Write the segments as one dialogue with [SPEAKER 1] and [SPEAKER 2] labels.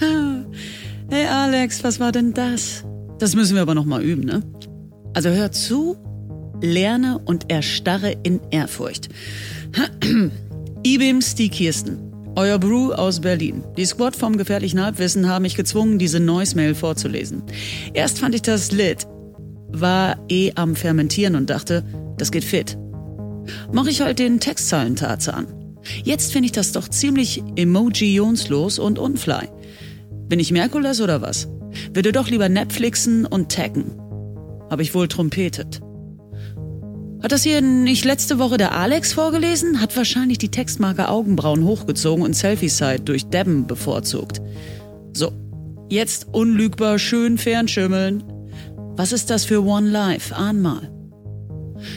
[SPEAKER 1] hey Alex, was war denn das? Das müssen wir aber nochmal üben, ne? Also hör zu, lerne und erstarre in Ehrfurcht. Ibims die Kirsten. Euer Brew aus Berlin. Die Squad vom gefährlichen Halbwissen haben mich gezwungen, diese Noise-Mail vorzulesen. Erst fand ich das lit, war eh am Fermentieren und dachte, das geht fit. Mach ich halt den Textzeilen-Tarzan. Jetzt finde ich das doch ziemlich emojionslos und unfly. Bin ich Merkulas oder was? Würde doch lieber Netflixen und taggen. Habe ich wohl trompetet. Hat das hier nicht letzte Woche der Alex vorgelesen? Hat wahrscheinlich die Textmarke Augenbrauen hochgezogen und Selfie-Side durch Debben bevorzugt. So, jetzt unlügbar schön fernschimmeln. Was ist das für One Life? Ahn mal.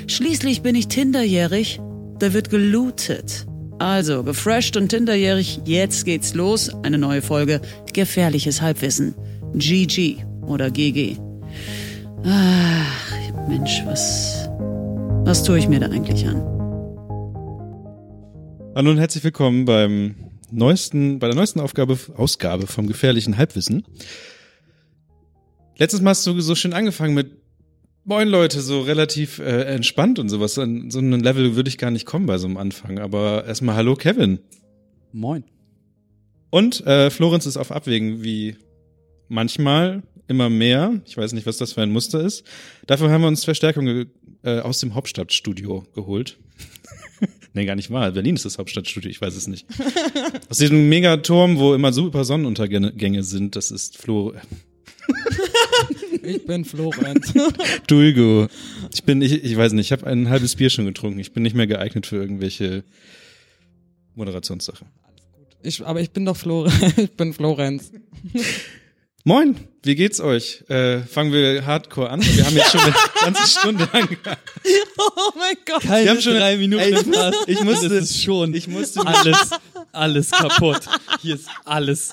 [SPEAKER 1] Schließlich bin ich Tinderjährig, da wird gelootet. Also, gefresht und Tinderjährig, jetzt geht's los. Eine neue Folge Gefährliches Halbwissen. GG oder GG. Ach, Mensch, was was tue ich mir da eigentlich an?
[SPEAKER 2] Hallo und herzlich willkommen beim neuesten, bei der neuesten Aufgabe, Ausgabe vom gefährlichen Halbwissen. Letztes Mal hast du so schön angefangen mit Moin Leute, so relativ äh, entspannt und sowas. An so einen Level würde ich gar nicht kommen bei so einem Anfang. Aber erstmal Hallo Kevin.
[SPEAKER 3] Moin.
[SPEAKER 2] Und äh, Florenz ist auf Abwägen, wie manchmal immer mehr. Ich weiß nicht, was das für ein Muster ist. Dafür haben wir uns Verstärkung ge- äh, aus dem Hauptstadtstudio geholt. nee, gar nicht wahr. Berlin ist das Hauptstadtstudio, ich weiß es nicht. aus diesem Megaturm, wo immer super Sonnenuntergänge sind, das ist Flo.
[SPEAKER 3] Ich bin Florenz.
[SPEAKER 2] Dulgo. Ich bin, ich, ich weiß nicht, ich habe ein halbes Bier schon getrunken. Ich bin nicht mehr geeignet für irgendwelche Moderationssachen.
[SPEAKER 3] Ich, aber ich bin doch Florenz. Ich bin Florenz.
[SPEAKER 2] Moin, wie geht's euch? Äh, fangen wir hardcore an. Wir haben jetzt schon eine ganze Stunde lang.
[SPEAKER 3] Oh mein Gott.
[SPEAKER 4] Keine
[SPEAKER 2] haben schon-
[SPEAKER 4] drei Minuten
[SPEAKER 2] Ey,
[SPEAKER 4] fast.
[SPEAKER 2] ich musste-
[SPEAKER 4] das ist schon
[SPEAKER 2] Ich musste
[SPEAKER 4] alles, alles kaputt. Hier ist alles.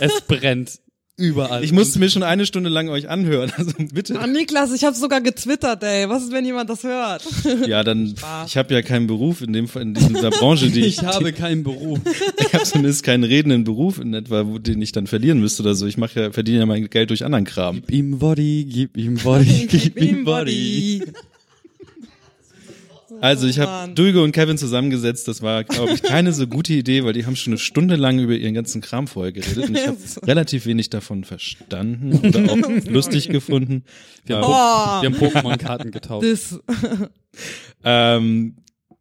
[SPEAKER 4] Es brennt überall.
[SPEAKER 2] Ich musste mir schon eine Stunde lang euch anhören. Also bitte.
[SPEAKER 3] Ah, Niklas, ich habe sogar getwittert, ey. Was ist, wenn jemand das hört?
[SPEAKER 2] Ja, dann ich habe ja keinen Beruf in dem Fall- in dieser Branche, die
[SPEAKER 4] Und
[SPEAKER 2] ich,
[SPEAKER 4] ich habe keinen Beruf.
[SPEAKER 2] ich habe zumindest keinen redenden Beruf in etwa, wo, den ich dann verlieren müsste oder so. Ich mache ja verdiene ja mein Geld durch anderen Kram.
[SPEAKER 4] Gib ihm Body, gib ihm Body, gib ihm Body.
[SPEAKER 2] Also ich habe
[SPEAKER 3] Mann.
[SPEAKER 2] Dulge und Kevin zusammengesetzt. Das war glaube ich keine so gute Idee, weil die haben schon eine Stunde lang über ihren ganzen Kram vorher geredet und ich habe relativ wenig davon verstanden oder auch lustig gefunden.
[SPEAKER 4] Wir
[SPEAKER 2] Ja.
[SPEAKER 4] haben,
[SPEAKER 3] Oh,
[SPEAKER 4] wir haben Pokémon-Karten getauscht.
[SPEAKER 3] das.
[SPEAKER 2] Ähm,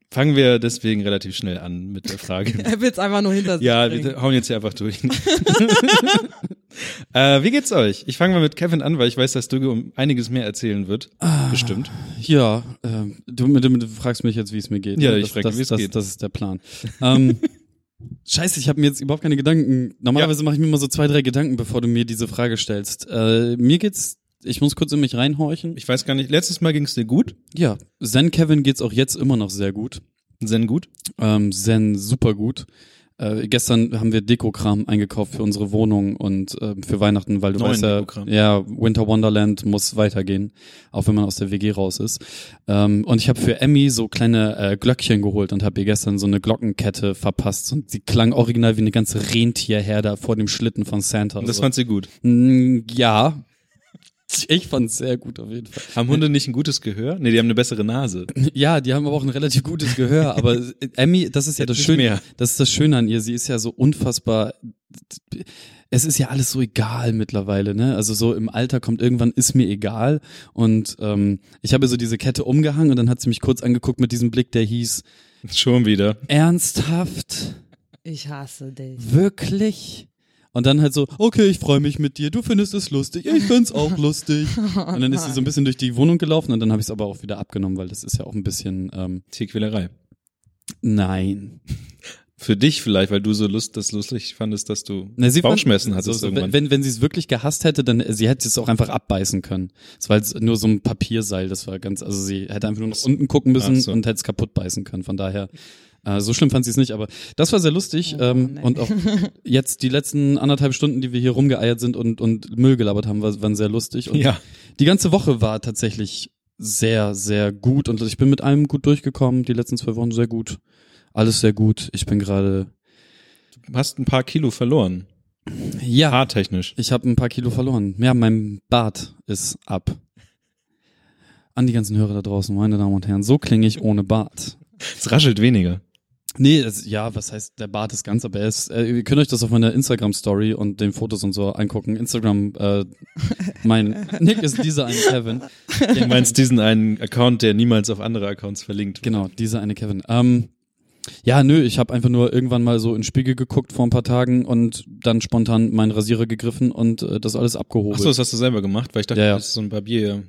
[SPEAKER 2] fangen wir deswegen relativ schnell an mit der Frage,
[SPEAKER 3] Er will's einfach nur hinter sich
[SPEAKER 2] Ja,
[SPEAKER 3] bringen.
[SPEAKER 2] wir hauen jetzt hier einfach durch. äh, wie geht's euch? Ich fange mal mit Kevin an, weil ich weiß, dass Dugge um einiges mehr erzählen wird.
[SPEAKER 4] Ah.
[SPEAKER 2] Bestimmt.
[SPEAKER 4] Ja, ähm, du, du, du fragst mich jetzt, wie es mir geht.
[SPEAKER 2] Ja,
[SPEAKER 4] ne?
[SPEAKER 2] ich
[SPEAKER 4] Das-
[SPEAKER 2] frag,
[SPEAKER 4] das,
[SPEAKER 2] wie es
[SPEAKER 4] das,
[SPEAKER 2] geht.
[SPEAKER 4] Das ist der Plan. Ähm, Scheiße, ich habe mir jetzt überhaupt keine Gedanken. Normalerweise mache ich mir immer so zwei, drei Gedanken, bevor du mir diese Frage stellst. Äh, mir geht's, ich muss kurz in mich reinhorchen.
[SPEAKER 2] Ich weiß gar nicht, letztes Mal ging's dir gut.
[SPEAKER 4] Ja, Zen Kevin geht's auch jetzt immer noch sehr gut.
[SPEAKER 2] Zen gut.
[SPEAKER 4] Ähm, Zen super gut. Äh, gestern haben wir Dekokram eingekauft für unsere Wohnung und ähm, für Weihnachten, weil du
[SPEAKER 2] Neuen
[SPEAKER 4] weißt ja,
[SPEAKER 2] Dekokram.
[SPEAKER 4] ja, Winter Wonderland muss weitergehen, auch wenn man aus der WG raus ist. Ähm, und ich habe für Emmy so kleine äh, Glöckchen geholt und habe ihr gestern so eine Glockenkette verpasst und die klang original wie eine ganze Rentierherde vor dem Schlitten von Santa.
[SPEAKER 2] Und das
[SPEAKER 4] So.
[SPEAKER 2] fand sie gut.
[SPEAKER 4] Mm, ja. Ich fand's sehr gut auf jeden Fall.
[SPEAKER 2] Haben Hunde nicht ein gutes Gehör? Nee, die haben eine bessere Nase.
[SPEAKER 4] Ja, die haben aber auch ein relativ gutes Gehör, aber Emmy, das ist ja das
[SPEAKER 2] Nicht
[SPEAKER 4] Schöne,
[SPEAKER 2] mehr.
[SPEAKER 4] das ist das Schöne an ihr, sie ist ja so unfassbar es ist ja alles so egal mittlerweile, ne? Also so im Alter kommt irgendwann ist mir egal und ähm, ich habe so diese Kette umgehangen und dann hat sie mich kurz angeguckt mit diesem Blick, der hieß
[SPEAKER 2] Schon wieder.
[SPEAKER 4] ernsthaft,
[SPEAKER 3] Ich hasse dich.
[SPEAKER 4] wirklich? Und dann halt so, okay, ich freue mich mit dir, du findest es lustig, ich find's auch lustig. Und dann ist sie so ein bisschen durch die Wohnung gelaufen und dann habe ich es aber auch wieder abgenommen, weil das ist ja auch ein bisschen ähm,
[SPEAKER 2] Tierquälerei.
[SPEAKER 4] nein.
[SPEAKER 2] Für dich vielleicht, weil du so lust, das lustig fandest, dass du
[SPEAKER 4] Na, sie fand-
[SPEAKER 2] Bauchschmerzen
[SPEAKER 4] so,
[SPEAKER 2] hattest
[SPEAKER 4] so,
[SPEAKER 2] irgendwann.
[SPEAKER 4] Wenn, wenn sie es wirklich gehasst hätte, dann äh, sie hätte es auch einfach abbeißen können. Es war jetzt nur so ein Papierseil, das war ganz, also sie hätte einfach nur nach unten gucken müssen
[SPEAKER 2] Ach so.
[SPEAKER 4] und hätte es kaputt beißen können. Von daher, äh, so schlimm fand sie es nicht, aber das war sehr lustig.
[SPEAKER 3] Oh,
[SPEAKER 4] ähm,
[SPEAKER 3] nee.
[SPEAKER 4] Und auch jetzt die letzten anderthalb Stunden, die wir hier rumgeeiert sind und, und Müll gelabert haben, war, waren sehr lustig. Und
[SPEAKER 2] ja.
[SPEAKER 4] die ganze Woche war tatsächlich sehr, sehr gut und ich bin mit allem gut durchgekommen, die letzten zwei Wochen sehr gut. Alles sehr gut. Ich bin gerade
[SPEAKER 2] Du hast ein paar Kilo verloren.
[SPEAKER 4] Ja.
[SPEAKER 2] Haartechnisch.
[SPEAKER 4] Ich habe ein paar Kilo verloren. Ja, mein Bart ist ab. An die ganzen Hörer da draußen, meine Damen und Herren, so klinge ich ohne Bart.
[SPEAKER 2] Es raschelt weniger.
[SPEAKER 4] Nee, das, ja, was heißt, der Bart ist ganz, aber er ist, äh, ihr könnt euch das auf meiner Instagram-Story und den Fotos und so angucken. Instagram, äh, mein Nick ist dieser eine Kevin.
[SPEAKER 2] Du meinst diesen einen Account, der niemals auf andere Accounts verlinkt.
[SPEAKER 4] Genau, dieser eine Kevin. Ähm, ja, nö, ich habe einfach nur irgendwann mal so in den Spiegel geguckt vor ein paar Tagen und dann spontan meinen Rasierer gegriffen und äh, das alles abgehoben.
[SPEAKER 2] Achso, das hast du selber gemacht, weil ich dachte,
[SPEAKER 4] Ja, ja.
[SPEAKER 2] das ist so ein Barbier.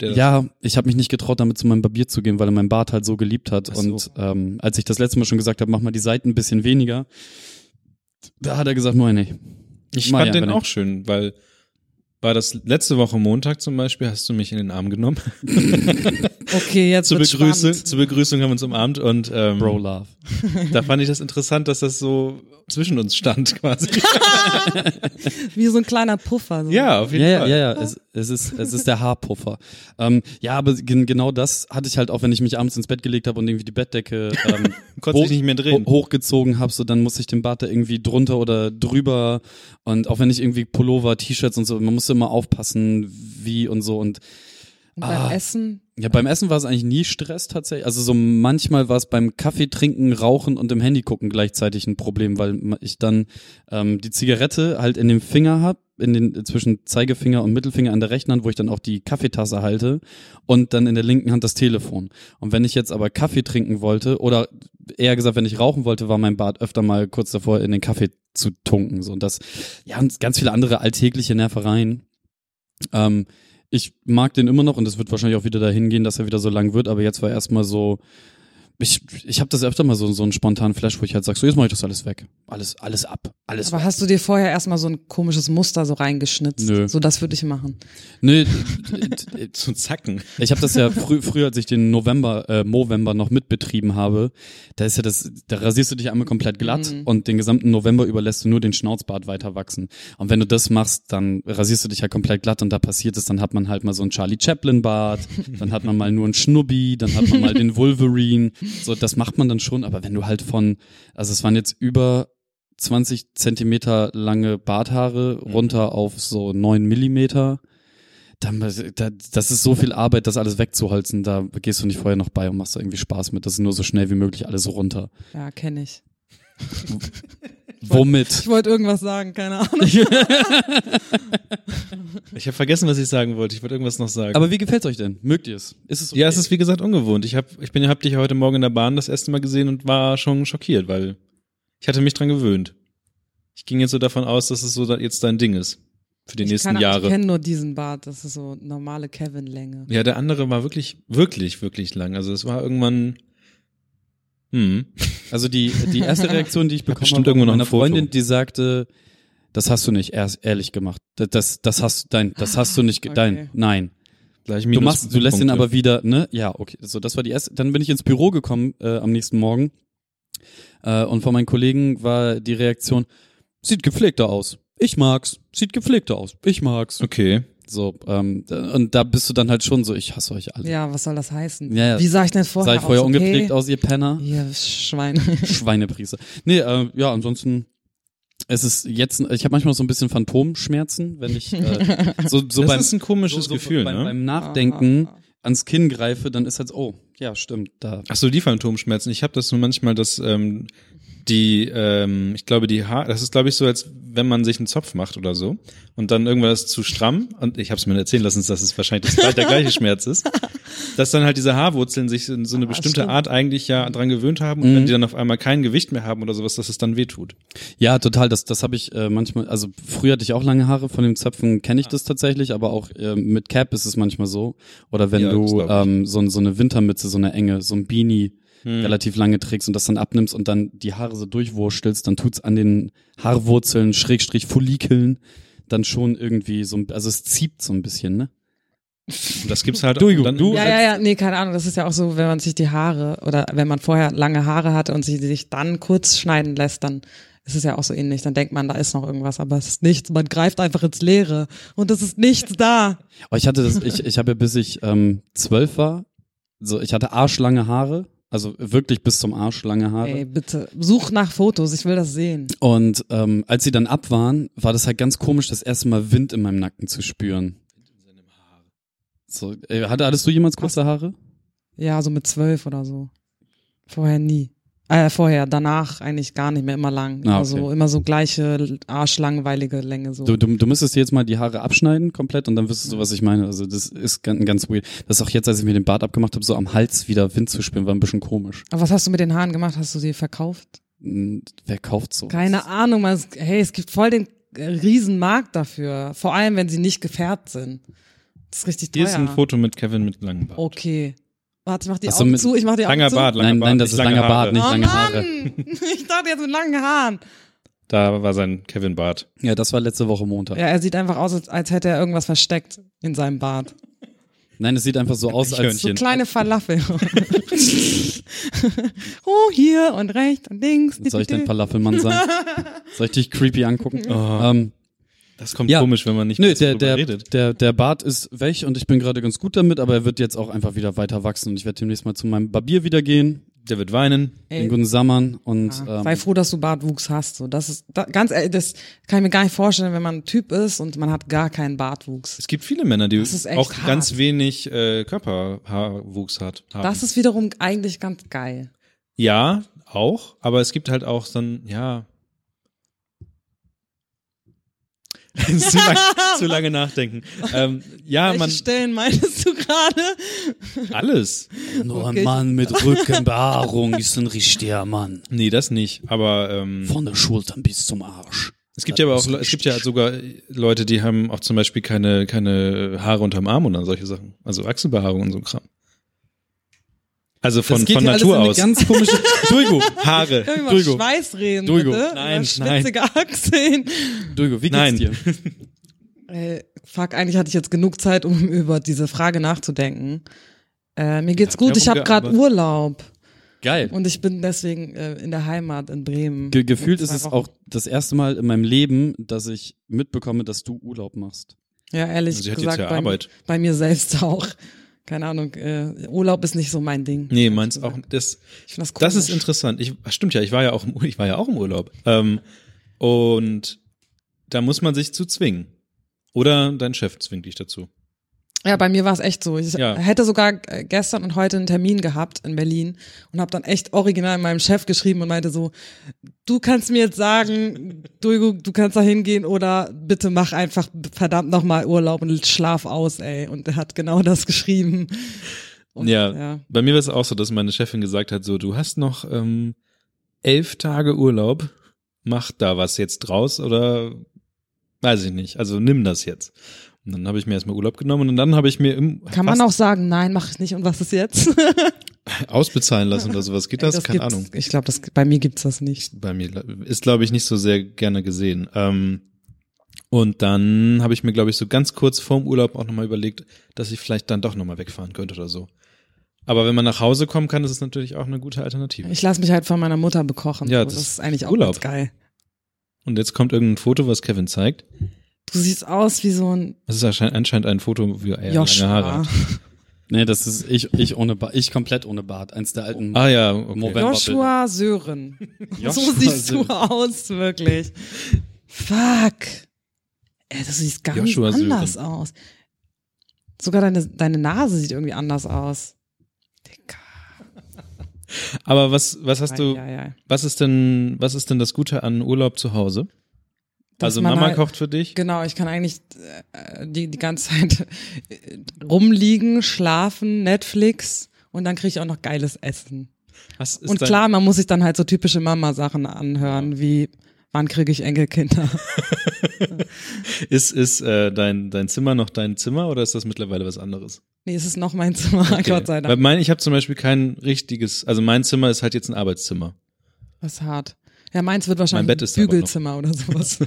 [SPEAKER 2] Der das-
[SPEAKER 4] Ja, ich habe mich nicht getraut, damit zu meinem Barbier zu gehen, weil er meinen Bart halt so geliebt hat.
[SPEAKER 2] Ach so.
[SPEAKER 4] Und ähm, als ich das letzte Mal schon gesagt habe, mach mal die Seiten ein bisschen weniger, da hat er gesagt, nein, nee.
[SPEAKER 2] Ich
[SPEAKER 4] Mag
[SPEAKER 2] fand
[SPEAKER 4] ich
[SPEAKER 2] den
[SPEAKER 4] einfach
[SPEAKER 2] auch schön, weil war das letzte Woche Montag zum Beispiel, hast du mich in den Arm genommen.
[SPEAKER 3] Okay, jetzt
[SPEAKER 2] Zur,
[SPEAKER 3] wird's
[SPEAKER 2] Begrüße,
[SPEAKER 3] spannend.
[SPEAKER 2] zur Begrüßung haben wir uns umarmt und ähm,
[SPEAKER 4] Bro Love.
[SPEAKER 2] da fand ich das interessant, dass das so zwischen uns stand quasi.
[SPEAKER 3] Wie so ein kleiner Puffer. So.
[SPEAKER 2] ja, auf jeden
[SPEAKER 4] Ja, ja,
[SPEAKER 2] Fall.
[SPEAKER 4] ja, ja. Es, es, ist, es ist der Haarpuffer. Ähm, ja, aber gen genau das hatte ich halt auch, wenn ich mich abends ins Bett gelegt habe und irgendwie die Bettdecke ähm,
[SPEAKER 2] Konntest dich nicht mehr drehen.
[SPEAKER 4] ho- hochgezogen habe, so dann musste ich den Bart da irgendwie drunter oder drüber und auch wenn ich irgendwie Pullover, T-Shirts und so, man musste immer aufpassen, wie und so und
[SPEAKER 3] Und beim
[SPEAKER 4] Ah.
[SPEAKER 3] Essen.
[SPEAKER 4] Ja, beim Essen war es eigentlich nie Stress tatsächlich. Also so manchmal war es beim Kaffee trinken, rauchen und im Handy gucken gleichzeitig ein Problem, weil ma- ich dann ähm, die Zigarette halt in dem Finger hab, in den zwischen Zeigefinger und Mittelfinger an der rechten Hand, wo ich dann auch die Kaffeetasse halte und dann in der linken Hand das Telefon. Und wenn ich jetzt aber Kaffee trinken wollte oder eher gesagt, wenn ich rauchen wollte, war mein Bart öfter mal kurz davor in den Kaffee zu tunken so und das ja und ganz viele andere alltägliche Nervereien. Ähm, ich mag den immer noch und es wird wahrscheinlich auch wieder dahin gehen, dass er wieder so lang wird, aber jetzt war erstmal so, ich, ich habe das öfter mal so, so einen spontanen Flash, wo ich halt sag, so jetzt mache ich das alles weg. Alles, alles ab. Alles
[SPEAKER 3] Aber hast du dir vorher erstmal so ein komisches Muster so reingeschnitzt?
[SPEAKER 4] Nö.
[SPEAKER 3] So, das würde ich machen.
[SPEAKER 4] Nö, d- d-
[SPEAKER 2] Zum Zacken.
[SPEAKER 4] ich habe das ja frü früher, als ich den November, äh, Movember noch mitbetrieben habe, da ist ja das, da rasierst du dich einmal komplett glatt und den gesamten November überlässt du nur den Schnauzbart weiter wachsen. Und wenn du das machst, dann rasierst du dich ja komplett glatt und da passiert es, dann hat man halt mal so einen Charlie Chaplin Bart, dann hat man mal nur einen Schnubbi, dann hat man mal den Wolverine. So, das macht man dann schon, aber wenn du halt von, also es waren jetzt über 20 Zentimeter lange Barthaare runter auf so 9 Millimeter. Dann, da- das ist so viel Arbeit, das alles wegzuholzen. Da gehst du nicht vorher noch bei und machst da irgendwie Spaß mit. Das ist nur so schnell wie möglich alles runter.
[SPEAKER 3] Ja, kenne ich. Ich
[SPEAKER 4] Womit?
[SPEAKER 3] wollte irgendwas sagen, keine Ahnung.
[SPEAKER 2] Ich habe vergessen, was ich sagen wollte. Ich wollte irgendwas noch sagen.
[SPEAKER 4] Aber wie gefällt's euch denn? Mögt ihr es? Ist es okay?
[SPEAKER 2] ja, es ist wie gesagt ungewohnt. Ich habe ich bin hab dich heute morgen in der Bahn das erste Mal gesehen und war schon schockiert, weil ich hatte mich dran gewöhnt. Ich ging jetzt so davon aus, dass es so da- jetzt dein Ding ist für die
[SPEAKER 3] Ich
[SPEAKER 2] nächsten
[SPEAKER 3] kann- Ich
[SPEAKER 2] Jahre.
[SPEAKER 3] kenne nur diesen Bart, das ist so normale Kevin-Länge.
[SPEAKER 2] Ja, der andere war wirklich wirklich wirklich lang. Also es war irgendwann hm.
[SPEAKER 4] Also die, die erste Reaktion, die ich bekommen
[SPEAKER 2] bestimmt
[SPEAKER 4] habe,
[SPEAKER 2] irgendwo noch
[SPEAKER 4] meiner
[SPEAKER 2] ein Foto.
[SPEAKER 4] Freundin, die sagte, das hast du nicht erst ehrlich gemacht. Das, das, das hast dein, das hast du nicht, ge- dein,
[SPEAKER 3] Okay.
[SPEAKER 4] nein.
[SPEAKER 2] gleich
[SPEAKER 4] Du machst, du lässt ihn
[SPEAKER 2] Minuspunkte.
[SPEAKER 4] aber wieder, ne? Ja, okay. So, das war die erste. Dann bin ich ins Büro gekommen äh, am nächsten Morgen äh, und von meinen Kollegen war die Reaktion: Sieht gepflegter aus. Ich mag's. Sieht gepflegter aus. Ich mag's.
[SPEAKER 2] Okay.
[SPEAKER 4] So ähm, und da bist du dann halt schon so: Ich hasse euch alle.
[SPEAKER 3] Ja, was soll das heißen?
[SPEAKER 4] Ja, ja.
[SPEAKER 3] Wie sah ich denn vorher
[SPEAKER 4] Sei vorher
[SPEAKER 3] aus?
[SPEAKER 4] ungepflegt
[SPEAKER 3] okay?
[SPEAKER 4] aus, ihr Penner.
[SPEAKER 3] Ihr Schwein.
[SPEAKER 4] Schweinepriester. Nee, äh, ja, ansonsten. Es ist jetzt, ich habe manchmal so ein bisschen Phantomschmerzen, wenn ich äh, so, so
[SPEAKER 2] das
[SPEAKER 4] beim
[SPEAKER 2] ist ein komisches
[SPEAKER 4] so, so
[SPEAKER 2] Gefühl,
[SPEAKER 4] beim,
[SPEAKER 2] ne?
[SPEAKER 4] beim Nachdenken ans Kinn greife, dann ist halt, so, oh, ja, stimmt, da.
[SPEAKER 2] Ach so, die Phantomschmerzen. Ich habe das nur manchmal, dass ähm, die, ähm, ich glaube, die Haare, das ist, glaube ich, so, als wenn man sich einen Zopf macht oder so und dann irgendwas zu stramm und ich habe es mir erzählen lassen, dass es wahrscheinlich das, der gleiche Schmerz ist, dass dann halt diese Haarwurzeln sich in so eine
[SPEAKER 3] Ah,
[SPEAKER 2] bestimmte
[SPEAKER 3] stimmt.
[SPEAKER 2] Art eigentlich ja dran gewöhnt haben und
[SPEAKER 4] Mhm.
[SPEAKER 2] wenn die dann auf einmal kein Gewicht mehr haben oder sowas, dass es dann wehtut.
[SPEAKER 4] Ja, total, das, das habe ich äh, manchmal, also früher hatte ich auch lange Haare, von dem Zöpfen kenne ich das tatsächlich, aber auch äh, mit Cap ist es manchmal so. Oder wenn
[SPEAKER 2] Ja, das
[SPEAKER 4] du
[SPEAKER 2] glaub ich.
[SPEAKER 4] ähm, so, so eine Wintermütze, so eine enge, so ein Beanie relativ lange trägst und das dann abnimmst und dann die Haare so durchwurstelst, dann tut's an den Haarwurzeln, Schrägstrich, Follikeln, dann schon irgendwie so ein, also es zieht so ein bisschen, ne?
[SPEAKER 2] Und das gibt's halt
[SPEAKER 4] Entschuldigung,
[SPEAKER 2] dann,
[SPEAKER 4] du- äh,
[SPEAKER 3] Ja, ja, ja, nee, keine Ahnung. Das ist ja auch so, wenn man sich die Haare oder wenn man vorher lange Haare hatte und sie sich dann kurz schneiden lässt, dann ist es ja auch so ähnlich. Dann denkt man, da ist noch irgendwas, aber es ist nichts. Man greift einfach ins Leere und es ist nichts da.
[SPEAKER 4] Oh, ich hatte das, ich, ich habe ja bis ich ähm, zwölf war, so ich hatte arschlange Haare, Also wirklich bis zum Arsch lange Haare.
[SPEAKER 3] Ey, bitte, such nach Fotos, ich will das sehen.
[SPEAKER 4] Und ähm, als sie dann ab waren, war das halt ganz komisch, das erste Mal Wind in meinem Nacken zu spüren. So, äh, hatte, hattest du jemals kurze Haare?
[SPEAKER 3] Ja, so mit zwölf oder so. Vorher nie. Äh, vorher, danach eigentlich gar nicht mehr, immer lang.
[SPEAKER 4] Ah,
[SPEAKER 3] Also
[SPEAKER 4] okay.
[SPEAKER 3] immer so gleiche, arschlangweilige Länge so.
[SPEAKER 4] Du, du, du müsstest dir jetzt mal die Haare abschneiden komplett und dann wüsstest du, was ich meine. Also das ist ganz, ganz weird. Das ist auch jetzt, als ich mir den Bart abgemacht habe, so am Hals wieder Wind zu spüren, war ein bisschen komisch.
[SPEAKER 3] Aber was hast du mit den Haaren gemacht? Hast du sie verkauft?
[SPEAKER 4] Hm, Wer kauft so?
[SPEAKER 3] Keine Ahnung, man, ist- hey, es gibt voll den äh, Riesenmarkt dafür. Vor allem, wenn sie nicht gefärbt sind. Das ist richtig teuer.
[SPEAKER 2] Hier ist ein Foto mit Kevin mit langem Bart.
[SPEAKER 3] Okay. Warte, ich mach die
[SPEAKER 4] Ach so,
[SPEAKER 3] Augen
[SPEAKER 4] mit-
[SPEAKER 3] zu, ich mach die Augen
[SPEAKER 2] Langer
[SPEAKER 3] zu.
[SPEAKER 2] Bart, langer
[SPEAKER 4] Nein,
[SPEAKER 2] Bart. ne?
[SPEAKER 4] nein, das
[SPEAKER 2] nicht
[SPEAKER 4] ist
[SPEAKER 2] lange
[SPEAKER 4] langer Bart,
[SPEAKER 2] Haare.
[SPEAKER 4] nicht-
[SPEAKER 3] oh
[SPEAKER 4] lange
[SPEAKER 3] Mann!
[SPEAKER 4] Haare.
[SPEAKER 3] Ich dachte jetzt mit langen Haaren.
[SPEAKER 2] Da war sein Kevin Bart.
[SPEAKER 4] Ja, das war letzte Woche Montag.
[SPEAKER 3] Ja, er sieht einfach aus, als, als hätte er irgendwas versteckt in seinem Bart.
[SPEAKER 4] Nein, es sieht einfach so aus, als
[SPEAKER 3] So
[SPEAKER 2] Eichhörnchen. Den-
[SPEAKER 3] kleine Falafel. oh, hier und rechts und links.
[SPEAKER 4] soll ich denn Falafelmann sein? soll ich dich creepy angucken? Ähm,
[SPEAKER 2] Das kommt
[SPEAKER 4] Ja.
[SPEAKER 2] komisch, wenn man nicht
[SPEAKER 4] Nö,
[SPEAKER 2] weiß,
[SPEAKER 4] der,
[SPEAKER 2] worüber
[SPEAKER 4] der,
[SPEAKER 2] redet.
[SPEAKER 4] der, der Bart ist weg und ich bin gerade ganz gut damit, aber er wird jetzt auch einfach wieder weiter wachsen und ich werde demnächst mal zu meinem Barbier wieder gehen,
[SPEAKER 2] Der wird weinen.
[SPEAKER 4] den guten Sammern und
[SPEAKER 3] Ja, sei
[SPEAKER 4] ähm,
[SPEAKER 3] froh, dass du Bartwuchs hast. So, das ist da, ganz ehrlich, das kann ich mir gar nicht vorstellen, wenn man ein Typ ist und man hat gar keinen Bartwuchs.
[SPEAKER 2] Es gibt viele Männer, die
[SPEAKER 3] ist echt
[SPEAKER 2] auch
[SPEAKER 3] hart.
[SPEAKER 2] ganz wenig äh, Körperhaarwuchs hat. Haben.
[SPEAKER 3] Das ist wiederum eigentlich ganz geil.
[SPEAKER 2] ja, auch, aber es gibt halt auch dann, ja. zu, lang, zu lange nachdenken. Ähm, ja,
[SPEAKER 3] Welche
[SPEAKER 2] man,
[SPEAKER 3] Stellen meinst du gerade?
[SPEAKER 2] alles.
[SPEAKER 4] nur
[SPEAKER 3] Okay.
[SPEAKER 4] Mann mit Rückenbehaarung ist ein richtiger Mann.
[SPEAKER 2] Nee, das nicht, aber ähm,
[SPEAKER 4] Von der Schultern bis zum Arsch.
[SPEAKER 2] Es gibt ja aber auch, Le- es gibt ja sogar Leute, die haben auch zum Beispiel keine, keine Haare unterm Arm oder solche Sachen. Also Achselbehaarung und so ein Kram. Also von,
[SPEAKER 4] das geht
[SPEAKER 2] von
[SPEAKER 4] hier
[SPEAKER 2] Natur
[SPEAKER 4] alles
[SPEAKER 2] aus.
[SPEAKER 4] in eine ganz komische
[SPEAKER 2] Duigu, Haare.
[SPEAKER 3] Können wir mal
[SPEAKER 2] Duigu.
[SPEAKER 3] Schweiß reden,
[SPEAKER 2] Duigo.
[SPEAKER 3] bitte?
[SPEAKER 2] Nein,
[SPEAKER 3] Über schwitzige Achseln.
[SPEAKER 4] Dugo, wie geht's
[SPEAKER 2] Nein.
[SPEAKER 4] dir?
[SPEAKER 3] Äh, fuck, eigentlich hatte ich jetzt genug Zeit, um über diese Frage nachzudenken. Äh, mir geht's
[SPEAKER 2] Ja,
[SPEAKER 3] gut, ich
[SPEAKER 2] Werbung
[SPEAKER 3] habe gerade
[SPEAKER 2] gearbeitet.
[SPEAKER 3] Urlaub
[SPEAKER 4] Geil.
[SPEAKER 3] und ich bin deswegen äh, in der Heimat in Bremen.
[SPEAKER 4] Ge gefühlt ist
[SPEAKER 3] Zwei
[SPEAKER 4] es
[SPEAKER 3] Wochen.
[SPEAKER 4] auch das erste Mal in meinem Leben, dass ich mitbekomme, dass du Urlaub machst.
[SPEAKER 3] Ja, ehrlich
[SPEAKER 2] Sie hat Also jetzt
[SPEAKER 3] gesagt,
[SPEAKER 2] ja
[SPEAKER 3] bei,
[SPEAKER 2] Arbeit.
[SPEAKER 3] bei mir selbst auch. Keine Ahnung, äh, Urlaub ist nicht so mein Ding.
[SPEAKER 2] Nee, meins auch. Das,
[SPEAKER 3] Ich find das
[SPEAKER 2] das ist
[SPEAKER 3] komisch.
[SPEAKER 2] interessant. Ich, stimmt ja, ich war ja auch im, Ur- ich war ja auch im Urlaub. Ähm, und da muss man sich zu zwingen. Oder dein Chef zwingt dich dazu.
[SPEAKER 3] Ja, bei mir war es echt so. Ich
[SPEAKER 2] Ja.
[SPEAKER 3] hätte sogar äh, gestern und heute einen Termin gehabt in Berlin und habe dann echt original meinem Chef geschrieben und meinte so, du kannst mir jetzt sagen, Duigo, du kannst da hingehen oder bitte mach einfach verdammt nochmal Urlaub und schlaf aus, ey. Und er hat genau das geschrieben. Und,
[SPEAKER 2] ja,
[SPEAKER 3] ja.
[SPEAKER 2] bei mir war es auch so, dass meine Chefin gesagt hat, so, du hast noch ähm, elf Tage Urlaub, mach da was jetzt draus oder weiß ich nicht, also nimm das jetzt. Und dann habe ich mir erstmal Urlaub genommen und dann habe ich mir im
[SPEAKER 3] Kann man auch sagen, nein, mach ich nicht und was ist jetzt? Ey,
[SPEAKER 2] auch ausbezahlen lassen oder sowas. Geht das? Keine
[SPEAKER 3] gibt's-
[SPEAKER 2] Ahnung.
[SPEAKER 3] Ich glaube, bei mir gibt's das nicht.
[SPEAKER 2] Bei mir ist, glaube ich, nicht so sehr gerne gesehen. Ähm, und dann habe ich mir, glaube ich, so ganz kurz vorm Urlaub auch nochmal überlegt, dass ich vielleicht dann doch nochmal wegfahren könnte oder so. Aber wenn man nach Hause kommen kann, ist es natürlich auch eine gute Alternative.
[SPEAKER 3] Ich lasse mich halt von meiner Mutter bekochen.
[SPEAKER 2] Ja,
[SPEAKER 3] so.
[SPEAKER 2] das
[SPEAKER 3] das, ist eigentlich auch
[SPEAKER 2] Urlaub.
[SPEAKER 3] ganz geil.
[SPEAKER 2] Und jetzt kommt irgendein Foto, was Kevin zeigt.
[SPEAKER 3] Du siehst aus wie so ein
[SPEAKER 2] Das ist anschein- anscheinend ein Foto, wie er lange Haare
[SPEAKER 3] Joshua.
[SPEAKER 2] hat.
[SPEAKER 4] Nee, das ist ich, ich ohne Bart, ich komplett ohne Bart. Eins der alten.
[SPEAKER 2] Ah ja, okay.
[SPEAKER 4] Moment.
[SPEAKER 3] Joshua Sören. so
[SPEAKER 4] Joshua
[SPEAKER 3] siehst du
[SPEAKER 4] Sören.
[SPEAKER 3] aus, wirklich. Fuck. Ey, du siehst ganz
[SPEAKER 2] Joshua Sören.
[SPEAKER 3] anders aus. Sogar deine, deine Nase sieht irgendwie anders aus. Dicker.
[SPEAKER 2] Aber was, was hast du,
[SPEAKER 3] Ja, ja.
[SPEAKER 2] was ist denn, was ist denn das Gute an Urlaub zu Hause?
[SPEAKER 3] Dass
[SPEAKER 2] also
[SPEAKER 3] man
[SPEAKER 2] Mama
[SPEAKER 3] halt-
[SPEAKER 2] kocht für dich.
[SPEAKER 3] Genau, ich kann eigentlich äh, die, die ganze Zeit äh, rumliegen, schlafen, Netflix und dann kriege ich auch noch geiles Essen.
[SPEAKER 2] Was ist
[SPEAKER 3] Und
[SPEAKER 2] dein-
[SPEAKER 3] klar, man muss sich dann halt so typische Mama-Sachen anhören, wie wann kriege ich Enkelkinder?
[SPEAKER 2] Ist, ist äh, dein, dein Zimmer noch dein Zimmer oder ist das mittlerweile was anderes?
[SPEAKER 3] Nee, es ist noch mein Zimmer, Ah, Gott sei
[SPEAKER 2] Weil
[SPEAKER 3] Dank.
[SPEAKER 2] mein, ich habe zum Beispiel kein richtiges, also mein Zimmer ist halt jetzt ein Arbeitszimmer.
[SPEAKER 3] Das ist hart. Ja, meins wird wahrscheinlich
[SPEAKER 2] Mein Bett ist aber noch-
[SPEAKER 3] Bügelzimmer oder sowas.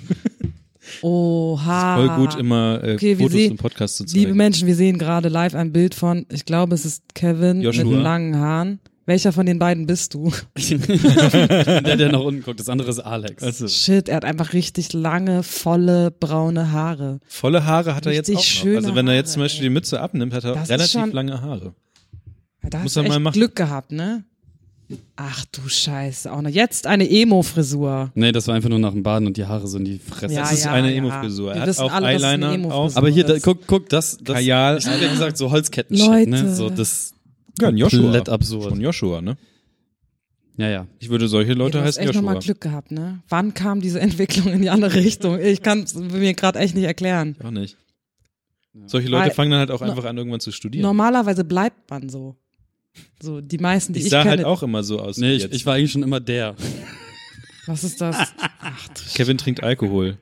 [SPEAKER 3] Oha.
[SPEAKER 2] Voll gut immer äh,
[SPEAKER 3] Ah, Okay, wie
[SPEAKER 2] Fotos
[SPEAKER 3] Sie-
[SPEAKER 2] im Podcast zu zeigen.
[SPEAKER 3] Liebe Menschen, wir sehen gerade live ein Bild von, ich glaube, es ist Kevin
[SPEAKER 2] Joshua.
[SPEAKER 3] mit den langen Haaren. Welcher von den beiden bist du?
[SPEAKER 4] der, der nach unten guckt. Das andere ist Alex.
[SPEAKER 2] also,
[SPEAKER 3] Shit, er hat einfach richtig lange, volle, braune Haare.
[SPEAKER 2] volle Haare hat er jetzt
[SPEAKER 3] Richtig
[SPEAKER 2] auch noch.
[SPEAKER 3] schöne
[SPEAKER 2] Also wenn er jetzt
[SPEAKER 3] Haare,
[SPEAKER 2] zum Beispiel
[SPEAKER 3] ey.
[SPEAKER 2] die Mütze abnimmt, hat er
[SPEAKER 3] Das ist
[SPEAKER 2] relativ
[SPEAKER 3] schon-
[SPEAKER 2] lange Haare.
[SPEAKER 3] Ja, Da
[SPEAKER 2] Muss
[SPEAKER 3] hast
[SPEAKER 2] er
[SPEAKER 3] du
[SPEAKER 2] mal
[SPEAKER 3] echt
[SPEAKER 2] machen.
[SPEAKER 3] Glück gehabt, ne? Ach du Scheiße, auch noch jetzt eine Emo-Frisur.
[SPEAKER 4] Nee, das war einfach nur nach dem Baden und die Haare so in die Fresse.
[SPEAKER 3] Ja,
[SPEAKER 2] Das ist
[SPEAKER 3] ja,
[SPEAKER 2] eine
[SPEAKER 3] ja.
[SPEAKER 2] Emo-Frisur.
[SPEAKER 3] Wir
[SPEAKER 2] Er hat
[SPEAKER 3] wissen
[SPEAKER 2] auch
[SPEAKER 3] alle, dass es eine
[SPEAKER 2] Eyeliner
[SPEAKER 3] Emo-Frisur
[SPEAKER 2] auf.
[SPEAKER 4] Aber hier, da,
[SPEAKER 3] das-
[SPEAKER 4] guck, guck, das, das
[SPEAKER 2] Kajal.
[SPEAKER 4] Ich hab ja gesagt, so Holzketten-Shit, ne?
[SPEAKER 3] Leute.
[SPEAKER 4] So das
[SPEAKER 2] Ja, ein Joshua.
[SPEAKER 4] komplett absurd.
[SPEAKER 2] Von Joshua, ne?
[SPEAKER 4] Ja, ja.
[SPEAKER 2] Ich würde solche Leute
[SPEAKER 3] du hast
[SPEAKER 2] heißen
[SPEAKER 3] echt nochmal
[SPEAKER 2] Joshua.
[SPEAKER 3] Glück gehabt, ne? Wann kam diese Entwicklung in die andere Richtung? Ich kann mir gerade echt nicht erklären.
[SPEAKER 2] Auch nicht. Solche Leute
[SPEAKER 3] Weil-
[SPEAKER 2] fangen dann halt auch einfach an, irgendwann zu studieren.
[SPEAKER 3] Normalerweise bleibt man so. So, die meisten, die
[SPEAKER 2] ich
[SPEAKER 3] ich,
[SPEAKER 2] sah
[SPEAKER 3] kenne.
[SPEAKER 2] halt auch immer so aus. wie
[SPEAKER 4] Nee, ich,
[SPEAKER 2] jetzt.
[SPEAKER 4] ich war eigentlich schon immer der.
[SPEAKER 3] Was ist das?
[SPEAKER 2] Ah. Kevin trinkt Alkohol.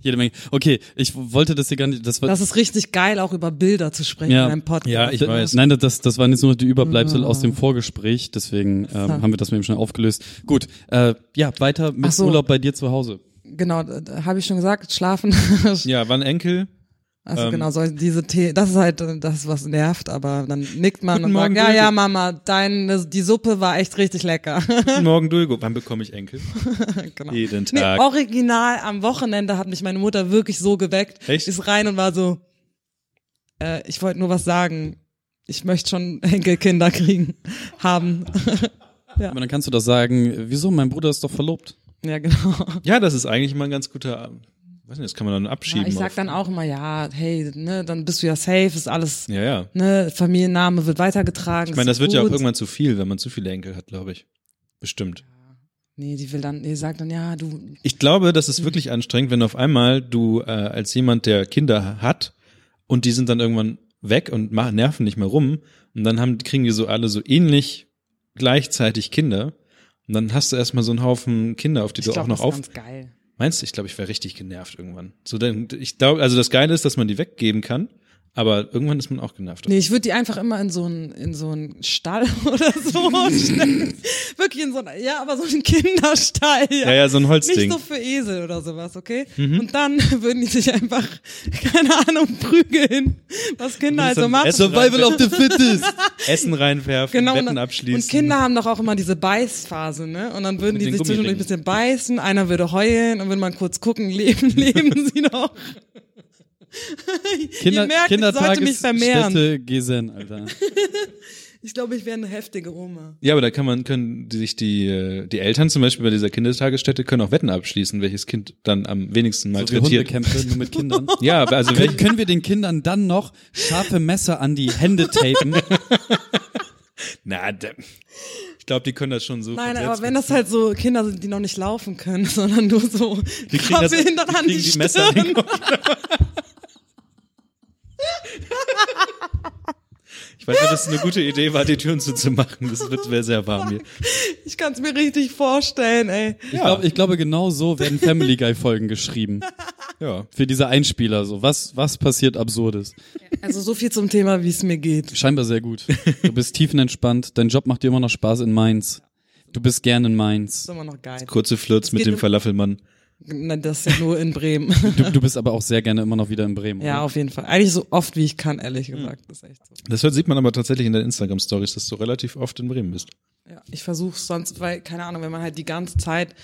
[SPEAKER 4] Jede Menge. Okay, ich wollte das hier gar nicht. Das war
[SPEAKER 3] Das ist richtig geil, auch über Bilder zu sprechen
[SPEAKER 4] Ja.
[SPEAKER 3] in einem Podcast. ne? Ah.
[SPEAKER 2] Ja, ich
[SPEAKER 4] D-
[SPEAKER 2] weiß.
[SPEAKER 4] Nein, das, das waren jetzt nur noch die Überbleibsel aus dem Vorgespräch, deswegen ähm, haben wir das mit ihm schnell aufgelöst. Gut, äh, ja, weiter mit
[SPEAKER 3] Ach so.
[SPEAKER 4] Urlaub bei dir zu Hause.
[SPEAKER 3] Genau, habe ich schon gesagt, schlafen.
[SPEAKER 2] Ja, wann Enkel?
[SPEAKER 3] Also
[SPEAKER 2] Ähm.
[SPEAKER 3] genau, so diese The das ist halt äh, das, was nervt, aber dann nickt man
[SPEAKER 2] Guten
[SPEAKER 3] und
[SPEAKER 2] Morgen,
[SPEAKER 3] sagt, ja,
[SPEAKER 2] Birgit.
[SPEAKER 3] ja, Mama, deine, die Suppe war echt richtig lecker.
[SPEAKER 2] Guten Morgen, Dulgo. Wann bekomme ich Enkel?
[SPEAKER 3] genau.
[SPEAKER 2] Jeden
[SPEAKER 3] Nee,
[SPEAKER 2] Tag.
[SPEAKER 3] original am Wochenende hat mich meine Mutter wirklich so geweckt.
[SPEAKER 2] Echt?
[SPEAKER 3] Ist rein und war so, äh, ich wollte nur was sagen. Ich möchte schon Enkelkinder kriegen, haben.
[SPEAKER 4] Aber dann kannst du das sagen, wieso, mein Bruder ist doch verlobt.
[SPEAKER 3] ja, genau.
[SPEAKER 2] ja, das ist eigentlich mal ein ganz guter. Weiß nicht, das kann man dann abschieben.
[SPEAKER 3] Ja, ich sag
[SPEAKER 2] auf-
[SPEAKER 3] dann auch immer, ja, hey, ne, dann bist du ja safe, ist alles,
[SPEAKER 2] Ja, ja.
[SPEAKER 3] ne, Familienname wird weitergetragen.
[SPEAKER 2] Ich meine, das wird
[SPEAKER 3] gut.
[SPEAKER 2] ja auch irgendwann zu viel, wenn man zu viele Enkel hat, glaube ich. Bestimmt.
[SPEAKER 3] Nee, die will dann, die sagt dann, ja, du,
[SPEAKER 2] Ich glaube, das ist wirklich anstrengend, wenn auf einmal du äh, als jemand, der Kinder hat und die sind dann irgendwann weg und machen, nerven nicht mehr rum und dann haben, kriegen die so alle so ähnlich gleichzeitig Kinder und dann hast du erstmal so einen Haufen Kinder, auf die
[SPEAKER 3] ich
[SPEAKER 2] du
[SPEAKER 3] glaub,
[SPEAKER 2] auch noch
[SPEAKER 3] das
[SPEAKER 2] auf...
[SPEAKER 3] ist ganz geil.
[SPEAKER 2] Meinst du, ich glaube, ich wäre richtig genervt irgendwann. So, denn ich glaube, also das Geile ist, dass man die weggeben kann, aber irgendwann ist man auch genervt.
[SPEAKER 3] Nee, ich würde die einfach immer in so einen, in so einen Stall oder so stecken. Wirklich in so einen, ja, aber so einen Kinderstall.
[SPEAKER 2] Ja, ja, so ein Holzding. Mhm.
[SPEAKER 3] Nicht so für Esel oder sowas, okay? Und dann würden die sich einfach, keine Ahnung, prügeln, was Kinder
[SPEAKER 2] Und
[SPEAKER 3] halt
[SPEAKER 2] das dann
[SPEAKER 3] so machen.
[SPEAKER 2] Essen Survival of
[SPEAKER 4] the Fittest!
[SPEAKER 2] Essen reinwerfen,
[SPEAKER 3] Genau, und,
[SPEAKER 2] Betten
[SPEAKER 3] dann-
[SPEAKER 2] abschließen.
[SPEAKER 3] und Kinder haben doch auch immer diese Beißphase, ne? Und dann würden
[SPEAKER 2] Mit
[SPEAKER 3] die
[SPEAKER 2] den
[SPEAKER 3] sich zwischendurch ein
[SPEAKER 2] Gummiringen.
[SPEAKER 3] bisschen beißen, einer würde heulen und wenn man kurz gucken, leben, leben sie noch. Ihr merkt, ich sollte mich vermehren.
[SPEAKER 4] Kindertagesstätte Gesen, Alter.
[SPEAKER 3] Ich glaube, ich wäre eine heftige Oma.
[SPEAKER 2] Ja, aber da kann man, können die sich die, äh, die Eltern zum Beispiel bei dieser Kindertagesstätte können auch Wetten abschließen, welches Kind dann am wenigsten
[SPEAKER 4] So wie
[SPEAKER 2] malträtiert.
[SPEAKER 4] Hundekämpfe, nur mit Kindern.
[SPEAKER 2] ja, aber also
[SPEAKER 4] Können,
[SPEAKER 2] welch,
[SPEAKER 4] können wir den Kindern dann noch scharfe Messer an die Hände tapen?
[SPEAKER 2] na, da- ich glaube, die können das schon so. von
[SPEAKER 3] Nein, aber
[SPEAKER 2] selbst.
[SPEAKER 3] wenn das halt so Kinder sind, die noch nicht laufen können, sondern nur so
[SPEAKER 2] die kriegen das, die
[SPEAKER 3] verbehindert an die,
[SPEAKER 2] kriegen die
[SPEAKER 3] Stirn.
[SPEAKER 2] Messer in den Kopf. Ich weiß nicht, ob das eine gute Idee war, die Türen zuzumachen. Das wird wäre sehr warm hier.
[SPEAKER 3] Ich kann es mir richtig vorstellen, ey.
[SPEAKER 4] Ich, glaub, ich glaube, genau so werden Family Guy Folgen geschrieben.
[SPEAKER 2] Ja.
[SPEAKER 4] Für diese Einspieler, so. Was, was passiert Absurdes?
[SPEAKER 3] Also so viel zum Thema, wie es mir geht.
[SPEAKER 4] Scheinbar sehr gut. Du bist tiefenentspannt. Dein Job macht dir immer noch Spaß in Mainz. Du bist gern in Mainz.
[SPEAKER 3] Ist immer noch geil.
[SPEAKER 2] Kurze Flirts mit
[SPEAKER 3] geht
[SPEAKER 2] dem
[SPEAKER 3] um-
[SPEAKER 2] Falafelmann.
[SPEAKER 3] Nein, das ist ja nur in Bremen.
[SPEAKER 4] Du, du bist aber auch sehr gerne immer noch wieder in Bremen.
[SPEAKER 3] Ja,
[SPEAKER 4] oder?
[SPEAKER 3] auf jeden Fall. Eigentlich so oft, wie ich kann, ehrlich
[SPEAKER 2] Hm.
[SPEAKER 3] gesagt. Das ist echt so.
[SPEAKER 2] Das hört- sieht man aber tatsächlich in deinen Instagram-Stories, dass du relativ oft in Bremen bist.
[SPEAKER 3] Ja, ich versuche sonst, weil, keine Ahnung, wenn man halt die ganze Zeit,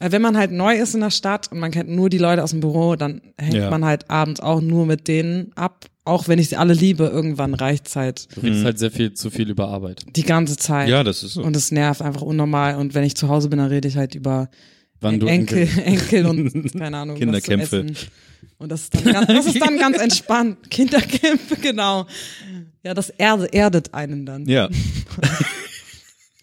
[SPEAKER 3] äh, wenn man halt neu ist in der Stadt und man kennt nur die Leute aus dem Büro, dann hängt
[SPEAKER 2] Ja.
[SPEAKER 3] man halt abends auch nur mit denen ab. Auch wenn ich sie alle liebe, irgendwann reicht's halt
[SPEAKER 4] Du redest halt sehr viel, zu viel über Arbeit.
[SPEAKER 3] die ganze Zeit.
[SPEAKER 2] Ja, das ist so.
[SPEAKER 3] Und es nervt einfach unnormal. Und wenn ich zu Hause bin, dann rede ich halt über
[SPEAKER 4] Wann du
[SPEAKER 3] Enkel, Enkel und keine Ahnung. was zu
[SPEAKER 2] Kinderkämpfe.
[SPEAKER 3] essen. Und das ist, dann ganz, das ist dann ganz entspannt. Kinderkämpfe, genau. Ja, das erde, erdet einen dann.
[SPEAKER 2] Ja.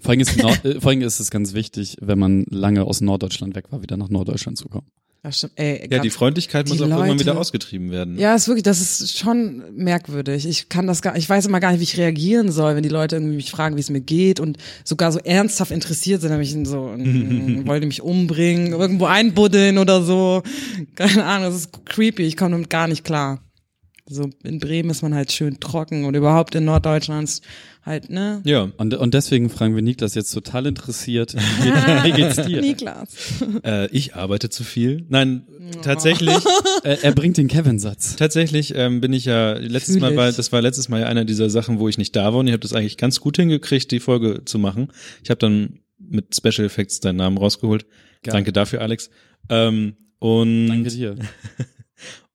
[SPEAKER 4] Vor allem, ist Nord äh, vor allem ist es ganz wichtig, wenn man lange aus Norddeutschland weg war, wieder nach Norddeutschland zu kommen.
[SPEAKER 3] Ja, stimmt. Ey,
[SPEAKER 2] Ja,
[SPEAKER 3] ganz-
[SPEAKER 2] die Freundlichkeit muss
[SPEAKER 3] Die
[SPEAKER 2] auch irgendwann
[SPEAKER 3] Leute-
[SPEAKER 2] wieder ausgetrieben werden.
[SPEAKER 3] Ja, ist wirklich, das ist schon merkwürdig. Ich kann das gar, ich weiß immer gar nicht, wie ich reagieren soll, wenn die Leute irgendwie mich fragen, wie es mir geht und sogar so ernsthaft interessiert sind, nämlich so, mm, wollte mich umbringen, irgendwo einbuddeln oder so. Keine Ahnung, das ist creepy, ich komme damit gar nicht klar. So, in Bremen ist man halt schön trocken und überhaupt in Norddeutschland ist halt, ne?
[SPEAKER 2] Ja.
[SPEAKER 4] Und, und deswegen fragen wir Niklas jetzt total interessiert, wie, geht- wie geht's dir?
[SPEAKER 3] Niklas.
[SPEAKER 2] Äh, ich arbeite zu viel. Nein, tatsächlich,
[SPEAKER 4] Äh, er bringt den Kevin-Satz.
[SPEAKER 2] tatsächlich ähm, bin ich ja letztes
[SPEAKER 3] Fühl
[SPEAKER 2] Mal, war,
[SPEAKER 3] ich.
[SPEAKER 2] das war letztes Mal ja einer dieser Sachen, wo ich nicht da war und ich habe das eigentlich ganz gut hingekriegt, die Folge zu machen. Ich habe dann mit Special Effects deinen Namen rausgeholt.
[SPEAKER 4] Geil.
[SPEAKER 2] Danke dafür, Alex. Ähm, und
[SPEAKER 4] Danke dir.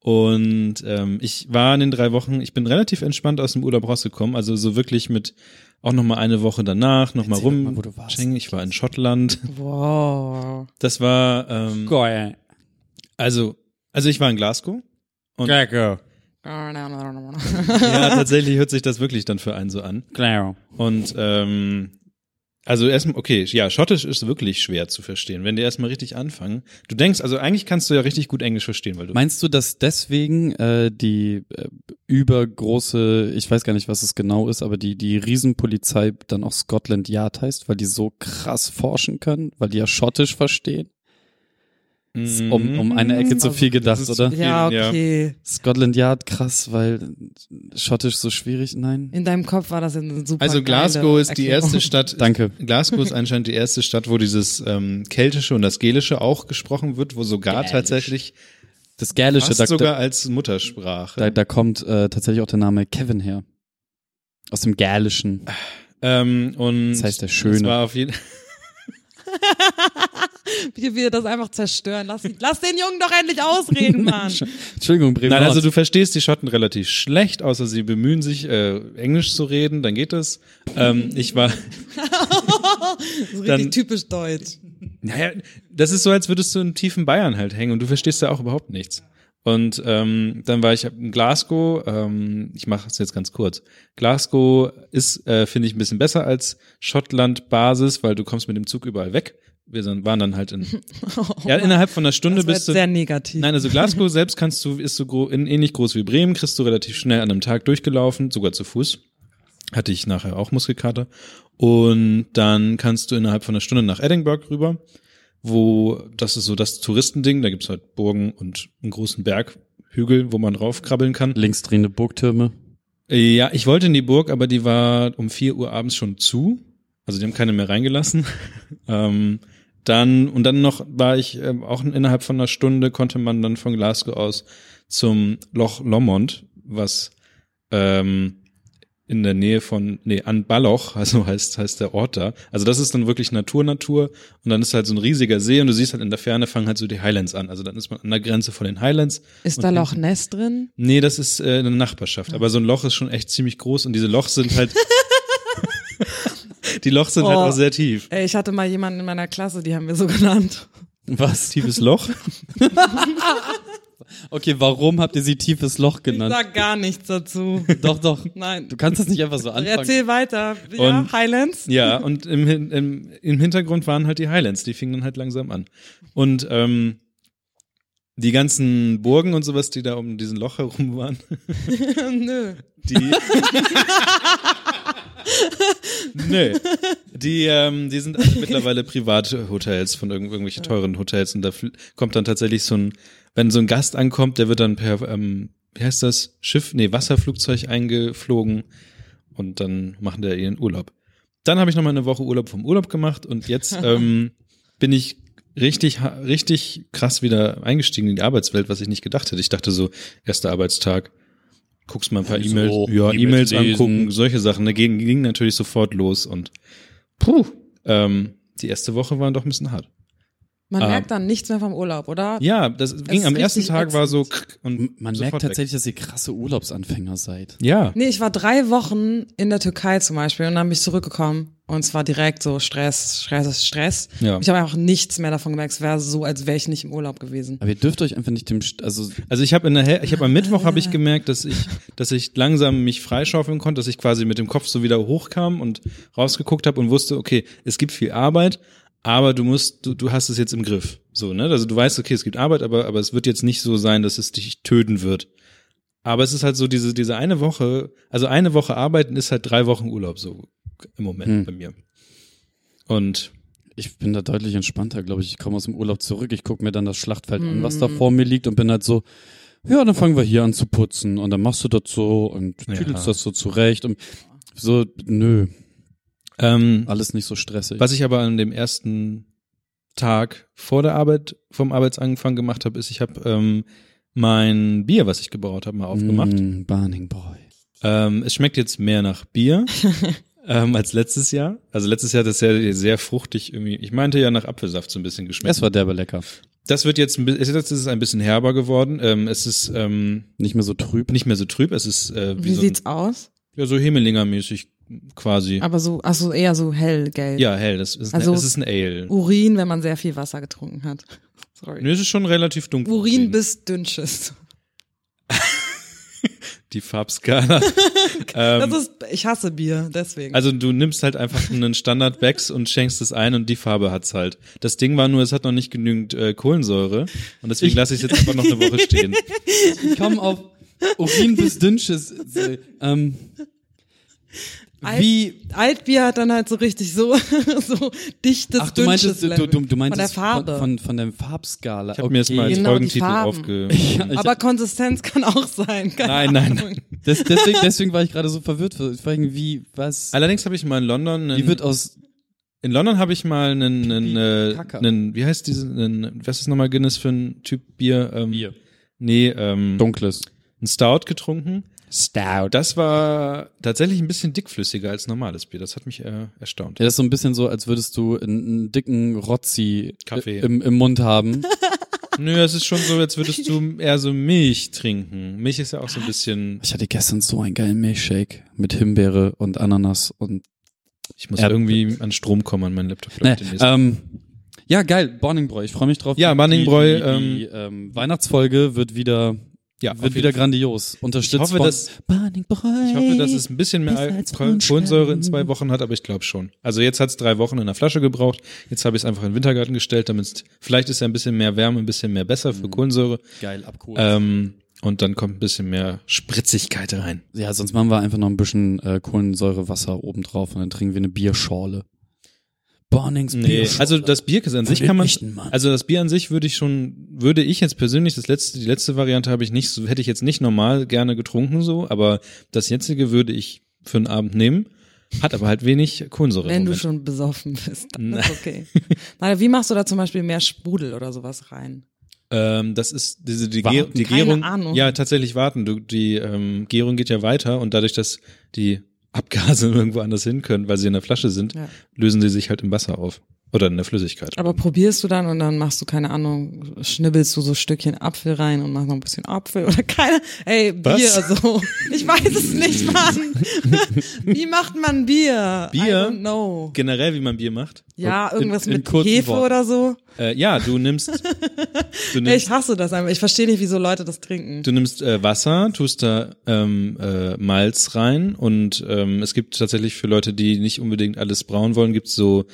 [SPEAKER 2] Und ähm, ich war in den drei Wochen, ich bin relativ entspannt aus dem Urlaub rausgekommen, also so wirklich mit auch nochmal eine Woche danach, nochmal
[SPEAKER 4] Erzähl doch
[SPEAKER 2] rum.
[SPEAKER 4] mal, wo du warst.
[SPEAKER 2] Ich war in Schottland.
[SPEAKER 3] Wow.
[SPEAKER 2] Das war, ähm,
[SPEAKER 4] Geil.
[SPEAKER 2] also, also ich war in Glasgow.
[SPEAKER 4] Geil.
[SPEAKER 2] Ja, tatsächlich hört sich das wirklich dann für einen so an.
[SPEAKER 4] Claro.
[SPEAKER 2] Und ähm, also erstmal, okay, ja, Schottisch ist wirklich schwer zu verstehen, wenn die erstmal richtig anfangen. Du denkst, also eigentlich kannst du ja richtig gut Englisch verstehen, weil du.
[SPEAKER 4] Meinst du, dass deswegen äh, die äh, übergroße, ich weiß gar nicht, was es genau ist, aber die, die Riesenpolizei dann auch Scotland Yard heißt, weil die so krass forschen können, weil die ja Schottisch verstehen? Ist Um, um eine Ecke zu viel gedacht,
[SPEAKER 2] Mhm. Das ist-
[SPEAKER 4] oder?
[SPEAKER 3] Ja,
[SPEAKER 2] Ja.
[SPEAKER 3] okay.
[SPEAKER 4] Scotland Yard, krass, weil Schottisch so schwierig, nein?
[SPEAKER 3] In deinem Kopf war das in super
[SPEAKER 2] also Glasgow
[SPEAKER 3] geile
[SPEAKER 2] ist die
[SPEAKER 3] Erklärung.
[SPEAKER 2] erste Stadt.
[SPEAKER 4] Danke.
[SPEAKER 2] Glasgow ist anscheinend die erste Stadt, wo dieses ähm, Keltische und das Gelische auch gesprochen wird, wo sogar
[SPEAKER 4] Gälisch.
[SPEAKER 2] tatsächlich
[SPEAKER 4] Das Gälische, da,
[SPEAKER 2] fast sogar
[SPEAKER 4] da,
[SPEAKER 2] als Muttersprache.
[SPEAKER 4] da, da kommt äh, tatsächlich auch der Name Kevin her. Aus dem Gälischen.
[SPEAKER 2] ähm, und
[SPEAKER 4] Das heißt der Schöne.
[SPEAKER 2] Das war auf jeden
[SPEAKER 3] Wie wir das einfach zerstören. Lass, ihn- lass den Jungen doch endlich ausreden, Mann.
[SPEAKER 4] Entschuldigung, Bremen.
[SPEAKER 2] Nein, also du verstehst die Schotten relativ schlecht, außer sie bemühen sich, äh, Englisch zu reden, dann geht es. Ähm, ich war,
[SPEAKER 3] Das ist
[SPEAKER 2] Dann-
[SPEAKER 3] richtig typisch deutsch.
[SPEAKER 2] naja, das ist so, als würdest du im tiefen Bayern halt hängen und du verstehst ja auch überhaupt nichts. Und ähm, dann war ich in Glasgow, ähm, ich mache es jetzt ganz kurz. Glasgow ist, äh, finde ich, ein bisschen besser als Schottland-Basis, weil du kommst mit dem Zug überall weg. Wir sind, waren dann halt in, ja, innerhalb von einer Stunde
[SPEAKER 3] Das wird
[SPEAKER 2] bist du
[SPEAKER 3] sehr negativ.
[SPEAKER 2] Nein, also Glasgow selbst kannst du, ist so gro in, ähnlich groß wie Bremen, kriegst du relativ schnell an einem Tag durchgelaufen, sogar zu Fuß. Hatte ich nachher auch Muskelkater. Und dann kannst du innerhalb von einer Stunde nach Edinburgh rüber, wo, das ist so das Touristending, da gibt's halt Burgen und einen großen Berg, Hügel, wo man raufkrabbeln kann.
[SPEAKER 4] links drehende Burgtürme.
[SPEAKER 2] Ja, ich wollte in die Burg, aber die war um 4 Uhr abends schon zu. Also die haben keine mehr reingelassen. ähm, dann und dann noch war ich ähm, auch innerhalb von einer Stunde konnte man dann von Glasgow aus zum Loch Lomond, was ähm, in der Nähe von nee an Balloch, also heißt heißt der Ort da. Also das ist dann wirklich Natur Natur und dann ist halt so ein riesiger See und du siehst halt in der Ferne fangen halt so die Highlands an. Also dann ist man an der Grenze von den Highlands
[SPEAKER 3] Ist da
[SPEAKER 2] Und-
[SPEAKER 3] Loch Ness drin?
[SPEAKER 2] Nee, das ist äh, eine Nachbarschaft. Aber so ein Loch ist schon echt ziemlich groß und diese Loch sind halt. die Loch sind halt
[SPEAKER 3] Oh.
[SPEAKER 2] auch sehr tief.
[SPEAKER 3] Ey, ich hatte mal jemanden in meiner Klasse, die haben wir so genannt.
[SPEAKER 2] Was? Tiefes Loch?
[SPEAKER 4] Okay, warum habt ihr sie tiefes Loch
[SPEAKER 3] Ich
[SPEAKER 4] genannt?
[SPEAKER 3] sag gar nichts dazu.
[SPEAKER 4] Doch, doch.
[SPEAKER 3] Nein.
[SPEAKER 4] Du kannst das nicht einfach so anfangen.
[SPEAKER 3] Erzähl weiter. Ja,
[SPEAKER 2] Und-
[SPEAKER 3] Highlands?
[SPEAKER 2] ja, und im, Hin- im, im Hintergrund waren halt die Highlands, die fingen dann halt langsam an. Und ähm, die ganzen Burgen und sowas, die da um diesen Loch herum waren,
[SPEAKER 3] Nö.
[SPEAKER 2] die. Nö. Die, ähm, die sind alle mittlerweile Privathotels von irgend, irgendwelchen teuren Hotels und da fl- kommt dann tatsächlich so ein, wenn so ein Gast ankommt, der wird dann per, ähm, wie heißt das, Schiff, nee, Wasserflugzeug eingeflogen und dann machen der ihren Urlaub. Dann habe ich nochmal eine Woche Urlaub vom Urlaub gemacht und jetzt ähm, bin ich richtig, ha- richtig krass wieder eingestiegen in die Arbeitswelt, was ich nicht gedacht hätte. Ich dachte so, erster Arbeitstag, guckst mal ein paar
[SPEAKER 4] So,
[SPEAKER 2] E-Mails, ja, E-Mails
[SPEAKER 4] E-Mails
[SPEAKER 2] angucken,
[SPEAKER 4] lesen.
[SPEAKER 2] solche Sachen. Da ging, ging natürlich sofort los und puh, ähm, die erste Woche war doch ein bisschen hart.
[SPEAKER 3] Man
[SPEAKER 2] Ah.
[SPEAKER 3] merkt dann nichts mehr vom Urlaub, oder?
[SPEAKER 2] Ja, das ging
[SPEAKER 3] ist
[SPEAKER 2] am ersten
[SPEAKER 3] richtig
[SPEAKER 2] Tag war so krrk
[SPEAKER 4] M-
[SPEAKER 2] und
[SPEAKER 4] Man
[SPEAKER 2] sofort
[SPEAKER 4] merkt
[SPEAKER 2] weg.
[SPEAKER 4] tatsächlich, dass ihr krasse Urlaubsanfänger seid.
[SPEAKER 2] Ja,
[SPEAKER 3] Nee, ich war drei Wochen in der Türkei zum Beispiel und dann bin ich zurückgekommen und es war direkt so Stress, Stress, Stress.
[SPEAKER 2] Ja.
[SPEAKER 3] Ich habe einfach nichts mehr davon gemerkt. Es wäre so, als wäre ich nicht im Urlaub gewesen.
[SPEAKER 4] Aber ihr dürft euch einfach nicht dem, St- also
[SPEAKER 2] also ich habe in der Hel ich habe am Mittwoch habe ich gemerkt, dass ich dass ich langsam mich freischaufeln konnte, dass ich quasi mit dem Kopf so wieder hochkam und rausgeguckt habe und wusste, okay, es gibt viel Arbeit, aber du musst du, du hast es jetzt im Griff, so, ne? Also du weißt, okay, es gibt Arbeit, aber aber es wird jetzt nicht so sein, dass es dich töten wird. Aber es ist halt so diese diese eine Woche, also eine Woche arbeiten ist halt drei Wochen Urlaub so im Moment
[SPEAKER 4] Hm.
[SPEAKER 2] bei mir. Und
[SPEAKER 4] ich bin da deutlich entspannter, glaube ich. Ich komme aus dem Urlaub zurück, ich gucke mir dann das Schlachtfeld an, was da vor mir liegt und bin halt so, ja, dann fangen wir hier an zu putzen und dann machst du das so und
[SPEAKER 2] Ja.
[SPEAKER 4] tüdelst das so zurecht und so, nö,
[SPEAKER 2] ähm,
[SPEAKER 4] alles nicht so stressig.
[SPEAKER 2] Was ich aber an dem ersten Tag vor der Arbeit, vom Arbeitsanfang gemacht habe, ist, ich habe ähm, mein Bier, was ich gebraut habe, mal aufgemacht.
[SPEAKER 3] Mhm.
[SPEAKER 4] Mm, Burning Boy.
[SPEAKER 2] Ähm, es schmeckt jetzt mehr nach Bier ähm, als letztes Jahr. Also letztes Jahr hat es sehr, sehr fruchtig irgendwie. Ich meinte ja nach Apfelsaft so ein bisschen geschmeckt.
[SPEAKER 4] Es war derbe lecker.
[SPEAKER 2] Das wird jetzt, ein bi- jetzt ist es ein bisschen herber geworden. Ähm, es ist ähm,
[SPEAKER 4] Nicht mehr so trüb.
[SPEAKER 2] nicht mehr so trüb, es ist äh, wie,
[SPEAKER 3] Wie
[SPEAKER 2] so, ein-
[SPEAKER 3] sieht's aus?
[SPEAKER 2] ja, so Hemelinger-mäßig quasi.
[SPEAKER 3] Aber so, ach so eher so hellgelb.
[SPEAKER 2] Ja, hell, das ist,
[SPEAKER 3] Also-
[SPEAKER 2] ein, das ist ein Ale.
[SPEAKER 3] Urin, wenn man sehr viel Wasser getrunken hat. Sorry.
[SPEAKER 2] Nö, es ist schon relativ dunkel.
[SPEAKER 3] Urin bis Dünnschiss.
[SPEAKER 2] Die Farbskala. ähm,
[SPEAKER 3] Das ist, ich hasse Bier, deswegen.
[SPEAKER 2] also du nimmst halt einfach einen standard Becks und schenkst es ein und die Farbe hat's halt. Das Ding war nur, es hat noch nicht genügend äh, Kohlensäure und deswegen lasse ich es jetzt einfach noch eine Woche stehen.
[SPEAKER 4] Ich komme auf Urin bis Dünnsches. Ähm,
[SPEAKER 3] Alt-
[SPEAKER 4] wie
[SPEAKER 3] Altbier hat dann halt so richtig so, so dichtes
[SPEAKER 4] Ach, du meintest, du,
[SPEAKER 3] Dünnschiss-Level.
[SPEAKER 4] du, du
[SPEAKER 3] von der
[SPEAKER 4] meintest von,
[SPEAKER 3] Farbe.
[SPEAKER 4] von, von der Farbskala.
[SPEAKER 2] Ich habe mir jetzt mal als
[SPEAKER 3] Genau, die
[SPEAKER 2] Folgentitel
[SPEAKER 3] Farben.
[SPEAKER 2] aufge...
[SPEAKER 4] ich,
[SPEAKER 3] Aber Konsistenz kann auch sein.
[SPEAKER 2] Nein,
[SPEAKER 3] Keine
[SPEAKER 2] nein, nein.
[SPEAKER 4] das, deswegen, deswegen war ich gerade so verwirrt. Ich war irgendwie, was?
[SPEAKER 2] Allerdings habe ich mal in London
[SPEAKER 4] Wie
[SPEAKER 2] einen,
[SPEAKER 4] wird aus
[SPEAKER 2] in London habe ich mal einen, einen, äh,
[SPEAKER 4] Kacke.
[SPEAKER 2] einen wie heißt diese einen, was ist nochmal Guinness für ein Typ Bier? Ähm,
[SPEAKER 4] Bier?
[SPEAKER 2] Nee, ähm,
[SPEAKER 4] Dunkles.
[SPEAKER 2] ein Stout getrunken.
[SPEAKER 4] Stout.
[SPEAKER 2] Das war tatsächlich ein bisschen dickflüssiger als normales Bier. Das hat mich äh, erstaunt.
[SPEAKER 4] Ja, das ist so ein bisschen so, als würdest du einen, einen dicken Rotzi äh,
[SPEAKER 2] Kaffee.
[SPEAKER 4] Im, im Mund haben.
[SPEAKER 2] Nö, es ist schon so, als würdest du eher so Milch trinken. Milch ist ja auch so ein bisschen.
[SPEAKER 4] Ich hatte gestern so einen geilen Milchshake mit Himbeere und Ananas und
[SPEAKER 2] Ich muss
[SPEAKER 4] Ja.
[SPEAKER 2] irgendwie an Strom kommen an meinen Laptop.
[SPEAKER 4] nee,
[SPEAKER 2] glaub ich, demnächst.
[SPEAKER 4] ähm, ja, geil, Borningbräu, ich freue mich drauf.
[SPEAKER 2] Ja,
[SPEAKER 4] Die-
[SPEAKER 2] Borningbräu,
[SPEAKER 4] Die, die, die ähm, Weihnachtsfolge wird wieder,
[SPEAKER 2] ja, auf
[SPEAKER 4] äh,
[SPEAKER 2] jeden
[SPEAKER 4] wird wieder
[SPEAKER 2] Fall.
[SPEAKER 4] grandios. Unterstützt
[SPEAKER 2] Ich hoffe,
[SPEAKER 4] von
[SPEAKER 2] dass-
[SPEAKER 4] Borningbräu.
[SPEAKER 2] Ich hoffe, dass es ein bisschen mehr
[SPEAKER 4] Besser als
[SPEAKER 2] Alkohol-
[SPEAKER 4] Grundstein.
[SPEAKER 2] Kohlensäure in zwei Wochen hat, aber ich glaube schon. Also jetzt hat's drei Wochen in der Flasche gebraucht. Jetzt habe ich es einfach in den Wintergarten gestellt, damit vielleicht ist ja ein bisschen mehr Wärme, ein bisschen mehr besser
[SPEAKER 4] Mhm.
[SPEAKER 2] für Kohlensäure.
[SPEAKER 4] geil abgeholt.
[SPEAKER 2] Ähm, und dann kommt ein bisschen mehr Spritzigkeit rein.
[SPEAKER 4] ja, sonst machen wir einfach noch ein bisschen äh, Kohlensäurewasser obendrauf und dann trinken wir eine Bierschorle. Bornings
[SPEAKER 2] Nee,
[SPEAKER 4] Bierschorle.
[SPEAKER 2] also das Bier an sich
[SPEAKER 4] Von den
[SPEAKER 2] kann man,
[SPEAKER 4] echten Mann.
[SPEAKER 2] also das Bier an sich würde ich schon, würde ich jetzt persönlich, das letzte, die letzte Variante habe ich nicht, so- hätte ich jetzt nicht normal gerne getrunken so, aber das jetzige würde ich für einen Abend nehmen, hat aber halt wenig Kohlensäure. im
[SPEAKER 3] Wenn du
[SPEAKER 2] Moment.
[SPEAKER 3] schon besoffen bist, dann
[SPEAKER 2] Nein.
[SPEAKER 3] ist okay. Nein, wie machst du da zum Beispiel mehr Sprudel oder sowas rein?
[SPEAKER 2] Ähm, das ist diese die, Ge
[SPEAKER 4] Warten.
[SPEAKER 2] die
[SPEAKER 3] Keine
[SPEAKER 2] Gärung.
[SPEAKER 3] Ahnung.
[SPEAKER 2] Ja, tatsächlich warten. Du, die ähm, Gärung geht ja weiter und dadurch, dass die Abgase irgendwo anders hin können, weil sie in der Flasche sind,
[SPEAKER 3] Ja.
[SPEAKER 2] lösen sie sich halt im Wasser auf oder in der Flüssigkeit.
[SPEAKER 3] Aber probierst du dann und dann machst du, keine Ahnung, schnibbelst du so Stückchen Apfel rein und machst noch ein bisschen Apfel oder keine, ey, Bier
[SPEAKER 2] Was?
[SPEAKER 3] so. Ich weiß es nicht, Mann. wie macht man Bier?
[SPEAKER 2] Bier?
[SPEAKER 3] I don't know.
[SPEAKER 2] Generell, wie man Bier macht.
[SPEAKER 3] Ja,
[SPEAKER 4] In-
[SPEAKER 3] irgendwas
[SPEAKER 4] in
[SPEAKER 3] mit
[SPEAKER 4] kurzen
[SPEAKER 3] Hefe
[SPEAKER 4] Worten.
[SPEAKER 3] oder so.
[SPEAKER 2] Äh, ja, du nimmst, du
[SPEAKER 3] Ich
[SPEAKER 2] nimmst,
[SPEAKER 3] hasse das einfach. Ich verstehe nicht, wieso Leute das trinken.
[SPEAKER 2] du nimmst äh, Wasser, tust da ähm, äh, Malz rein und ähm, es gibt tatsächlich für Leute, die nicht unbedingt alles braun wollen, gibt's so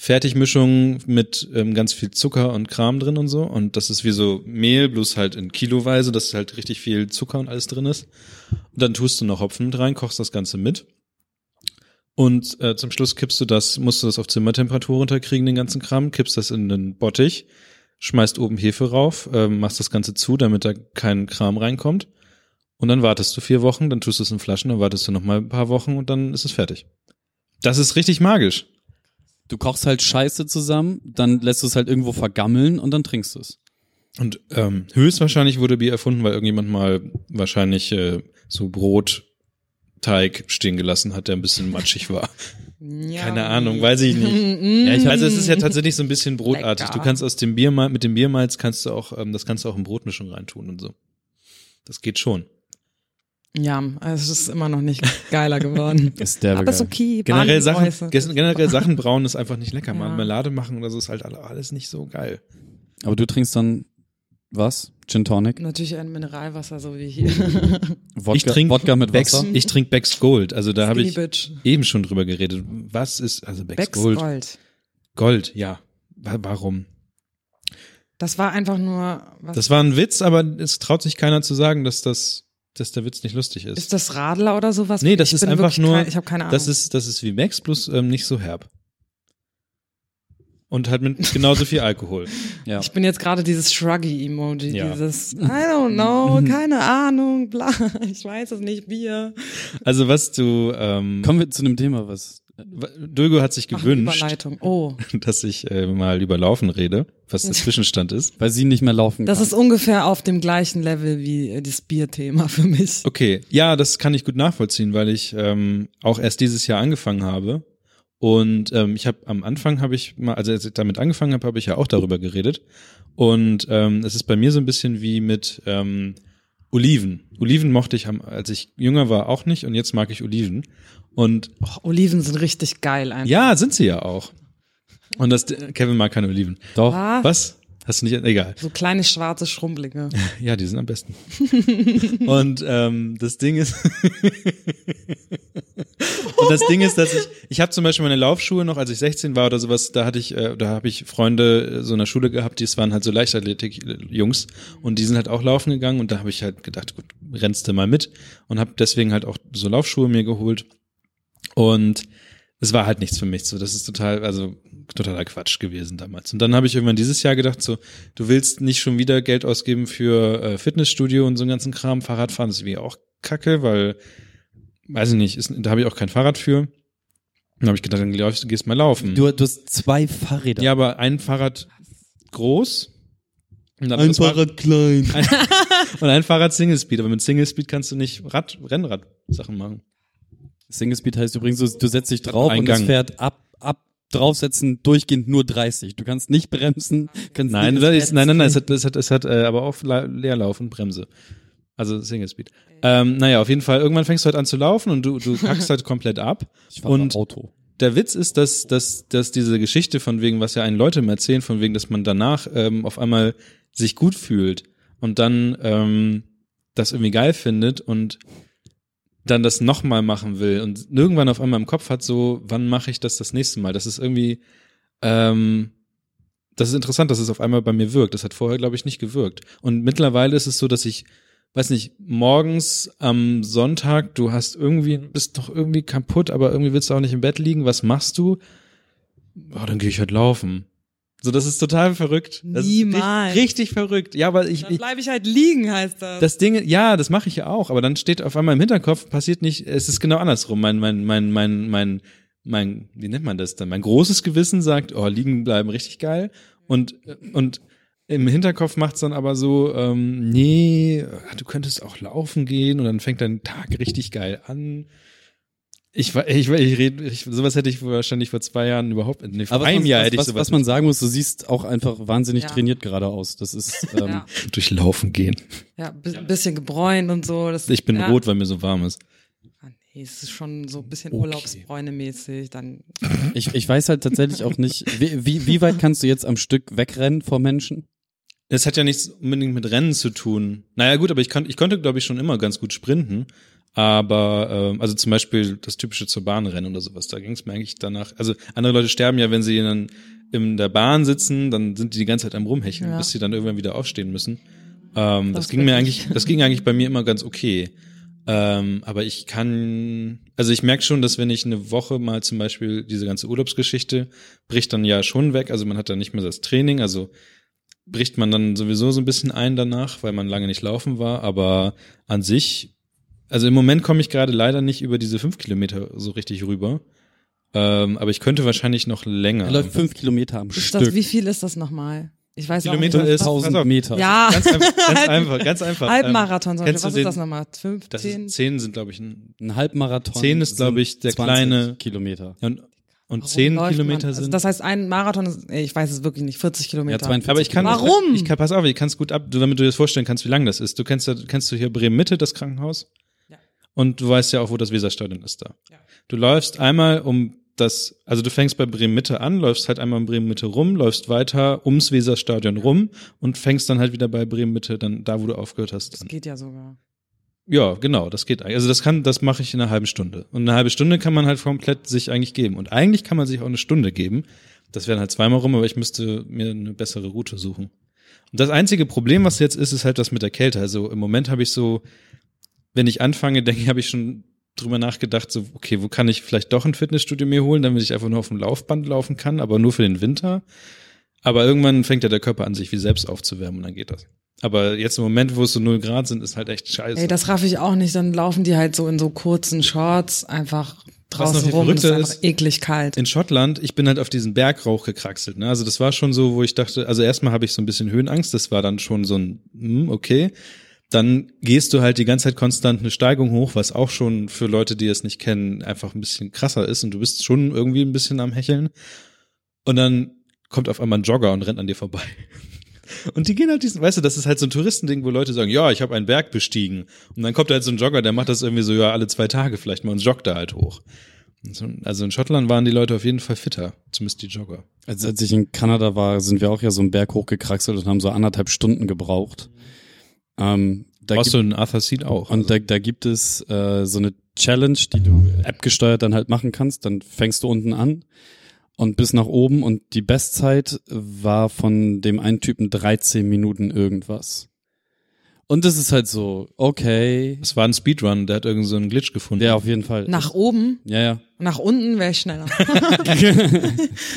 [SPEAKER 2] Fertigmischungen mit ähm, ganz viel Zucker und Kram drin und so. Und das ist wie so Mehl, bloß halt in Kiloweise, dass halt richtig viel Zucker und alles drin ist. Und dann tust du noch Hopfen mit rein, kochst das Ganze mit. Und äh, zum Schluss kippst du das, musst du das auf Zimmertemperatur runterkriegen, den ganzen Kram, kippst das in einen Bottich, schmeißt oben Hefe rauf, ähm, machst das Ganze zu, damit da kein Kram reinkommt. Und dann wartest du vier Wochen, dann tust du es in Flaschen, dann wartest du noch mal ein paar Wochen und dann ist es fertig. Das ist richtig magisch.
[SPEAKER 4] Du kochst halt Scheiße zusammen, dann lässt du es halt irgendwo vergammeln und dann trinkst du es.
[SPEAKER 2] Und ähm, höchstwahrscheinlich wurde Bier erfunden, weil irgendjemand mal wahrscheinlich äh, so Brotteig stehen gelassen hat, der ein bisschen matschig war.
[SPEAKER 3] Ja.
[SPEAKER 2] Keine Ahnung, weiß ich nicht. ja, ich, also es ist ja tatsächlich so ein bisschen brotartig.
[SPEAKER 3] Lecker.
[SPEAKER 2] Du kannst aus dem Biermal mit dem Biermalz kannst du auch, ähm, das kannst du auch in Brotmischung reintun und so. Das geht schon.
[SPEAKER 3] Ja, also es ist immer noch nicht geiler geworden.
[SPEAKER 4] Ist der
[SPEAKER 3] Aber ist okay.
[SPEAKER 2] Generell Sachen,
[SPEAKER 3] Bahnhäuser.
[SPEAKER 2] ges- generell Sachen brauen ist einfach nicht lecker. Mal
[SPEAKER 3] Ja.
[SPEAKER 2] Marmelade machen oder so ist halt alle- alles nicht so geil.
[SPEAKER 4] Aber du trinkst dann was? Gin Tonic?
[SPEAKER 3] Natürlich ein Mineralwasser, so wie hier.
[SPEAKER 4] Wodka,
[SPEAKER 2] ich trinke
[SPEAKER 4] Wodka mit
[SPEAKER 2] Beck's,
[SPEAKER 4] Wasser?
[SPEAKER 2] Ich trinke Beck's Gold. Also da habe
[SPEAKER 3] Skinny
[SPEAKER 2] ich
[SPEAKER 3] Bitch.
[SPEAKER 2] eben schon drüber geredet. Was ist also Beck's,
[SPEAKER 3] Becks
[SPEAKER 2] Gold?
[SPEAKER 3] Gold.
[SPEAKER 2] Gold? Gold, ja. Wa- Warum?
[SPEAKER 3] Das war einfach nur, was
[SPEAKER 2] Das war ein Witz, aber es traut sich keiner zu sagen, dass das, dass der Witz nicht lustig ist.
[SPEAKER 3] ist das Radler oder sowas?
[SPEAKER 2] Nee, das
[SPEAKER 3] ich
[SPEAKER 2] ist
[SPEAKER 3] bin
[SPEAKER 2] einfach
[SPEAKER 3] wirklich
[SPEAKER 2] nur-
[SPEAKER 3] Kein, ich habe keine Ahnung.
[SPEAKER 2] Das ist, das ist wie Max, plus ähm, nicht so herb. Und halt mit genauso viel Alkohol.
[SPEAKER 4] ja.
[SPEAKER 3] ich bin jetzt gerade dieses Shruggy-Emoji,
[SPEAKER 2] Ja.
[SPEAKER 3] dieses I don't know, keine Ahnung, bla, ich weiß es nicht, Bier.
[SPEAKER 2] Also was du, ähm,
[SPEAKER 4] Kommen wir zu einem Thema, was
[SPEAKER 2] Dulgo hat sich
[SPEAKER 3] Ach,
[SPEAKER 2] gewünscht,
[SPEAKER 3] Überleitung. Oh,
[SPEAKER 2] dass ich äh, mal über Laufen rede, was der Zwischenstand ist.
[SPEAKER 4] weil sie nicht mehr laufen
[SPEAKER 3] das
[SPEAKER 4] kann.
[SPEAKER 3] ist ungefähr auf dem gleichen Level wie äh, das Bier-Thema für mich.
[SPEAKER 2] Okay, ja, das kann ich gut nachvollziehen, weil ich ähm, auch erst dieses Jahr angefangen habe Und ähm, ich habe am Anfang habe ich mal, also als ich damit angefangen habe, habe ich ja auch darüber geredet. Und ähm, es ist bei mir so ein bisschen wie mit ähm, Oliven. Oliven mochte ich, am, als ich jünger war, auch nicht und jetzt mag ich Oliven. Und
[SPEAKER 3] Och, Oliven sind richtig geil einfach.
[SPEAKER 2] ja, sind sie ja auch. Und das Kevin mag keine Oliven.
[SPEAKER 4] Doch.
[SPEAKER 3] Was?
[SPEAKER 2] Was? Hast du nicht? Egal.
[SPEAKER 3] So kleine schwarze Schrumpelige.
[SPEAKER 2] Ja, die sind am besten. und ähm, das Ding ist, und das Ding ist, dass ich, ich habe zum Beispiel meine Laufschuhe noch, als ich 16 war oder sowas, da hatte ich, äh, da habe ich Freunde äh, so in der Schule gehabt, die es waren halt so Leichtathletik-Jungs und die sind halt auch laufen gegangen und da habe ich halt gedacht, gut, rennst du mal mit und habe deswegen halt auch so Laufschuhe mir geholt und es war halt nichts für mich. So, das ist total, also totaler Quatsch gewesen damals. Und dann habe ich irgendwann dieses Jahr gedacht, so, du willst nicht schon wieder Geld ausgeben für äh, Fitnessstudio und so einen ganzen Kram. Fahrradfahren ist wie auch Kacke, weil, weiß ich nicht, ist, da habe ich auch kein Fahrrad für. Dann habe ich gedacht, dann läufst, du gehst mal laufen.
[SPEAKER 4] Du, du hast zwei Fahrräder.
[SPEAKER 2] ja, aber ein Fahrrad groß. Und dann
[SPEAKER 4] ein
[SPEAKER 2] das war-
[SPEAKER 4] Fahrrad klein.
[SPEAKER 2] ein, und ein Fahrrad Single Speed. Aber mit Single Speed kannst du nicht Rad, Rennrad Sachen machen.
[SPEAKER 4] Single Speed heißt übrigens, du, du setzt dich drauf
[SPEAKER 2] Ein
[SPEAKER 4] und das
[SPEAKER 2] Gang.
[SPEAKER 4] fährt ab, ab, draufsetzen, durchgehend nur 30. Du kannst nicht bremsen, kannst
[SPEAKER 2] Nein,
[SPEAKER 4] nicht
[SPEAKER 2] das ist, nein, nein, nein, es hat, es hat, es hat äh, aber auch La- Leerlauf und Bremse. Also Single Speed. Ähm, naja, auf jeden Fall, irgendwann fängst du halt an zu laufen und du, du kackst halt komplett ab.
[SPEAKER 4] Ich fahre
[SPEAKER 2] Und
[SPEAKER 4] Auto.
[SPEAKER 2] der Witz ist, dass, dass, dass diese Geschichte von wegen, was ja einen Leute immer erzählen, von wegen, dass man danach ähm, auf einmal sich gut fühlt und dann ähm, das irgendwie geil findet und dann das nochmal machen will und irgendwann auf einmal im Kopf hat, so, wann mache ich das das nächste Mal? Das ist irgendwie, ähm, das ist interessant, dass es auf einmal bei mir wirkt. Das hat vorher, glaube ich, nicht gewirkt. Und mittlerweile ist es so, dass ich, weiß nicht, morgens am Sonntag, du hast irgendwie, bist doch irgendwie kaputt, aber irgendwie willst du auch nicht im Bett liegen. Was machst du? Oh, dann gehe ich halt laufen. So, das ist total verrückt. Das ist
[SPEAKER 3] Niemals.
[SPEAKER 2] Richtig, richtig verrückt. Ja, aber ich,
[SPEAKER 3] Dann
[SPEAKER 2] ich
[SPEAKER 3] bleibe ich halt liegen, heißt das.
[SPEAKER 2] das Ding, ja, das mache ich ja auch, aber dann steht auf einmal im Hinterkopf, passiert nicht, es ist genau andersrum. Mein, mein, mein, mein, mein, mein, wie nennt man das dann? Mein großes Gewissen sagt, oh, liegen bleiben richtig geil. Und, und im Hinterkopf macht's dann aber so, ähm, nee, du könntest auch laufen gehen und dann fängt dein Tag richtig geil an. Ich, wa- ich, ich rede, ich, sowas hätte ich wahrscheinlich vor zwei Jahren überhaupt, nee, vor
[SPEAKER 4] was
[SPEAKER 2] einem
[SPEAKER 4] man,
[SPEAKER 2] Jahr
[SPEAKER 4] was,
[SPEAKER 2] hätte ich
[SPEAKER 4] was,
[SPEAKER 2] sowas
[SPEAKER 4] was man sagen muss, du siehst auch einfach wahnsinnig
[SPEAKER 3] Ja.
[SPEAKER 4] trainiert gerade aus. Das ist, ähm,
[SPEAKER 3] ja,
[SPEAKER 2] nicht- durchlaufen gehen.
[SPEAKER 3] ja, bi- bisschen gebräunt und so. Das,
[SPEAKER 2] Ich bin
[SPEAKER 3] ja.
[SPEAKER 2] rot, weil mir so warm ist.
[SPEAKER 3] Ah, nee, es ist schon so ein bisschen
[SPEAKER 2] Okay.
[SPEAKER 3] Urlaubsbräune-mäßig. Dann
[SPEAKER 4] ich, ich weiß halt tatsächlich auch nicht, wie, wie, wie weit kannst du jetzt am Stück wegrennen vor Menschen?
[SPEAKER 2] Es hat ja nichts unbedingt mit Rennen zu tun. Naja, gut, aber ich, kann, ich konnte, glaube ich, schon immer ganz gut sprinten. Aber, ähm, also zum Beispiel das typische zur Bahn rennen oder sowas, da ging es mir eigentlich danach. Also andere Leute sterben ja, wenn sie dann in der Bahn sitzen, dann sind die die ganze Zeit am Rumhecheln,
[SPEAKER 3] Ja.
[SPEAKER 2] bis sie dann irgendwann wieder aufstehen müssen. Ähm, das
[SPEAKER 3] Das
[SPEAKER 2] ging mir
[SPEAKER 3] kenn
[SPEAKER 2] eigentlich, das ging eigentlich bei mir immer ganz okay. Ähm, aber ich kann, also ich merke schon, dass wenn ich eine Woche mal zum Beispiel diese ganze Urlaubsgeschichte bricht dann ja schon weg. Also man hat dann nicht mehr das Training, also bricht man dann sowieso so ein bisschen ein danach, weil man lange nicht laufen war. Aber an sich, also im Moment komme ich gerade leider nicht über diese fünf Kilometer so richtig rüber. Ähm, aber ich könnte wahrscheinlich noch länger.
[SPEAKER 4] Er läuft fünf Kilometer am
[SPEAKER 3] ist
[SPEAKER 4] Stück.
[SPEAKER 3] das, wie viel ist das nochmal? Ich weiß
[SPEAKER 2] Kilometer
[SPEAKER 3] auch
[SPEAKER 2] ist-
[SPEAKER 3] nicht.
[SPEAKER 4] 1000 Meter.
[SPEAKER 3] Ja,
[SPEAKER 2] Ganz, einf ganz einfach, ganz einfach.
[SPEAKER 3] Halbmarathon.
[SPEAKER 2] Ähm,
[SPEAKER 3] Ähm,
[SPEAKER 2] kennst
[SPEAKER 3] was
[SPEAKER 2] du
[SPEAKER 3] ist
[SPEAKER 2] den,
[SPEAKER 3] das nochmal? Fünf,
[SPEAKER 2] Das
[SPEAKER 3] zehn?
[SPEAKER 2] ist, zehn sind, glaube ich, ein,
[SPEAKER 4] Ein Halbmarathon.
[SPEAKER 2] Zehn ist,
[SPEAKER 4] sind
[SPEAKER 2] glaube ich, der
[SPEAKER 4] 20
[SPEAKER 2] kleine-
[SPEAKER 4] Kilometer.
[SPEAKER 2] und, und
[SPEAKER 3] Warum
[SPEAKER 2] zehn
[SPEAKER 3] läuft
[SPEAKER 2] Kilometer
[SPEAKER 3] man?
[SPEAKER 2] sind.
[SPEAKER 3] Also das heißt, ein Marathon ist, ey, ich weiß es wirklich nicht, 40
[SPEAKER 4] Ja,
[SPEAKER 3] Kilometer.
[SPEAKER 4] 42
[SPEAKER 2] Aber ich kann,
[SPEAKER 4] Kilometer.
[SPEAKER 3] Warum?
[SPEAKER 2] Ich kann, pass auf, ich kann es gut ab, du- damit du dir das vorstellen kannst, wie lang das ist. Du kennst, ja- kennst du hier Bremen Mitte, das Krankenhaus?
[SPEAKER 3] Ja.
[SPEAKER 2] Und du weißt ja auch, wo das Weserstadion ist da.
[SPEAKER 3] Ja.
[SPEAKER 2] Du läufst einmal um das, also du fängst bei Bremen Mitte an, läufst halt einmal um Bremen Mitte rum, läufst weiter ums Weserstadion rum und fängst dann halt wieder bei Bremen Mitte, dann da, wo du aufgehört hast.
[SPEAKER 3] das
[SPEAKER 2] an.
[SPEAKER 3] geht ja sogar.
[SPEAKER 2] Ja, genau, das geht eigentlich. Also das kann, das mache ich in einer halben Stunde. Und eine halbe Stunde kann man halt komplett sich eigentlich geben. Und eigentlich kann man sich auch eine Stunde geben. Das wäre dann halt zweimal rum, aber ich müsste mir eine bessere Route suchen. Und das einzige Problem, was jetzt ist, ist halt das mit der Kälte. Also im Moment habe ich so, wenn ich anfange, denke ich, habe ich schon drüber nachgedacht, so, okay, wo kann ich vielleicht doch ein Fitnessstudio mir holen, damit ich einfach nur auf dem Laufband laufen kann, aber nur für den Winter. Aber irgendwann fängt ja der Körper an, sich wie selbst aufzuwärmen und dann geht das. Aber jetzt im Moment, wo es so null Grad sind, ist halt echt scheiße.
[SPEAKER 3] Ey, das raff ich auch nicht. Dann laufen die halt so in so kurzen Shorts einfach
[SPEAKER 2] noch
[SPEAKER 3] draußen
[SPEAKER 2] viel
[SPEAKER 3] rum. Das ist
[SPEAKER 2] verrückter
[SPEAKER 3] einfach
[SPEAKER 2] ist-
[SPEAKER 3] eklig kalt.
[SPEAKER 2] in Schottland, ich bin halt auf diesen Berg raufgekraxelt. Ne? Also das war schon so, wo ich dachte, also erstmal habe ich so ein bisschen Höhenangst, das war dann schon so ein, hm, okay. dann gehst du halt die ganze Zeit konstant eine Steigung hoch, was auch schon für Leute, die es nicht kennen, einfach ein bisschen krasser ist und du bist schon irgendwie ein bisschen am Hecheln. Und dann kommt auf einmal ein Jogger und rennt an dir vorbei. Und die gehen halt diesen, weißt du, das ist halt so ein Touristending, wo Leute sagen, ja, ich habe einen Berg bestiegen. Und dann kommt halt so ein Jogger, der macht das irgendwie so, ja, alle zwei Tage vielleicht mal und joggt da halt hoch. Und so- Also in Schottland waren die Leute auf jeden Fall fitter, zumindest die Jogger.
[SPEAKER 4] Als, als ich in Kanada war, sind wir auch ja so einen Berg hochgekraxelt und haben so anderthalb Stunden gebraucht. Ähm, da
[SPEAKER 2] Warst
[SPEAKER 4] gibt-
[SPEAKER 2] du in Arthur Seat auch?
[SPEAKER 4] Und da, da gibt es äh, so eine Challenge, die du appgesteuert dann halt machen kannst. Dann fängst du unten an und bis nach oben. Und die Bestzeit war von dem einen Typen 13 Minuten irgendwas. Und das ist halt so, okay.
[SPEAKER 2] es war ein Speedrun, der hat irgend so einen Glitch gefunden.
[SPEAKER 4] Ja, auf jeden Fall.
[SPEAKER 3] Nach oben,
[SPEAKER 4] ja, ja.
[SPEAKER 3] nach unten wäre ich schneller.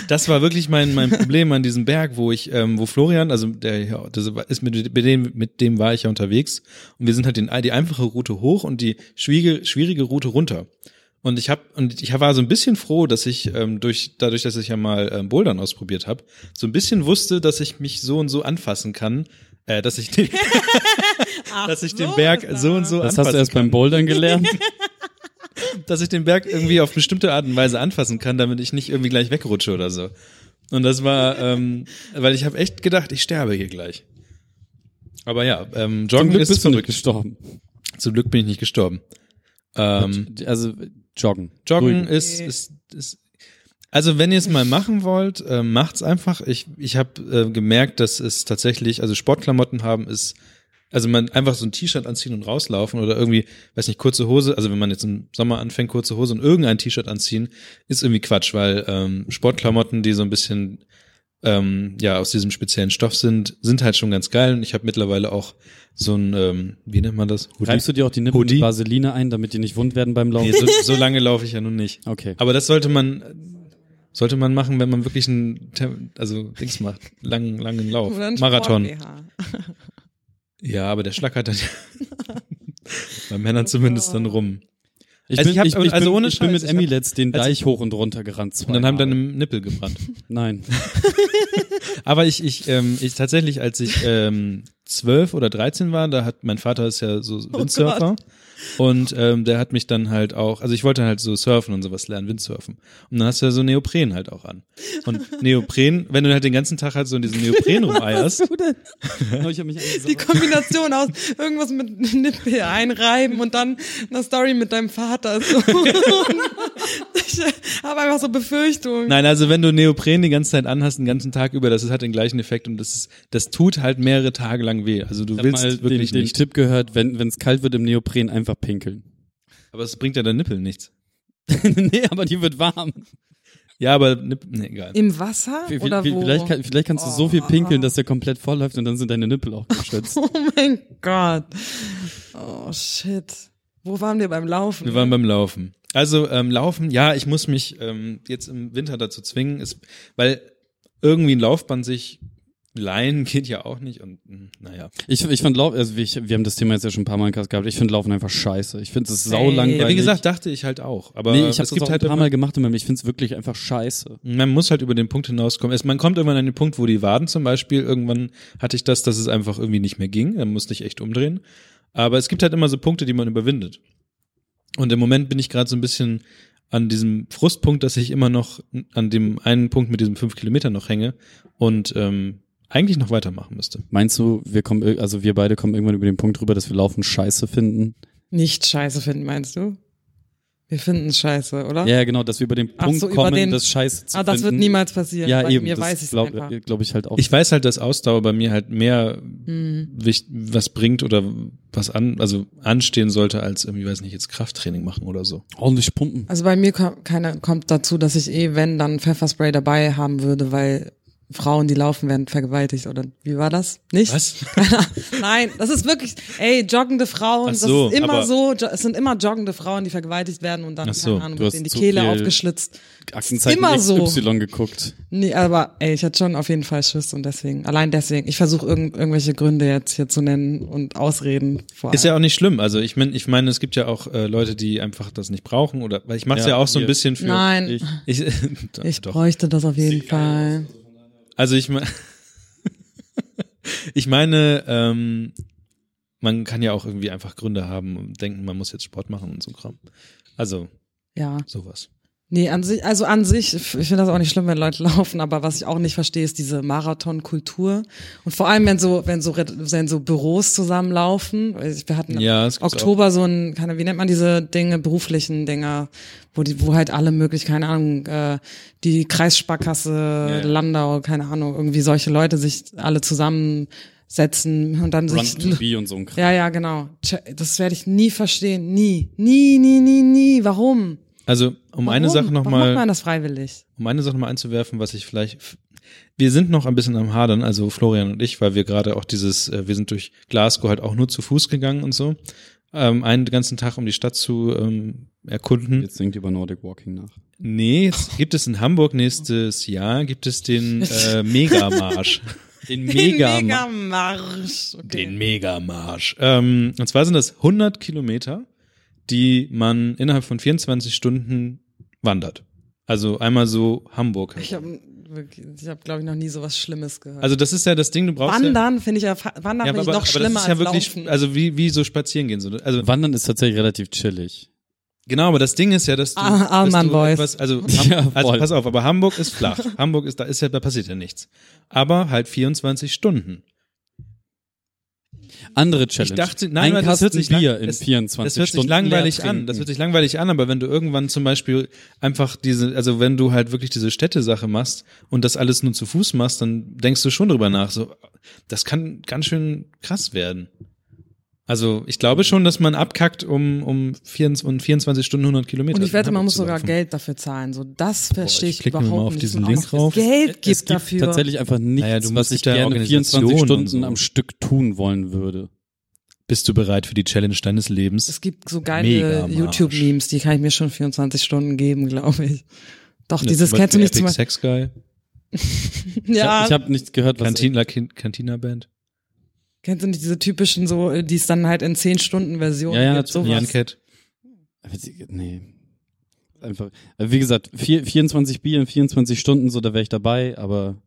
[SPEAKER 2] Das war wirklich mein, mein Problem an diesem Berg, wo ich, ähm, wo Florian, also der hier- das war- ist mit, mit dem, mit dem war ich ja unterwegs und wir sind halt den, die einfache Route hoch und die schwierige, schwierige Route runter. Und ich habe und ich war so ein bisschen froh, dass ich ähm, durch dadurch, dass ich ja mal ähm, Bouldern ausprobiert habe, so ein bisschen wusste, dass ich mich so und so anfassen kann, äh, dass ich den, dass ich den Berg so und so
[SPEAKER 4] Das
[SPEAKER 2] anfassen
[SPEAKER 4] hast du erst
[SPEAKER 2] kann
[SPEAKER 4] beim Bouldern gelernt.
[SPEAKER 2] dass ich den Berg irgendwie auf bestimmte Art und Weise anfassen kann, damit ich nicht irgendwie gleich wegrutsche oder so. Und das war, ähm, weil ich habe echt gedacht, ich sterbe hier gleich. Aber ja, ähm,
[SPEAKER 4] Zum
[SPEAKER 2] Joggen
[SPEAKER 4] Glück
[SPEAKER 2] ist
[SPEAKER 4] bist du nicht
[SPEAKER 2] verrückt.
[SPEAKER 4] gestorben.
[SPEAKER 2] Zum Glück bin ich nicht gestorben. Ähm,
[SPEAKER 4] Also joggen.
[SPEAKER 2] Joggen
[SPEAKER 4] Ruhig.
[SPEAKER 2] ist, ist, ist also wenn ihr es mal machen wollt, äh, macht's einfach. Ich ich habe äh, gemerkt, dass es tatsächlich also Sportklamotten haben ist also man einfach so ein T-Shirt anziehen und rauslaufen oder irgendwie, weiß nicht, kurze Hose, also wenn man jetzt im Sommer anfängt, kurze Hose und irgendein T-Shirt anziehen, ist irgendwie Quatsch, weil ähm, Sportklamotten, die so ein bisschen ähm, ja aus diesem speziellen Stoff sind, sind halt schon ganz geil und ich habe mittlerweile auch so ein, ähm, wie nennt man das? Hoodie?
[SPEAKER 4] Reibst du dir auch die Nippel
[SPEAKER 2] Hoodie?
[SPEAKER 4] mit Vaseline ein, damit die nicht wund werden beim
[SPEAKER 2] Nee,
[SPEAKER 4] Laufen?
[SPEAKER 2] so, so lange laufe ich ja nun nicht.
[SPEAKER 4] Okay.
[SPEAKER 2] Aber das sollte man sollte man machen, wenn man wirklich einen Tem- also Dings macht, langen langen Lauf,
[SPEAKER 3] Oder ein
[SPEAKER 2] Oh, Marathon.
[SPEAKER 3] Sport-BH.
[SPEAKER 2] Ja, aber der Schlackert dann bei Männern zumindest dann rum.
[SPEAKER 4] Ich
[SPEAKER 2] Also
[SPEAKER 4] bin,
[SPEAKER 2] ich
[SPEAKER 4] ich
[SPEAKER 2] hab-
[SPEAKER 4] ich, bin,
[SPEAKER 2] also ohne
[SPEAKER 4] ich bin
[SPEAKER 2] Scheiß,
[SPEAKER 4] mit
[SPEAKER 2] ich
[SPEAKER 4] Emmy
[SPEAKER 2] hab-
[SPEAKER 4] letzt den
[SPEAKER 2] als-
[SPEAKER 4] Deich hoch und runter gerannt.
[SPEAKER 2] Und dann haben dann
[SPEAKER 4] zweimal.
[SPEAKER 2] im Nippel gebrannt.
[SPEAKER 4] Nein.
[SPEAKER 2] Aber ich ich ähm, ich tatsächlich, als ich ähm, zwölf oder dreizehn war, da hat mein Vater ist ja so Windsurfer und ähm, der hat mich dann halt auch, also ich wollte halt so surfen und sowas lernen, Windsurfen. Und dann hast du ja so Neopren halt auch an. Und Neopren, wenn du halt den ganzen Tag halt so in diesem Neopren rumeierst,
[SPEAKER 3] Du denn?
[SPEAKER 4] Ich hab mich
[SPEAKER 3] Die Kombination aus irgendwas mit Nippel einreiben und dann eine Story mit deinem Vater. So. ich habe einfach so Befürchtungen.
[SPEAKER 2] Nein, also wenn du Neopren die ganze Zeit anhast, den ganzen Tag über, das ist, hat den gleichen Effekt und das ist, das tut halt mehrere Tage lang weh. Also du
[SPEAKER 4] hab
[SPEAKER 2] willst
[SPEAKER 4] mal den,
[SPEAKER 2] wirklich
[SPEAKER 4] den
[SPEAKER 2] nicht.
[SPEAKER 4] Tipp gehört, wenn es kalt wird im Neopren, einfach pinkeln.
[SPEAKER 2] Aber es bringt ja dein Nippel nichts.
[SPEAKER 4] nee, aber die wird warm.
[SPEAKER 2] Ja, aber Nipp, nee, egal.
[SPEAKER 3] Im Wasser
[SPEAKER 4] Vi- vi-
[SPEAKER 3] oder
[SPEAKER 4] vi-
[SPEAKER 3] wo?
[SPEAKER 4] vielleicht, kann, vielleicht kannst du so viel pinkeln, dass der komplett voll läuft und dann sind deine Nippel auch geschützt.
[SPEAKER 3] oh mein Gott. Oh shit. Wo waren wir beim Laufen?
[SPEAKER 2] Wir waren beim Laufen. Also ähm, Laufen, ja, ich muss mich ähm, jetzt im Winter dazu zwingen, ist, weil irgendwie ein Laufband sich leihen geht ja auch nicht und mh, naja.
[SPEAKER 4] ich, ich fand Laufen, also ich, wir haben das Thema jetzt ja schon ein paar Mal im Cast gehabt, ich finde Laufen einfach scheiße. Ich finde es sau
[SPEAKER 3] Ey.
[SPEAKER 4] langweilig.
[SPEAKER 2] Ja, wie gesagt, dachte ich halt auch. Aber
[SPEAKER 4] nee, ich habe
[SPEAKER 2] es
[SPEAKER 4] es auch
[SPEAKER 2] gibt
[SPEAKER 4] ein
[SPEAKER 2] halt
[SPEAKER 4] paar
[SPEAKER 2] immer-
[SPEAKER 4] Mal gemacht und ich finde es wirklich einfach scheiße.
[SPEAKER 2] Man muss halt über den Punkt hinauskommen. Es, man kommt irgendwann an den Punkt, wo die Waden zum Beispiel, irgendwann hatte ich das, dass es einfach irgendwie nicht mehr ging. Dann musste ich echt umdrehen. Aber es gibt halt immer so Punkte, die man überwindet. Und im Moment bin ich gerade so ein bisschen an diesem Frustpunkt, dass ich immer noch an dem einen Punkt mit diesem fünf Kilometer noch hänge und ähm, eigentlich noch weitermachen müsste.
[SPEAKER 4] Meinst du, wir kommen, ir- also wir beide kommen irgendwann über den Punkt rüber, dass wir Laufen scheiße finden?
[SPEAKER 3] Nicht scheiße finden, meinst du? Wir finden scheiße, oder?
[SPEAKER 4] Ja, ja, genau, dass wir über den
[SPEAKER 3] Ach
[SPEAKER 4] Punkt
[SPEAKER 3] so, über
[SPEAKER 4] kommen,
[SPEAKER 3] den-
[SPEAKER 4] das scheiße zu
[SPEAKER 3] ah, das wird
[SPEAKER 4] finden.
[SPEAKER 3] niemals passieren.
[SPEAKER 4] Ja,
[SPEAKER 3] Bei
[SPEAKER 4] eben,
[SPEAKER 3] mir
[SPEAKER 4] das
[SPEAKER 3] weiß ich einfach.
[SPEAKER 4] glaube glaub ich halt auch.
[SPEAKER 2] Ich weiß halt, dass Ausdauer bei mir halt mehr
[SPEAKER 3] Mhm.
[SPEAKER 2] wicht- was bringt oder was an, also anstehen sollte, als irgendwie, weiß nicht, jetzt Krafttraining machen oder so.
[SPEAKER 4] ordentlich pumpen.
[SPEAKER 3] Also bei mir kommt, keine, kommt dazu, dass ich eh, wenn, dann Pfefferspray dabei haben würde, weil Frauen, die laufen, werden vergewaltigt oder wie war das? Nicht?
[SPEAKER 2] Was?
[SPEAKER 3] Nein, das ist wirklich, ey, joggende Frauen,
[SPEAKER 2] Ach so,
[SPEAKER 3] das ist immer
[SPEAKER 2] aber-
[SPEAKER 3] so, jo- es sind immer joggende Frauen, die vergewaltigt werden und dann,
[SPEAKER 2] Ach so,
[SPEAKER 3] keine Ahnung,
[SPEAKER 4] du
[SPEAKER 3] wird
[SPEAKER 4] hast
[SPEAKER 3] denen die
[SPEAKER 4] zu
[SPEAKER 3] Kehle
[SPEAKER 4] viel-
[SPEAKER 3] aufgeschlitzt.
[SPEAKER 4] Aktenzeichen
[SPEAKER 3] Immer so.
[SPEAKER 4] XY geguckt.
[SPEAKER 3] Nee, aber ey, ich hatte schon auf jeden Fall Schiss und deswegen, allein deswegen, ich versuche irgend, irgendwelche Gründe jetzt hier zu nennen und Ausreden vor allem.
[SPEAKER 2] Ist ja auch nicht schlimm. Also ich meine, ich meine, es gibt ja auch äh, Leute, die einfach das nicht brauchen oder weil ich mache es ja,
[SPEAKER 4] Ja,
[SPEAKER 2] auch so ein
[SPEAKER 4] wir-
[SPEAKER 2] bisschen für.
[SPEAKER 3] Nein,
[SPEAKER 4] Ich,
[SPEAKER 3] ich,
[SPEAKER 2] Ich, doch.
[SPEAKER 3] bräuchte das auf jeden Fall.
[SPEAKER 2] Also ich meine, ich meine, ähm, man kann ja auch irgendwie einfach Gründe haben und denken, man muss jetzt Sport machen und so Kram. Also
[SPEAKER 3] Ja.
[SPEAKER 2] sowas.
[SPEAKER 3] Nee, an sich, also an sich, ich finde das auch nicht schlimm, wenn Leute laufen, aber was ich auch nicht verstehe, ist diese Marathonkultur. Und vor allem, wenn so, wenn so, Red- wenn so Büros zusammenlaufen. Also Wir hatten
[SPEAKER 2] Ja, das
[SPEAKER 3] im
[SPEAKER 2] gibt's
[SPEAKER 3] Oktober so ein, keine, wie nennt man diese Dinge, beruflichen Dinger, wo die, wo halt alle möglich, keine Ahnung, äh, die Kreissparkasse,
[SPEAKER 2] ja.
[SPEAKER 3] Landau, keine Ahnung, irgendwie solche Leute sich alle zusammensetzen und dann
[SPEAKER 4] Run
[SPEAKER 3] sich
[SPEAKER 4] to be und so ein Kram.
[SPEAKER 3] ja, ja, genau. Tja, Das werde ich nie verstehen. Nie. Nie, nie, nie, nie. Warum?
[SPEAKER 2] Also um eine
[SPEAKER 3] Warum?
[SPEAKER 2] Sache
[SPEAKER 3] Warum macht man
[SPEAKER 2] nochmal,
[SPEAKER 3] das freiwillig?
[SPEAKER 2] um eine Sache noch mal einzuwerfen, was ich vielleicht, wir sind noch ein bisschen am Hadern, also Florian und ich, weil wir gerade auch dieses, äh, wir sind durch Glasgow halt auch nur zu Fuß gegangen und so, ähm, einen ganzen Tag, um die Stadt zu ähm, erkunden.
[SPEAKER 4] Jetzt singt über Nordic Walking nach.
[SPEAKER 2] Nee, jetzt gibt es in Hamburg nächstes Jahr, gibt es den äh, Megamarsch. Den
[SPEAKER 3] Den
[SPEAKER 2] Megamarsch.
[SPEAKER 3] Megamarsch. Okay.
[SPEAKER 2] Den Megamarsch. Ähm, und zwar sind das 100 Kilometer, die man innerhalb von 24 Stunden wandert. Also einmal so Hamburg.
[SPEAKER 3] ich habe, ich hab, glaube ich, noch nie so was Schlimmes gehört.
[SPEAKER 2] Also das ist ja das Ding, du brauchst ja,
[SPEAKER 3] Wandern finde ich ja, fa- Wandern
[SPEAKER 2] ja,
[SPEAKER 3] finde ich noch schlimmer
[SPEAKER 2] das ist ja
[SPEAKER 3] als
[SPEAKER 2] wirklich,
[SPEAKER 3] Laufen.
[SPEAKER 2] also wie, wie so spazieren gehen. So, also
[SPEAKER 4] Wandern ist tatsächlich relativ chillig.
[SPEAKER 2] Genau, aber das Ding ist ja, dass du,
[SPEAKER 3] Ah, ah,
[SPEAKER 2] dass
[SPEAKER 3] Mann,
[SPEAKER 2] du
[SPEAKER 3] Boys.
[SPEAKER 2] etwas, also,
[SPEAKER 4] Ja,
[SPEAKER 2] Ham, also
[SPEAKER 4] voll.
[SPEAKER 2] pass auf, aber Hamburg ist flach. Hamburg ist da ist ja da passiert ja nichts. Aber halt 24 Stunden.
[SPEAKER 4] Andere Challenge.
[SPEAKER 2] Ich dachte- nein,
[SPEAKER 4] ein
[SPEAKER 2] weil das
[SPEAKER 4] Kasten
[SPEAKER 2] hört sich lang-
[SPEAKER 4] Bier in
[SPEAKER 2] es-
[SPEAKER 4] 24
[SPEAKER 2] Das hört sich
[SPEAKER 4] Stunden
[SPEAKER 2] langweilig
[SPEAKER 4] leer
[SPEAKER 2] an. Das hört
[SPEAKER 4] trinken.
[SPEAKER 2] sich langweilig an, aber wenn du irgendwann zum Beispiel einfach diese, also wenn du halt wirklich diese Städtesache machst und das alles nur zu Fuß machst, dann denkst du schon drüber nach. So, das kann ganz schön krass werden. Also ich glaube schon, dass man abkackt um um 24, um 24 Stunden 100 Kilometer.
[SPEAKER 3] und ich wette,
[SPEAKER 2] in
[SPEAKER 3] man
[SPEAKER 2] Hamburg
[SPEAKER 3] muss
[SPEAKER 2] zu
[SPEAKER 3] sogar
[SPEAKER 2] laufen.
[SPEAKER 3] Geld dafür zahlen. So, das verstehe ich,
[SPEAKER 2] klicke mir mal
[SPEAKER 3] überhaupt
[SPEAKER 2] auf
[SPEAKER 3] nicht.
[SPEAKER 2] diesen
[SPEAKER 3] Dass
[SPEAKER 2] Link
[SPEAKER 3] es
[SPEAKER 2] drauf.
[SPEAKER 3] Geld gibt,
[SPEAKER 4] es gibt
[SPEAKER 3] dafür.
[SPEAKER 4] tatsächlich einfach nichts,
[SPEAKER 2] Naja, du musst-
[SPEAKER 4] was
[SPEAKER 2] es
[SPEAKER 4] ich
[SPEAKER 2] gibt ja
[SPEAKER 4] gerne
[SPEAKER 2] Organisationen
[SPEAKER 4] 24 Stunden
[SPEAKER 2] und so.
[SPEAKER 4] am Stück tun wollen würde.
[SPEAKER 2] Bist du bereit für die Challenge deines Lebens?
[SPEAKER 3] es gibt so geile
[SPEAKER 2] Megamarsch.
[SPEAKER 3] YouTube-Memes, die kann ich mir schon 24 Stunden geben, glaube ich. Doch,
[SPEAKER 2] Ja,
[SPEAKER 3] dieses
[SPEAKER 2] zum
[SPEAKER 3] kennst du
[SPEAKER 2] Beispiel
[SPEAKER 3] nicht zum
[SPEAKER 2] Epic
[SPEAKER 3] Beispiel.
[SPEAKER 2] Sex Guy,
[SPEAKER 3] Ja,
[SPEAKER 4] Ich habe hab nichts gehört, was
[SPEAKER 2] Cantina, Cantina Band,
[SPEAKER 3] kennst du nicht diese typischen so, äh, die es dann halt in 10 Stunden Versionen
[SPEAKER 4] Ja, ja,
[SPEAKER 3] gibt,
[SPEAKER 4] natürlich.
[SPEAKER 3] sowas.
[SPEAKER 2] Jan Cat.
[SPEAKER 4] Aber sie- Nee. Einfach, äh, wie gesagt, vier, 24 Bier in 24 Stunden, so, da wäre ich dabei, aber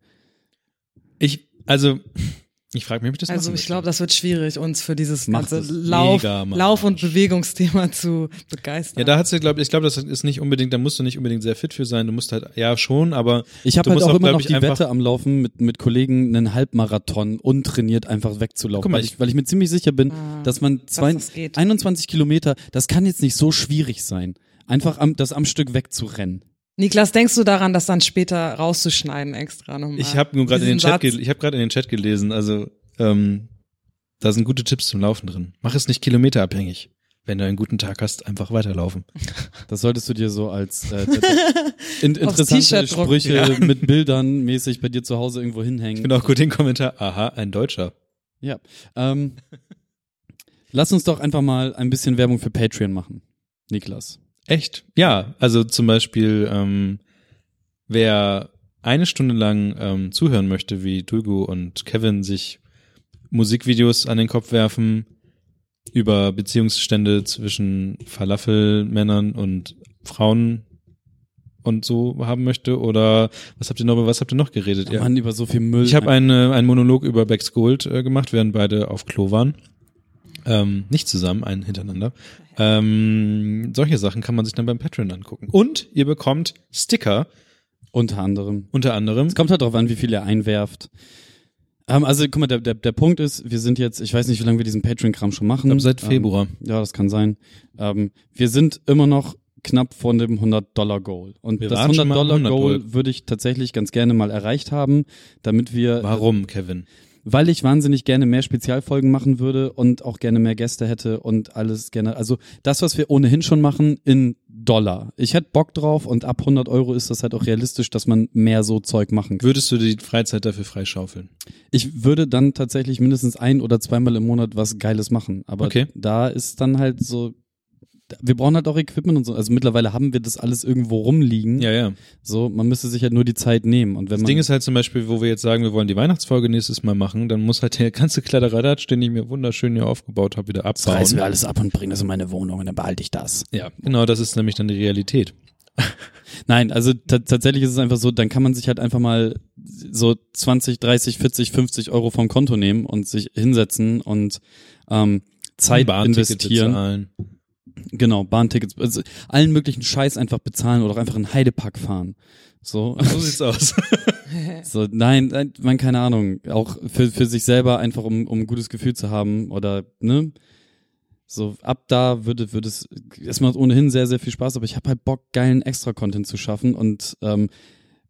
[SPEAKER 2] Ich, also, ich frage mich, ob ich das
[SPEAKER 3] Also
[SPEAKER 2] machen
[SPEAKER 3] ich glaube, das wird schwierig, uns für dieses
[SPEAKER 4] Macht
[SPEAKER 3] ganze
[SPEAKER 4] es
[SPEAKER 3] Lauf,
[SPEAKER 2] mega, Mann.
[SPEAKER 3] Lauf- und Bewegungsthema zu begeistern.
[SPEAKER 2] Ja, da hat's ja, glaube ich, glaube, das ist nicht unbedingt, da musst du nicht unbedingt sehr fit für sein, du musst halt, ja, schon, aber
[SPEAKER 4] ich
[SPEAKER 2] Du
[SPEAKER 4] habe halt
[SPEAKER 2] musst
[SPEAKER 4] auch
[SPEAKER 2] auch,
[SPEAKER 4] immer
[SPEAKER 2] glaub
[SPEAKER 4] noch
[SPEAKER 2] ich,
[SPEAKER 4] die
[SPEAKER 2] einfach-
[SPEAKER 4] Wette am Laufen, mit, mit Kollegen einen Halbmarathon untrainiert einfach
[SPEAKER 2] Guck
[SPEAKER 4] wegzulaufen,
[SPEAKER 2] mal,
[SPEAKER 4] weil,
[SPEAKER 2] ich-
[SPEAKER 4] ich, weil ich mir ziemlich sicher bin,
[SPEAKER 3] Ah,
[SPEAKER 4] dass man zwei,
[SPEAKER 3] das geht.
[SPEAKER 4] 21 Kilometer, das kann jetzt nicht so schwierig sein, einfach am, das am Stück wegzurennen.
[SPEAKER 3] Niklas, denkst du daran, das dann später rauszuschneiden extra nochmal?
[SPEAKER 2] ich habe nur gerade in den
[SPEAKER 3] Diesen
[SPEAKER 2] Chat,
[SPEAKER 3] Satz.
[SPEAKER 2] gel- ich habe gerade in den Chat gelesen, also, ähm, da sind gute Tipps zum Laufen drin. Mach es nicht kilometerabhängig. Wenn du einen guten Tag hast, einfach weiterlaufen.
[SPEAKER 4] Das solltest du dir so als äh, in,
[SPEAKER 3] Aufs
[SPEAKER 4] interessante
[SPEAKER 3] T-Shirt drucken.
[SPEAKER 4] Sprüche mit Bildern mäßig bei dir zu Hause irgendwo hinhängen.
[SPEAKER 2] Ich finde auch Genau, gut den Kommentar, aha, ein Deutscher.
[SPEAKER 4] Ja. Ähm, lass uns doch einfach mal ein bisschen Werbung für Patreon machen, Niklas.
[SPEAKER 2] Echt? Ja, also zum Beispiel, ähm, wer eine Stunde lang ähm, zuhören möchte, wie Dulgo und Kevin sich Musikvideos an den Kopf werfen über Beziehungsstände zwischen Falafelmännern und Frauen und so haben möchte oder was habt ihr noch was habt ihr noch geredet?
[SPEAKER 4] Ja. Mann, über so viel Müll.
[SPEAKER 2] Ich habe einen, äh, einen Monolog über Becks Gold äh, gemacht, während beide auf Klo waren. Ähm, nicht zusammen, einen hintereinander. Ähm, solche Sachen kann man sich dann beim Patreon angucken. Und ihr bekommt Sticker,
[SPEAKER 4] unter anderem.
[SPEAKER 2] unter anderem.
[SPEAKER 4] Es kommt halt drauf an, wie viel ihr einwerft. Ähm, also, guck mal, der, der, der Punkt ist, wir sind jetzt, ich weiß nicht, wie lange wir diesen Patreon-Kram schon machen.
[SPEAKER 2] Ab seit
[SPEAKER 4] Ähm,
[SPEAKER 2] Februar.
[SPEAKER 4] ja, das kann sein. Ähm, wir sind immer noch knapp von dem 100-Dollar-Goal. Und
[SPEAKER 2] Wir
[SPEAKER 4] das
[SPEAKER 2] waren schon mal am
[SPEAKER 4] 100-Dollar-Goal
[SPEAKER 2] 100-Goal.
[SPEAKER 4] würde ich tatsächlich ganz gerne mal erreicht haben, damit wir
[SPEAKER 2] Warum, Kevin?
[SPEAKER 4] weil ich wahnsinnig gerne mehr Spezialfolgen machen würde und auch gerne mehr Gäste hätte und alles gerne. Also das, was wir ohnehin schon machen, in Dollar. Ich hätte Bock drauf und ab 100 Euro ist das halt auch realistisch, dass man mehr so Zeug machen kann.
[SPEAKER 2] Würdest du die Freizeit dafür freischaufeln?
[SPEAKER 4] Ich würde dann tatsächlich mindestens ein oder zweimal im Monat was Geiles machen. Aber
[SPEAKER 2] Okay.
[SPEAKER 4] da ist dann halt so, wir brauchen halt auch Equipment und so. Also mittlerweile haben wir das alles irgendwo rumliegen.
[SPEAKER 2] Ja, ja.
[SPEAKER 4] So, man müsste sich halt nur die Zeit nehmen. Und wenn
[SPEAKER 2] Das
[SPEAKER 4] man
[SPEAKER 2] Ding ist halt zum Beispiel, wo wir jetzt sagen, wir wollen die Weihnachtsfolge nächstes Mal machen, dann muss halt der ganze Kladderadatsch, den ich mir wunderschön hier aufgebaut habe, wieder
[SPEAKER 4] das reißen
[SPEAKER 2] abbauen.
[SPEAKER 4] wir alles ab und bringen das in meine Wohnung und dann behalte ich das.
[SPEAKER 2] Ja, genau, das ist nämlich dann die Realität.
[SPEAKER 4] Nein, also ta- tatsächlich ist es einfach so, dann kann man sich halt einfach mal so 20, 30, 40, 50 Euro vom Konto nehmen und sich hinsetzen und ähm, Zeit
[SPEAKER 2] Bahnticket
[SPEAKER 4] investieren.
[SPEAKER 2] bezahlen.
[SPEAKER 4] Genau, Bahntickets, also allen möglichen Scheiß einfach bezahlen oder auch einfach in Heidepark fahren. So,
[SPEAKER 2] So sieht's aus.
[SPEAKER 4] so nein, nein, man keine Ahnung, auch für, für sich selber einfach um um ein gutes Gefühl zu haben oder ne? So ab da würde würde es es macht ohnehin sehr sehr viel Spaß, aber ich habe halt Bock geilen extra Content zu schaffen und ähm,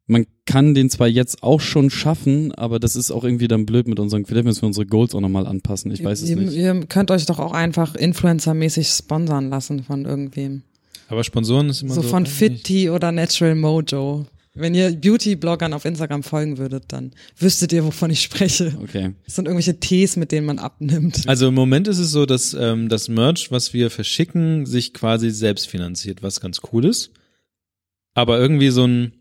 [SPEAKER 4] man kann den zwar jetzt auch schon schaffen, aber das ist auch irgendwie dann blöd mit unseren vielleicht müssen wir unsere Goals auch nochmal anpassen. Ich weiß es
[SPEAKER 3] ihr,
[SPEAKER 4] nicht.
[SPEAKER 3] Ihr könnt euch doch auch einfach influencermäßig sponsern lassen von irgendwem.
[SPEAKER 2] Aber Sponsoren ist immer so.
[SPEAKER 3] so von
[SPEAKER 2] weiß ich nicht.
[SPEAKER 3] Fitty oder Natural Mojo. Wenn ihr Beauty-Bloggern auf Instagram folgen würdet, dann wüsstet ihr, wovon ich spreche.
[SPEAKER 4] Okay.
[SPEAKER 3] Das sind irgendwelche Tees, mit denen man abnimmt.
[SPEAKER 2] Also im Moment ist es so, dass ähm, das Merch, was wir verschicken, sich quasi selbst finanziert, was ganz cool ist. Aber irgendwie so ein,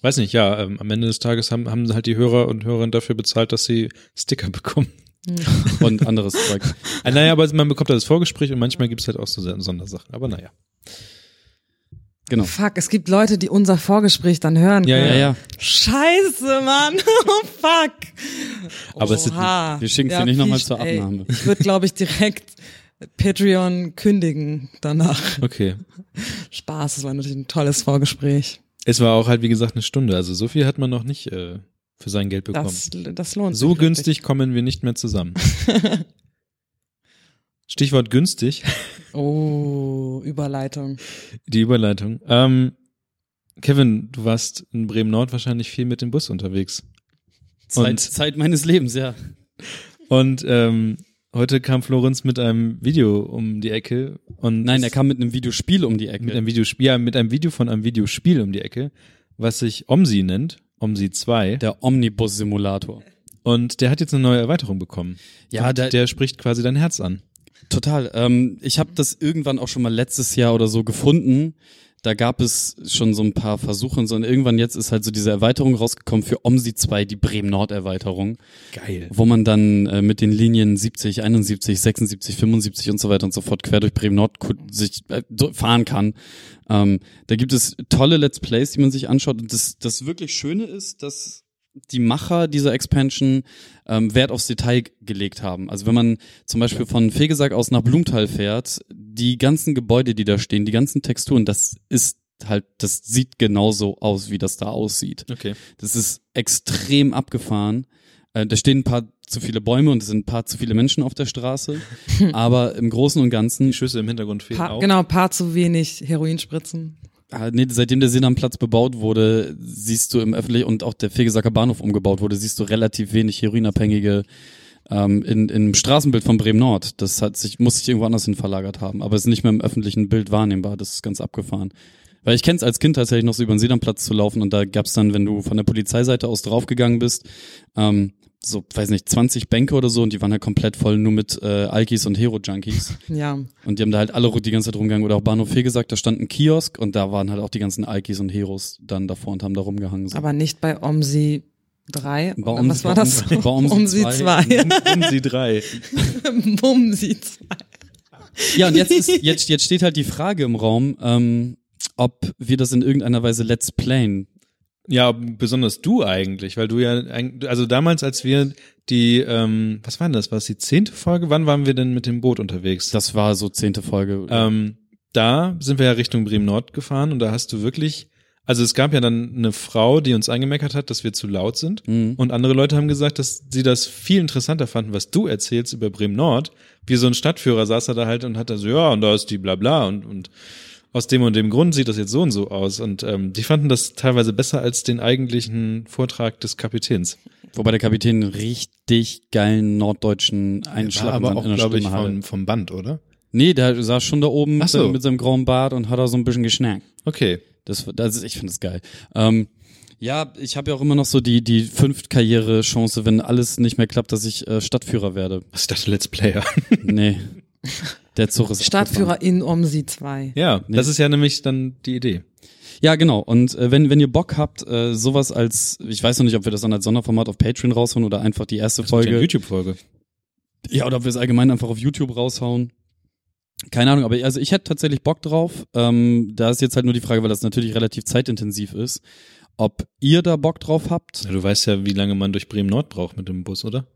[SPEAKER 2] weiß nicht, ja, ähm, am Ende des Tages haben, haben halt die Hörer und Hörerinnen dafür bezahlt, dass sie Sticker bekommen.
[SPEAKER 4] Und anderes Zeug.
[SPEAKER 2] Ah, naja, aber man bekommt halt das Vorgespräch und manchmal gibt's halt auch so Sondersachen. Aber naja.
[SPEAKER 4] Genau.
[SPEAKER 3] Fuck, es gibt Leute, die unser Vorgespräch dann hören
[SPEAKER 2] Ja,
[SPEAKER 3] können.
[SPEAKER 4] Ja, ja.
[SPEAKER 3] Scheiße, Mann. Oh, fuck.
[SPEAKER 2] Aber es sind-
[SPEAKER 3] Oha.
[SPEAKER 4] wir schicken's dir nicht
[SPEAKER 3] viel
[SPEAKER 4] nochmal
[SPEAKER 3] Sch-
[SPEAKER 4] zur
[SPEAKER 3] ey,
[SPEAKER 4] Abnahme.
[SPEAKER 3] Ich würde, glaube ich, direkt Patreon kündigen danach.
[SPEAKER 2] Okay.
[SPEAKER 3] Spaß, es war natürlich ein tolles Vorgespräch.
[SPEAKER 2] Es war auch halt, wie gesagt, eine Stunde. Also so viel hat man noch nicht äh, für sein Geld bekommen.
[SPEAKER 3] Das, das lohnt
[SPEAKER 2] so
[SPEAKER 3] sich. glaub ich.
[SPEAKER 2] günstig kommen wir nicht mehr zusammen. Stichwort günstig.
[SPEAKER 3] Oh, Überleitung.
[SPEAKER 2] Die Überleitung. Ähm, Kevin, du warst in Bremen-Nord wahrscheinlich viel mit dem Bus unterwegs.
[SPEAKER 4] Zeit,
[SPEAKER 2] Und-
[SPEAKER 4] Zeit meines Lebens, ja.
[SPEAKER 2] Und ähm, heute kam Florenz mit einem Video um die Ecke. Und
[SPEAKER 4] Nein, er
[SPEAKER 2] es-
[SPEAKER 4] kam mit einem Videospiel um die Ecke.
[SPEAKER 2] mit einem Videospiel, ja, mit einem Video von einem Videospiel um die Ecke, was sich Omsi nennt, Omsi 2.
[SPEAKER 4] der Omnibus-Simulator.
[SPEAKER 2] Und der hat jetzt eine neue Erweiterung bekommen.
[SPEAKER 4] Ja,
[SPEAKER 2] und
[SPEAKER 4] der-
[SPEAKER 2] der, spricht quasi dein Herz an.
[SPEAKER 4] Total. Ähm, ich habe das irgendwann auch schon mal letztes Jahr oder so gefunden. Da gab es schon so ein paar Versuche und so. Und irgendwann jetzt ist halt so diese Erweiterung rausgekommen für OMSI 2, die Bremen-Nord-Erweiterung,
[SPEAKER 2] Geil.
[SPEAKER 4] wo man dann äh, mit den Linien 70, 71, 76, 75 und so weiter und so fort quer durch Bremen-Nord ku- sich äh, so- fahren kann. Ähm, da gibt es tolle Let's Plays, die man sich anschaut. Und das, das wirklich Schöne ist, dass die Macher dieser Expansion ähm, Wert aufs Detail gelegt haben. Also wenn man zum Beispiel von Fegesack aus nach Blumenthal fährt, die ganzen Gebäude, die da stehen, die ganzen Texturen, das ist halt, das sieht genauso aus, wie das da aussieht.
[SPEAKER 2] Okay.
[SPEAKER 4] Das ist extrem abgefahren. Äh, da stehen ein paar zu viele Bäume und es sind ein paar zu viele Menschen auf der Straße. Aber im Großen und Ganzen
[SPEAKER 2] Die Schüsse im Hintergrund fehlen
[SPEAKER 3] Pa
[SPEAKER 2] auch.
[SPEAKER 3] genau, paar zu wenig Heroinspritzen.
[SPEAKER 4] Ah, Nee, seitdem der Sedanplatz bebaut wurde, siehst du im öffentlichen und auch der Fegesacker Bahnhof umgebaut wurde, siehst du relativ wenig Heroinabhängige ähm, in, im Straßenbild von Bremen Nord. Das hat sich, muss sich irgendwo anders hin verlagert haben, aber ist nicht mehr im öffentlichen Bild wahrnehmbar. Das ist ganz abgefahren. Weil ich kenn's als Kind tatsächlich noch so über den Sedanplatz zu laufen und da gab's dann, wenn du von der Polizeiseite aus draufgegangen bist, ähm, so, weiß nicht, 20 Bänke oder so und die waren halt komplett voll nur mit äh, Alkis und Hero-Junkies.
[SPEAKER 3] Ja.
[SPEAKER 4] Und die haben da halt alle die ganze Zeit rumgehangen. Oder auch Bahnhof Fee gesagt, da stand ein Kiosk und da waren halt auch die ganzen Alkis und Heros dann davor und haben da rumgehangen. So.
[SPEAKER 3] Aber nicht bei Omsi 3.
[SPEAKER 4] Bei
[SPEAKER 3] Oder
[SPEAKER 4] Omsi-
[SPEAKER 3] Was war das? um
[SPEAKER 4] bei Omsi zwei.
[SPEAKER 3] 2.
[SPEAKER 2] Omsi 3.
[SPEAKER 3] Bumsi 2.
[SPEAKER 4] ja, und jetzt, ist, jetzt, jetzt steht halt die Frage im Raum, ähm, ob wir das in irgendeiner Weise Let's Playen.
[SPEAKER 2] Ja, besonders du eigentlich, weil du ja, eig- also damals, als wir die, ähm, was war denn das, war es die zehnte Folge? Wann waren wir denn mit dem Boot unterwegs?
[SPEAKER 4] Das war so zehnte Folge.
[SPEAKER 2] ähm, da sind wir ja Richtung Bremen-Nord gefahren und da hast du wirklich, also es gab ja dann eine Frau, die uns angemeckert hat, dass wir zu laut sind
[SPEAKER 4] Mhm.
[SPEAKER 2] und andere Leute haben gesagt, dass sie das viel interessanter fanden, was du erzählst über Bremen-Nord. Wie so ein Stadtführer saß er da halt und hat da so, ja, und da ist die bla bla und, und aus dem und dem Grund sieht das jetzt so und so aus. Und ähm, die fanden das teilweise besser als den eigentlichen Vortrag des Kapitäns.
[SPEAKER 4] Wobei der Kapitän einen richtig geilen norddeutschen Einschlag in seiner
[SPEAKER 2] glaub
[SPEAKER 4] Stimme hatte.
[SPEAKER 2] vom Band, oder?
[SPEAKER 4] Nee, der saß schon da oben
[SPEAKER 2] Ach
[SPEAKER 4] mit seinem-
[SPEAKER 2] so.
[SPEAKER 4] mit seinem grauen Bart und hat da so ein bisschen geschnackt.
[SPEAKER 2] Okay.
[SPEAKER 4] Das, das ist, ich finde das geil. Ähm, ja, ich habe ja auch immer noch so die, die Fünftkarriere-Chance, wenn alles nicht mehr klappt, dass ich äh, Stadtführer werde.
[SPEAKER 2] Was ist das, Let's Player?
[SPEAKER 4] Nee. Der Zug ist abgefahren.
[SPEAKER 3] Stadtführer in Omsi 2.
[SPEAKER 2] ja, das ist ja nämlich dann die Idee.
[SPEAKER 4] Ja, genau. Und äh, wenn, wenn ihr Bock habt, äh, sowas als, ich weiß noch nicht, ob wir das dann als Sonderformat auf Patreon raushauen oder einfach die erste
[SPEAKER 2] Ja,
[SPEAKER 4] Folge.
[SPEAKER 2] YouTube-Folge.
[SPEAKER 4] Ja, oder ob wir es allgemein einfach auf YouTube raushauen. Keine Ahnung, aber also ich hätte tatsächlich Bock drauf. Ähm, da ist jetzt halt nur die Frage, weil das natürlich relativ zeitintensiv ist, ob ihr da Bock drauf habt.
[SPEAKER 2] Na, du weißt ja, wie lange man durch Bremen Nord braucht mit dem Bus, oder?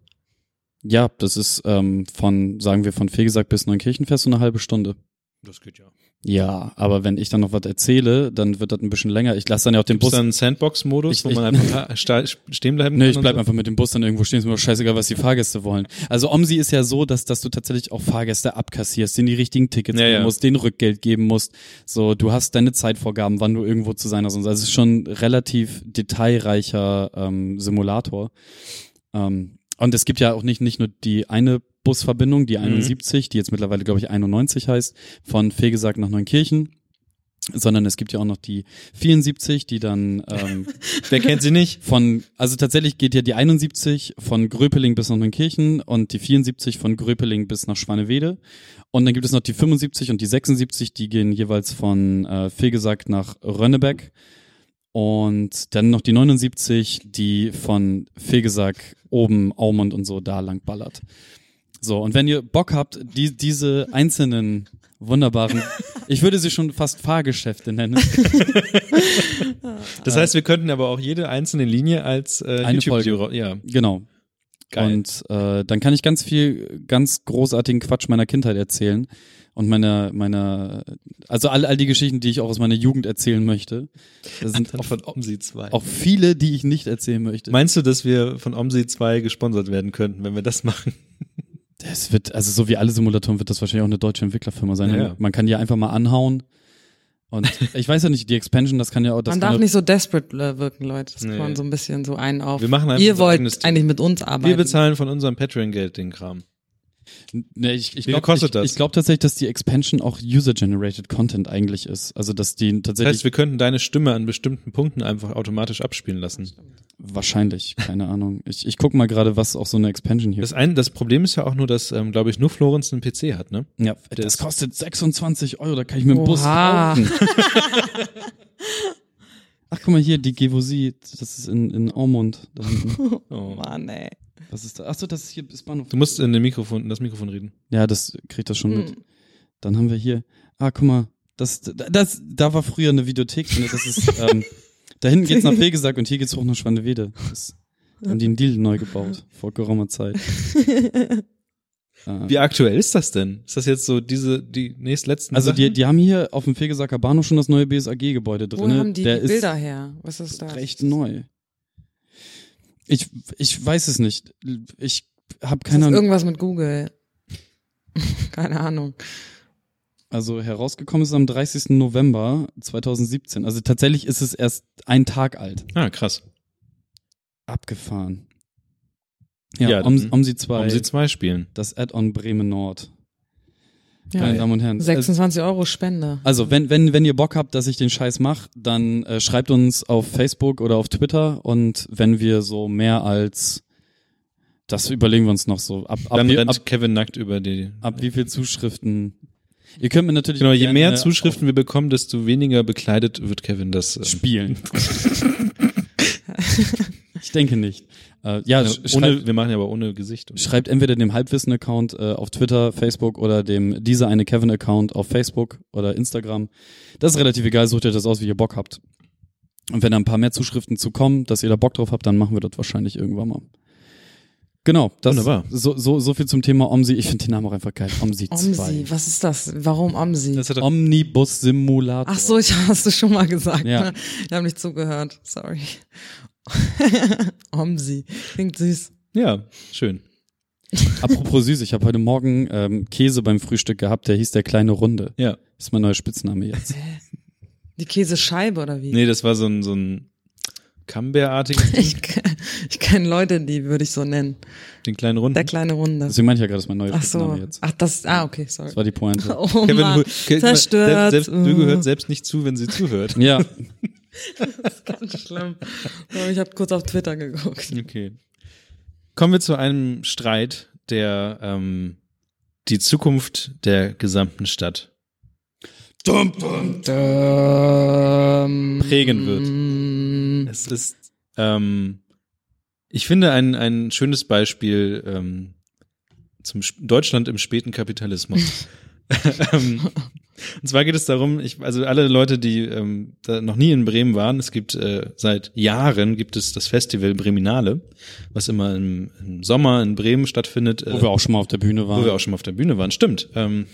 [SPEAKER 4] Ja, das ist ähm, von, sagen wir, von Fegesack bis Neunkirchenfest so eine halbe Stunde.
[SPEAKER 2] Das geht ja.
[SPEAKER 4] Ja, aber wenn ich dann noch was erzähle, dann wird das ein bisschen länger. Ich lasse dann ja auch den
[SPEAKER 2] Gibt es
[SPEAKER 4] Bus.
[SPEAKER 2] da einen Sandbox-Modus,
[SPEAKER 4] Ich-
[SPEAKER 2] wo
[SPEAKER 4] ich-
[SPEAKER 2] man einfach sta- stehen bleiben kann?
[SPEAKER 4] Nee, ich
[SPEAKER 2] und
[SPEAKER 4] bleib
[SPEAKER 2] so?
[SPEAKER 4] einfach mit dem Bus dann irgendwo stehen, ist mir doch scheißegal, was die Fahrgäste wollen. Also Omsi ist ja so, dass, dass du tatsächlich auch Fahrgäste abkassierst, denen die richtigen Tickets
[SPEAKER 2] Ja,
[SPEAKER 4] geben
[SPEAKER 2] ja.
[SPEAKER 4] musst, denen Rückgeld geben musst. So, du hast deine Zeitvorgaben, wann du irgendwo zu sein hast. und so. Also es ist schon ein relativ detailreicher ähm, Simulator. Ähm, und es gibt ja auch nicht, nicht nur die eine Busverbindung,
[SPEAKER 2] Mhm.
[SPEAKER 4] die 71, die jetzt mittlerweile, glaube ich, 91 heißt, von Fegesack nach Neunkirchen, sondern es gibt ja auch noch die 74, die dann ähm,
[SPEAKER 2] Wer kennt sie nicht?
[SPEAKER 4] von, also tatsächlich geht ja die 71 von Gröpeling bis nach Neunkirchen und die 74 von Gröpeling bis nach Schwanewede. Und dann gibt es noch die 75 und die 76, die gehen jeweils von äh, Fegesack nach Rönnebeck. Und dann noch die 79, die von Fegesack oben, Aumund und so da lang ballert. So, und wenn ihr Bock habt, die, diese einzelnen wunderbaren, ich würde sie schon fast Fahrgeschäfte nennen,
[SPEAKER 2] Das heißt, wir könnten aber auch jede einzelne Linie als äh,
[SPEAKER 4] Äh. Eine
[SPEAKER 2] YouTube-Video. ra- Ja,
[SPEAKER 4] genau,
[SPEAKER 2] geil.
[SPEAKER 4] Und äh, dann kann ich ganz viel, ganz großartigen Quatsch meiner Kindheit erzählen und meiner, meiner, also all, all die Geschichten, die ich auch aus meiner Jugend erzählen möchte. Das sind
[SPEAKER 2] Dann
[SPEAKER 4] auch,
[SPEAKER 2] von Omsi 2.
[SPEAKER 4] auch viele, die ich nicht erzählen möchte.
[SPEAKER 2] Meinst du, dass wir von Omsi 2 gesponsert werden könnten, wenn wir das machen?
[SPEAKER 4] Es wird, also so wie alle Simulatoren wird das wahrscheinlich auch eine deutsche Entwicklerfirma sein.
[SPEAKER 2] Ja, ja.
[SPEAKER 4] Man kann die einfach mal anhauen. Und ich weiß ja nicht, die Expansion, das kann ja auch, das
[SPEAKER 3] man
[SPEAKER 4] kann
[SPEAKER 3] darf
[SPEAKER 4] ja,
[SPEAKER 3] nicht so desperate äh, wirken, Leute. Das
[SPEAKER 2] halt Nee.
[SPEAKER 3] kann man so ein bisschen so einen auf.
[SPEAKER 2] Wir machen einfach
[SPEAKER 3] Ihr
[SPEAKER 2] unser
[SPEAKER 3] wollt
[SPEAKER 2] eigenes Ding.
[SPEAKER 3] eigentlich mit uns arbeiten.
[SPEAKER 2] Wir bezahlen von unserem Patreon-Geld den Kram.
[SPEAKER 4] Nee, ich, ich
[SPEAKER 2] Wie viel
[SPEAKER 4] glaube
[SPEAKER 2] kostet
[SPEAKER 4] ich,
[SPEAKER 2] das?
[SPEAKER 4] ich glaub tatsächlich, dass die Expansion auch User-Generated Content eigentlich ist. Also, dass die
[SPEAKER 2] Das
[SPEAKER 4] tatsächlich
[SPEAKER 2] heißt, wir könnten deine Stimme an bestimmten Punkten einfach automatisch abspielen lassen.
[SPEAKER 4] Wahrscheinlich, keine Ahnung. Ich, ich guck mal gerade, was auch so eine Expansion hier
[SPEAKER 2] Das, ein, das Problem ist ja auch nur, dass, ähm, glaube ich, nur Florenz einen PC hat, ne?
[SPEAKER 4] Ja,
[SPEAKER 2] das-
[SPEAKER 4] das kostet 26 Euro, da kann ich mir einen Bus
[SPEAKER 3] Oha.
[SPEAKER 4] kaufen. Ach, guck mal hier, die Gevosie, das ist in, in Aumund. Da hinten.
[SPEAKER 2] Oh.
[SPEAKER 3] Mann, ey.
[SPEAKER 4] Was ist da? Ach so, das ist hier ist Bahnhof.
[SPEAKER 2] Du musst in, den Mikrofon, in das Mikrofon reden.
[SPEAKER 4] Ja, das kriegt das schon
[SPEAKER 3] Hm.
[SPEAKER 4] mit. Dann haben wir hier, ah, guck mal, das, das, da war früher eine Videothek drin, das ist, ähm, da hinten geht's nach Fegesack und hier geht's hoch nach Schwandewede. Das, da haben die einen Deal neu gebaut, vor geraumer Zeit. Äh,
[SPEAKER 2] Wie aktuell ist das denn? Ist das jetzt so diese, die nächstletzten
[SPEAKER 4] Also
[SPEAKER 2] Sachen?
[SPEAKER 4] die, die haben hier auf dem Fegesacker Bahnhof schon das neue BSAG-Gebäude
[SPEAKER 3] Wo
[SPEAKER 4] drin. ne?
[SPEAKER 3] haben die,
[SPEAKER 4] Der
[SPEAKER 3] die Bilder her? Was ist
[SPEAKER 4] ist
[SPEAKER 3] das?
[SPEAKER 4] recht neu. Ich, ich weiß es nicht. Ich habe
[SPEAKER 3] Ist das
[SPEAKER 4] keine Ahnung.
[SPEAKER 3] irgendwas mit Google. Keine Ahnung.
[SPEAKER 4] Also herausgekommen ist es am 30. November 2017. Also tatsächlich ist es erst ein Tag alt.
[SPEAKER 2] Ah, krass.
[SPEAKER 4] Abgefahren. Ja,
[SPEAKER 2] Ja,
[SPEAKER 4] Om,
[SPEAKER 2] dann-
[SPEAKER 4] Omsi 2,
[SPEAKER 2] Warum sie zwei spielen?
[SPEAKER 4] das Add-on Bremen Nord.
[SPEAKER 3] Ja.
[SPEAKER 4] Meine Damen und
[SPEAKER 2] Also,
[SPEAKER 4] Herren. also es-
[SPEAKER 3] 26 Euro Spende.
[SPEAKER 4] Also, wenn, wenn, wenn ihr Bock habt, dass ich den Scheiß mache, dann äh, schreibt uns auf Facebook oder auf Twitter und wenn wir so mehr als das überlegen wir uns noch so. Ab, ab,
[SPEAKER 2] Dann
[SPEAKER 4] wie,
[SPEAKER 2] rennt
[SPEAKER 4] ab,
[SPEAKER 2] Kevin nackt über die.
[SPEAKER 4] ab wie viel Zuschriften. Ihr könnt mir natürlich
[SPEAKER 2] Genau,
[SPEAKER 4] auch
[SPEAKER 2] je
[SPEAKER 4] gerne
[SPEAKER 2] mehr Zuschriften wir bekommen, desto weniger bekleidet wird Kevin das.
[SPEAKER 4] auf-
[SPEAKER 2] ähm,
[SPEAKER 4] spielen. ich denke nicht. Äh, ja,
[SPEAKER 2] Also
[SPEAKER 4] sch-
[SPEAKER 2] ohne,
[SPEAKER 4] schreibt,
[SPEAKER 2] wir machen ja aber ohne Gesicht. Und
[SPEAKER 4] schreibt entweder dem Halbwissen-Account äh, auf Twitter, Facebook oder dem dieser eine Kevin-Account auf Facebook oder Instagram. Das ist relativ egal, sucht ihr das aus, wie ihr Bock habt. Und wenn da ein paar mehr Zuschriften zu kommen, dass ihr da Bock drauf habt, dann machen wir das wahrscheinlich irgendwann mal. Genau, das
[SPEAKER 2] Wunderbar.
[SPEAKER 4] So, so, so viel zum Thema Omsi. Ich finde den Namen auch einfach geil. Omsi 2.
[SPEAKER 3] Omsi, was ist das? Warum Omsi?
[SPEAKER 2] also das hat doch-
[SPEAKER 4] Omnibus Simulator.
[SPEAKER 3] Ach so, ich hast du schon mal gesagt.
[SPEAKER 4] Ja.
[SPEAKER 3] Ne? Ich habe nicht zugehört. Sorry. Omsi. Klingt süß.
[SPEAKER 2] ja, schön.
[SPEAKER 4] Apropos süß, ich habe heute Morgen ähm, Käse beim Frühstück gehabt, der hieß der kleine Runde.
[SPEAKER 2] Ja.
[SPEAKER 4] Das ist mein neuer Spitzname jetzt.
[SPEAKER 3] Die Käsescheibe oder wie?
[SPEAKER 2] Nee, das war so ein, so ein Camembert-artiges Ding,
[SPEAKER 3] Ich, ke- ich kenne Leute, die würde ich so nennen.
[SPEAKER 2] den kleinen Runden.
[SPEAKER 3] Der kleine Runde.
[SPEAKER 4] Deswegen meine ich ja gerade, das ist mein neuer
[SPEAKER 2] genau
[SPEAKER 3] Ach
[SPEAKER 4] Spitzname
[SPEAKER 3] so.
[SPEAKER 4] jetzt.
[SPEAKER 3] Ach, das, ah, okay, sorry.
[SPEAKER 4] Das war die Pointe.
[SPEAKER 3] Oh
[SPEAKER 2] Kevin,
[SPEAKER 3] Mann,
[SPEAKER 2] Ke- Kevin,
[SPEAKER 3] zerstört.
[SPEAKER 2] Selbst, selbst,
[SPEAKER 3] Uh,
[SPEAKER 2] du
[SPEAKER 4] Äh.
[SPEAKER 2] gehört selbst nicht zu, wenn sie zuhört.
[SPEAKER 4] Ja,
[SPEAKER 3] Ganz schlimm. Sorry, Ich habe kurz auf Twitter geguckt.
[SPEAKER 2] Okay. Kommen wir zu einem Streit, der ähm, die Zukunft der gesamten Stadt prägen Ähm, wird.
[SPEAKER 3] Mm,
[SPEAKER 2] Es ist, ähm, ich finde, ein, ein schönes Beispiel ähm, zum Sp- Deutschland im späten Kapitalismus. Ähm, Und zwar geht es darum, ich, also alle Leute, die ähm, da noch nie in Bremen waren, es gibt äh, seit Jahren gibt es das Festival Breminale, was immer im, im Sommer in Bremen stattfindet. äh,
[SPEAKER 4] Wo wir auch schon mal auf der Bühne waren.
[SPEAKER 2] wo wir auch schon mal auf der Bühne waren. Stimmt. Ähm,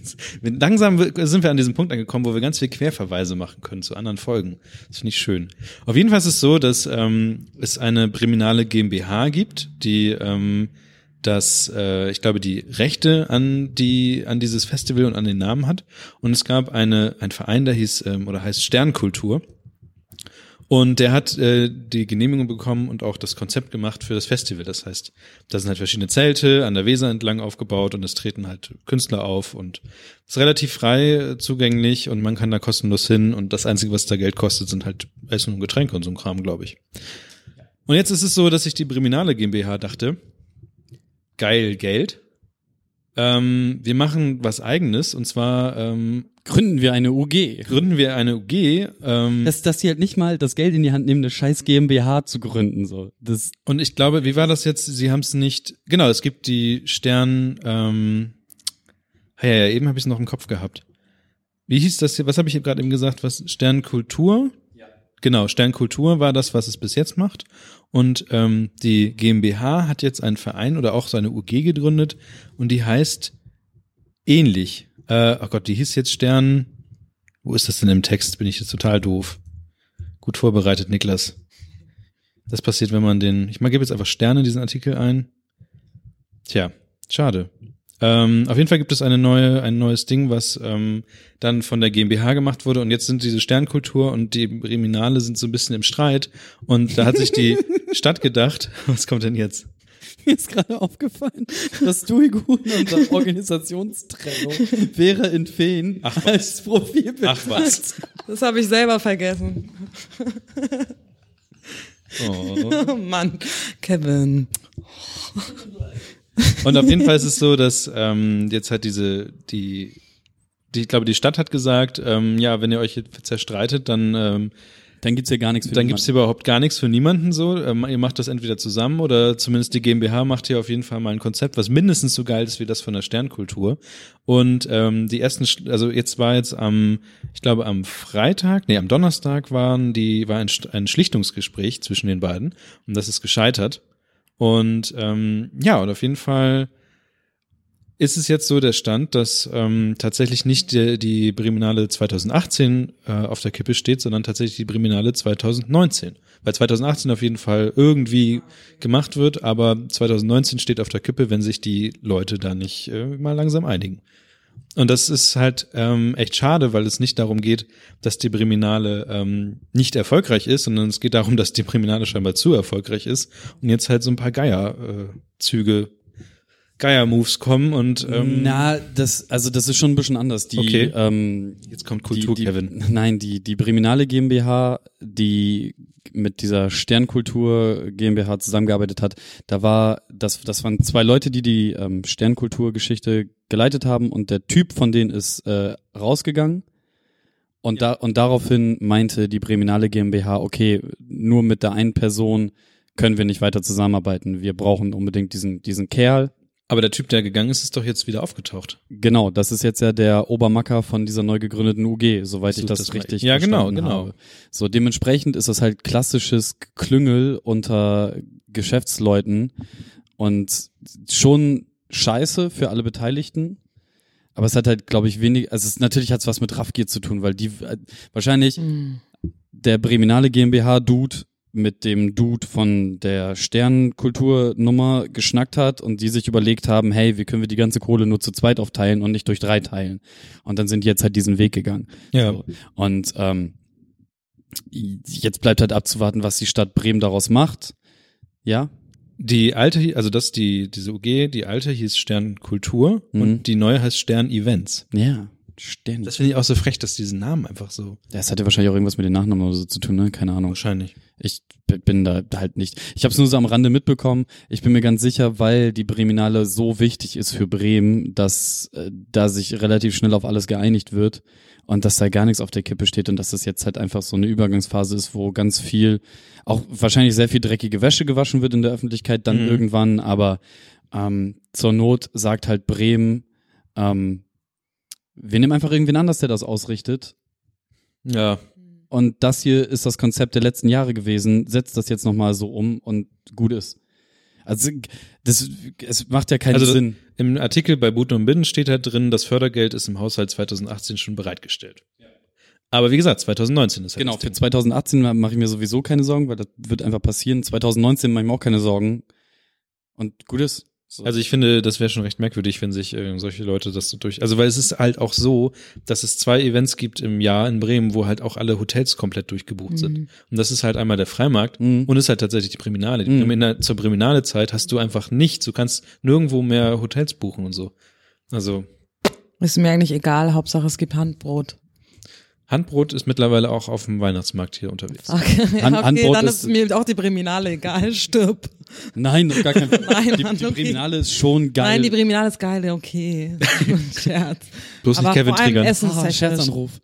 [SPEAKER 2] wir- langsam w- sind wir an diesem Punkt angekommen, wo wir ganz viel Querverweise machen können zu anderen Folgen. Das finde ich schön. Auf jeden Fall ist es so, dass ähm, es eine Priminale GmbH gibt, die ähm, das, äh, ich glaube, die Rechte an die an dieses Festival und an den Namen hat. Und es gab eine ein Verein, der hieß ähm, oder heißt Sternkultur. Und der hat äh, die Genehmigung bekommen und auch das Konzept gemacht für das Festival. Das heißt, da sind halt verschiedene Zelte an der Weser entlang aufgebaut und es treten halt Künstler auf und ist relativ frei äh, zugänglich und man kann da kostenlos hin und das Einzige, was da Geld kostet, sind halt Essen und Getränke und so ein Kram, glaube ich. Und jetzt ist es so, dass ich die Briminale GmbH dachte, geil Geld. Ähm, wir machen was eigenes und zwar ähm,
[SPEAKER 4] Gründen wir eine UG.
[SPEAKER 2] gründen wir eine UG. Ähm,
[SPEAKER 4] Dass, dass die halt nicht mal das Geld in die Hand nehmen, eine scheiß GmbH zu gründen. So. Das,
[SPEAKER 2] Und ich glaube, wie war das jetzt? Sie haben es nicht. Genau, es gibt die Stern. Ähm, ah ja, ja, eben habe ich es noch im Kopf gehabt. Wie hieß das hier? Was habe ich hier gerade eben gesagt? Was Sternkultur? Ja. Genau, Sternkultur war das, was es bis jetzt macht. Und ähm, die GmbH hat jetzt einen Verein oder auch so eine UG gegründet und die heißt ähnlich. Äh, oh Gott, die hieß jetzt Stern. Wo ist das denn im Text? Bin ich jetzt total doof. Gut vorbereitet, Niklas. Das passiert, wenn man den. Ich mal gebe jetzt einfach Sterne in diesen Artikel ein. Tja, schade. Ähm, auf jeden Fall gibt es eine neue, ein neues Ding, was ähm, dann von der GmbH gemacht wurde und jetzt sind diese Sternkultur und die Reminale sind so ein bisschen im Streit und da hat sich die Stadt gedacht, was kommt denn jetzt?
[SPEAKER 4] mir ist gerade aufgefallen, dass Duigun unser Organisationstrennung wäre in Feen
[SPEAKER 2] Ach was.
[SPEAKER 4] als Profilbild.
[SPEAKER 2] Ach was.
[SPEAKER 3] Das habe ich selber vergessen.
[SPEAKER 2] Oh.
[SPEAKER 3] Oh Mann, Kevin.
[SPEAKER 2] Und auf jeden Fall ist es so, dass ähm, jetzt halt diese, die, die, ich glaube, die Stadt hat gesagt, ähm, ja, wenn ihr euch jetzt zerstreitet, dann ähm,
[SPEAKER 4] Dann gibt's hier gar nichts für
[SPEAKER 2] Dann
[SPEAKER 4] die
[SPEAKER 2] gibt's hier überhaupt gar nichts für niemanden so. Ähm, ihr macht das entweder zusammen oder zumindest die GmbH macht hier auf jeden Fall mal ein Konzept, was mindestens so geil ist wie das von der Sternkultur. Und ähm, die ersten, Sch- also jetzt war jetzt am, ich glaube am Freitag, nee, am Donnerstag waren die, war ein, Sch- ein Schlichtungsgespräch zwischen den beiden und das ist gescheitert. Und ähm, ja, und auf jeden Fall ist es jetzt so der Stand, dass ähm, tatsächlich nicht die, die Briminale 2018 äh, auf der Kippe steht, sondern tatsächlich die Briminale 2019. Weil 2018 auf jeden Fall irgendwie gemacht wird, aber 2019 steht auf der Kippe, wenn sich die Leute da nicht äh, mal langsam einigen. Und das ist halt ähm, echt schade, weil es nicht darum geht, dass die Briminale ähm, nicht erfolgreich ist, sondern es geht darum, dass die Briminale scheinbar zu erfolgreich ist und jetzt halt so ein paar Geier-Züge, äh, Züge, Geier-Moves kommen und ähm,
[SPEAKER 4] Na, das, also das ist schon ein bisschen anders. Die,
[SPEAKER 2] Okay.
[SPEAKER 4] ähm,
[SPEAKER 2] Jetzt kommt Kultur,
[SPEAKER 4] die, die,
[SPEAKER 2] Kevin.
[SPEAKER 4] Nein, die, die Briminale GmbH, die mit dieser Sternkultur GmbH zusammengearbeitet hat, da war, das, das waren zwei Leute, die die ähm, Sternkultur-Geschichte geleitet haben und der Typ von denen ist äh, rausgegangen. Und, da, und daraufhin meinte die Breminale GmbH, okay, nur mit der einen Person können wir nicht weiter zusammenarbeiten. Wir brauchen unbedingt diesen, diesen Kerl.
[SPEAKER 2] Aber der Typ, der gegangen ist, ist doch jetzt wieder aufgetaucht.
[SPEAKER 4] Genau, das ist jetzt ja der Obermacker von dieser neu gegründeten UG, soweit ich
[SPEAKER 2] Such
[SPEAKER 4] das,
[SPEAKER 2] das mal.
[SPEAKER 4] richtig
[SPEAKER 2] Ja, genau,
[SPEAKER 4] verstanden
[SPEAKER 2] genau.
[SPEAKER 4] habe. So dementsprechend ist das halt klassisches Klüngel unter Geschäftsleuten und schon scheiße für alle Beteiligten. Aber es hat halt, glaube ich, wenig, also es, natürlich hat es was mit Raffgier zu tun, weil die äh, wahrscheinlich
[SPEAKER 3] Hm.
[SPEAKER 4] der Breminale GmbH Dude mit dem Dude von der Sternkulturnummer geschnackt hat und die sich überlegt haben, hey, wie können wir die ganze Kohle nur zu zweit aufteilen und nicht durch drei teilen? Und dann sind die jetzt halt diesen Weg gegangen.
[SPEAKER 2] Ja.
[SPEAKER 4] So. Und ähm, jetzt bleibt halt abzuwarten, was die Stadt Bremen daraus macht. Ja,
[SPEAKER 2] Die alte, also das die diese UG, die alte hieß Stern Kultur
[SPEAKER 4] Mhm.
[SPEAKER 2] und die neue heißt Stern Events.
[SPEAKER 4] ja, Stern.
[SPEAKER 2] Das finde ich auch so frech, dass diesen Namen einfach so
[SPEAKER 4] Das hatte wahrscheinlich auch irgendwas mit den Nachnamen oder so zu tun, ne? Keine Ahnung.
[SPEAKER 2] wahrscheinlich.
[SPEAKER 4] Ich b- bin da halt nicht. Ich habe es nur so am Rande mitbekommen. Ich bin mir ganz sicher, weil die Breminale so wichtig ist für Bremen, dass äh, da sich relativ schnell auf alles geeinigt wird und dass da gar nichts auf der Kippe steht und dass das jetzt halt einfach so eine Übergangsphase ist, wo ganz viel, auch wahrscheinlich sehr viel dreckige Wäsche gewaschen wird in der Öffentlichkeit dann
[SPEAKER 2] Mhm.
[SPEAKER 4] irgendwann, aber ähm, zur Not sagt halt Bremen, ähm, wir nehmen einfach irgendwen anders, der das ausrichtet.
[SPEAKER 2] Ja.
[SPEAKER 4] Und das hier ist das Konzept der letzten Jahre gewesen. Setzt das jetzt nochmal so um und gut ist. Also, das, es macht ja keinen
[SPEAKER 2] Also,
[SPEAKER 4] Sinn.
[SPEAKER 2] Im Artikel bei Buten und Binnen steht halt drin, das Fördergeld ist im Haushalt 2018 schon bereitgestellt. Aber wie gesagt, 2019 ist halt
[SPEAKER 4] Genau,
[SPEAKER 2] das
[SPEAKER 4] für
[SPEAKER 2] Ding.
[SPEAKER 4] 2018 ma- mache ich mir sowieso keine Sorgen, weil das wird einfach passieren. 2019 mache ich mir auch keine Sorgen. Und gut ist. So.
[SPEAKER 2] Also ich finde, das wäre schon recht merkwürdig, wenn sich äh, solche Leute das so durch. Also weil es ist halt auch so, dass es zwei Events gibt im Jahr in Bremen, wo halt auch alle Hotels komplett durchgebucht sind.
[SPEAKER 3] Mhm.
[SPEAKER 2] Und das ist halt einmal der Freimarkt
[SPEAKER 4] Mhm.
[SPEAKER 2] und ist halt tatsächlich die Priminale. Die
[SPEAKER 4] Mhm.
[SPEAKER 2] Primina- zur Priminale-Zeit hast du einfach nichts. Du kannst nirgendwo mehr Hotels buchen und so. Also
[SPEAKER 3] Ist mir eigentlich egal, Hauptsache es gibt Handbrot.
[SPEAKER 2] Handbrot ist mittlerweile auch auf dem Weihnachtsmarkt hier unterwegs.
[SPEAKER 3] Okay,
[SPEAKER 4] Hand- Handbrot
[SPEAKER 3] dann
[SPEAKER 4] ist-
[SPEAKER 3] ist, mir auch die Priminale egal, stirb.
[SPEAKER 4] Nein, auf gar kein
[SPEAKER 3] Nein,
[SPEAKER 4] die,
[SPEAKER 3] Mann,
[SPEAKER 4] die
[SPEAKER 3] okay.
[SPEAKER 4] Priminale ist schon geil.
[SPEAKER 3] Nein, die Priminale ist geil, okay. Scherz.
[SPEAKER 2] Bloß nicht
[SPEAKER 3] aber
[SPEAKER 2] Kevin
[SPEAKER 3] vor allem
[SPEAKER 2] triggern.
[SPEAKER 3] Essen halt
[SPEAKER 4] Ah, Scherzanruf.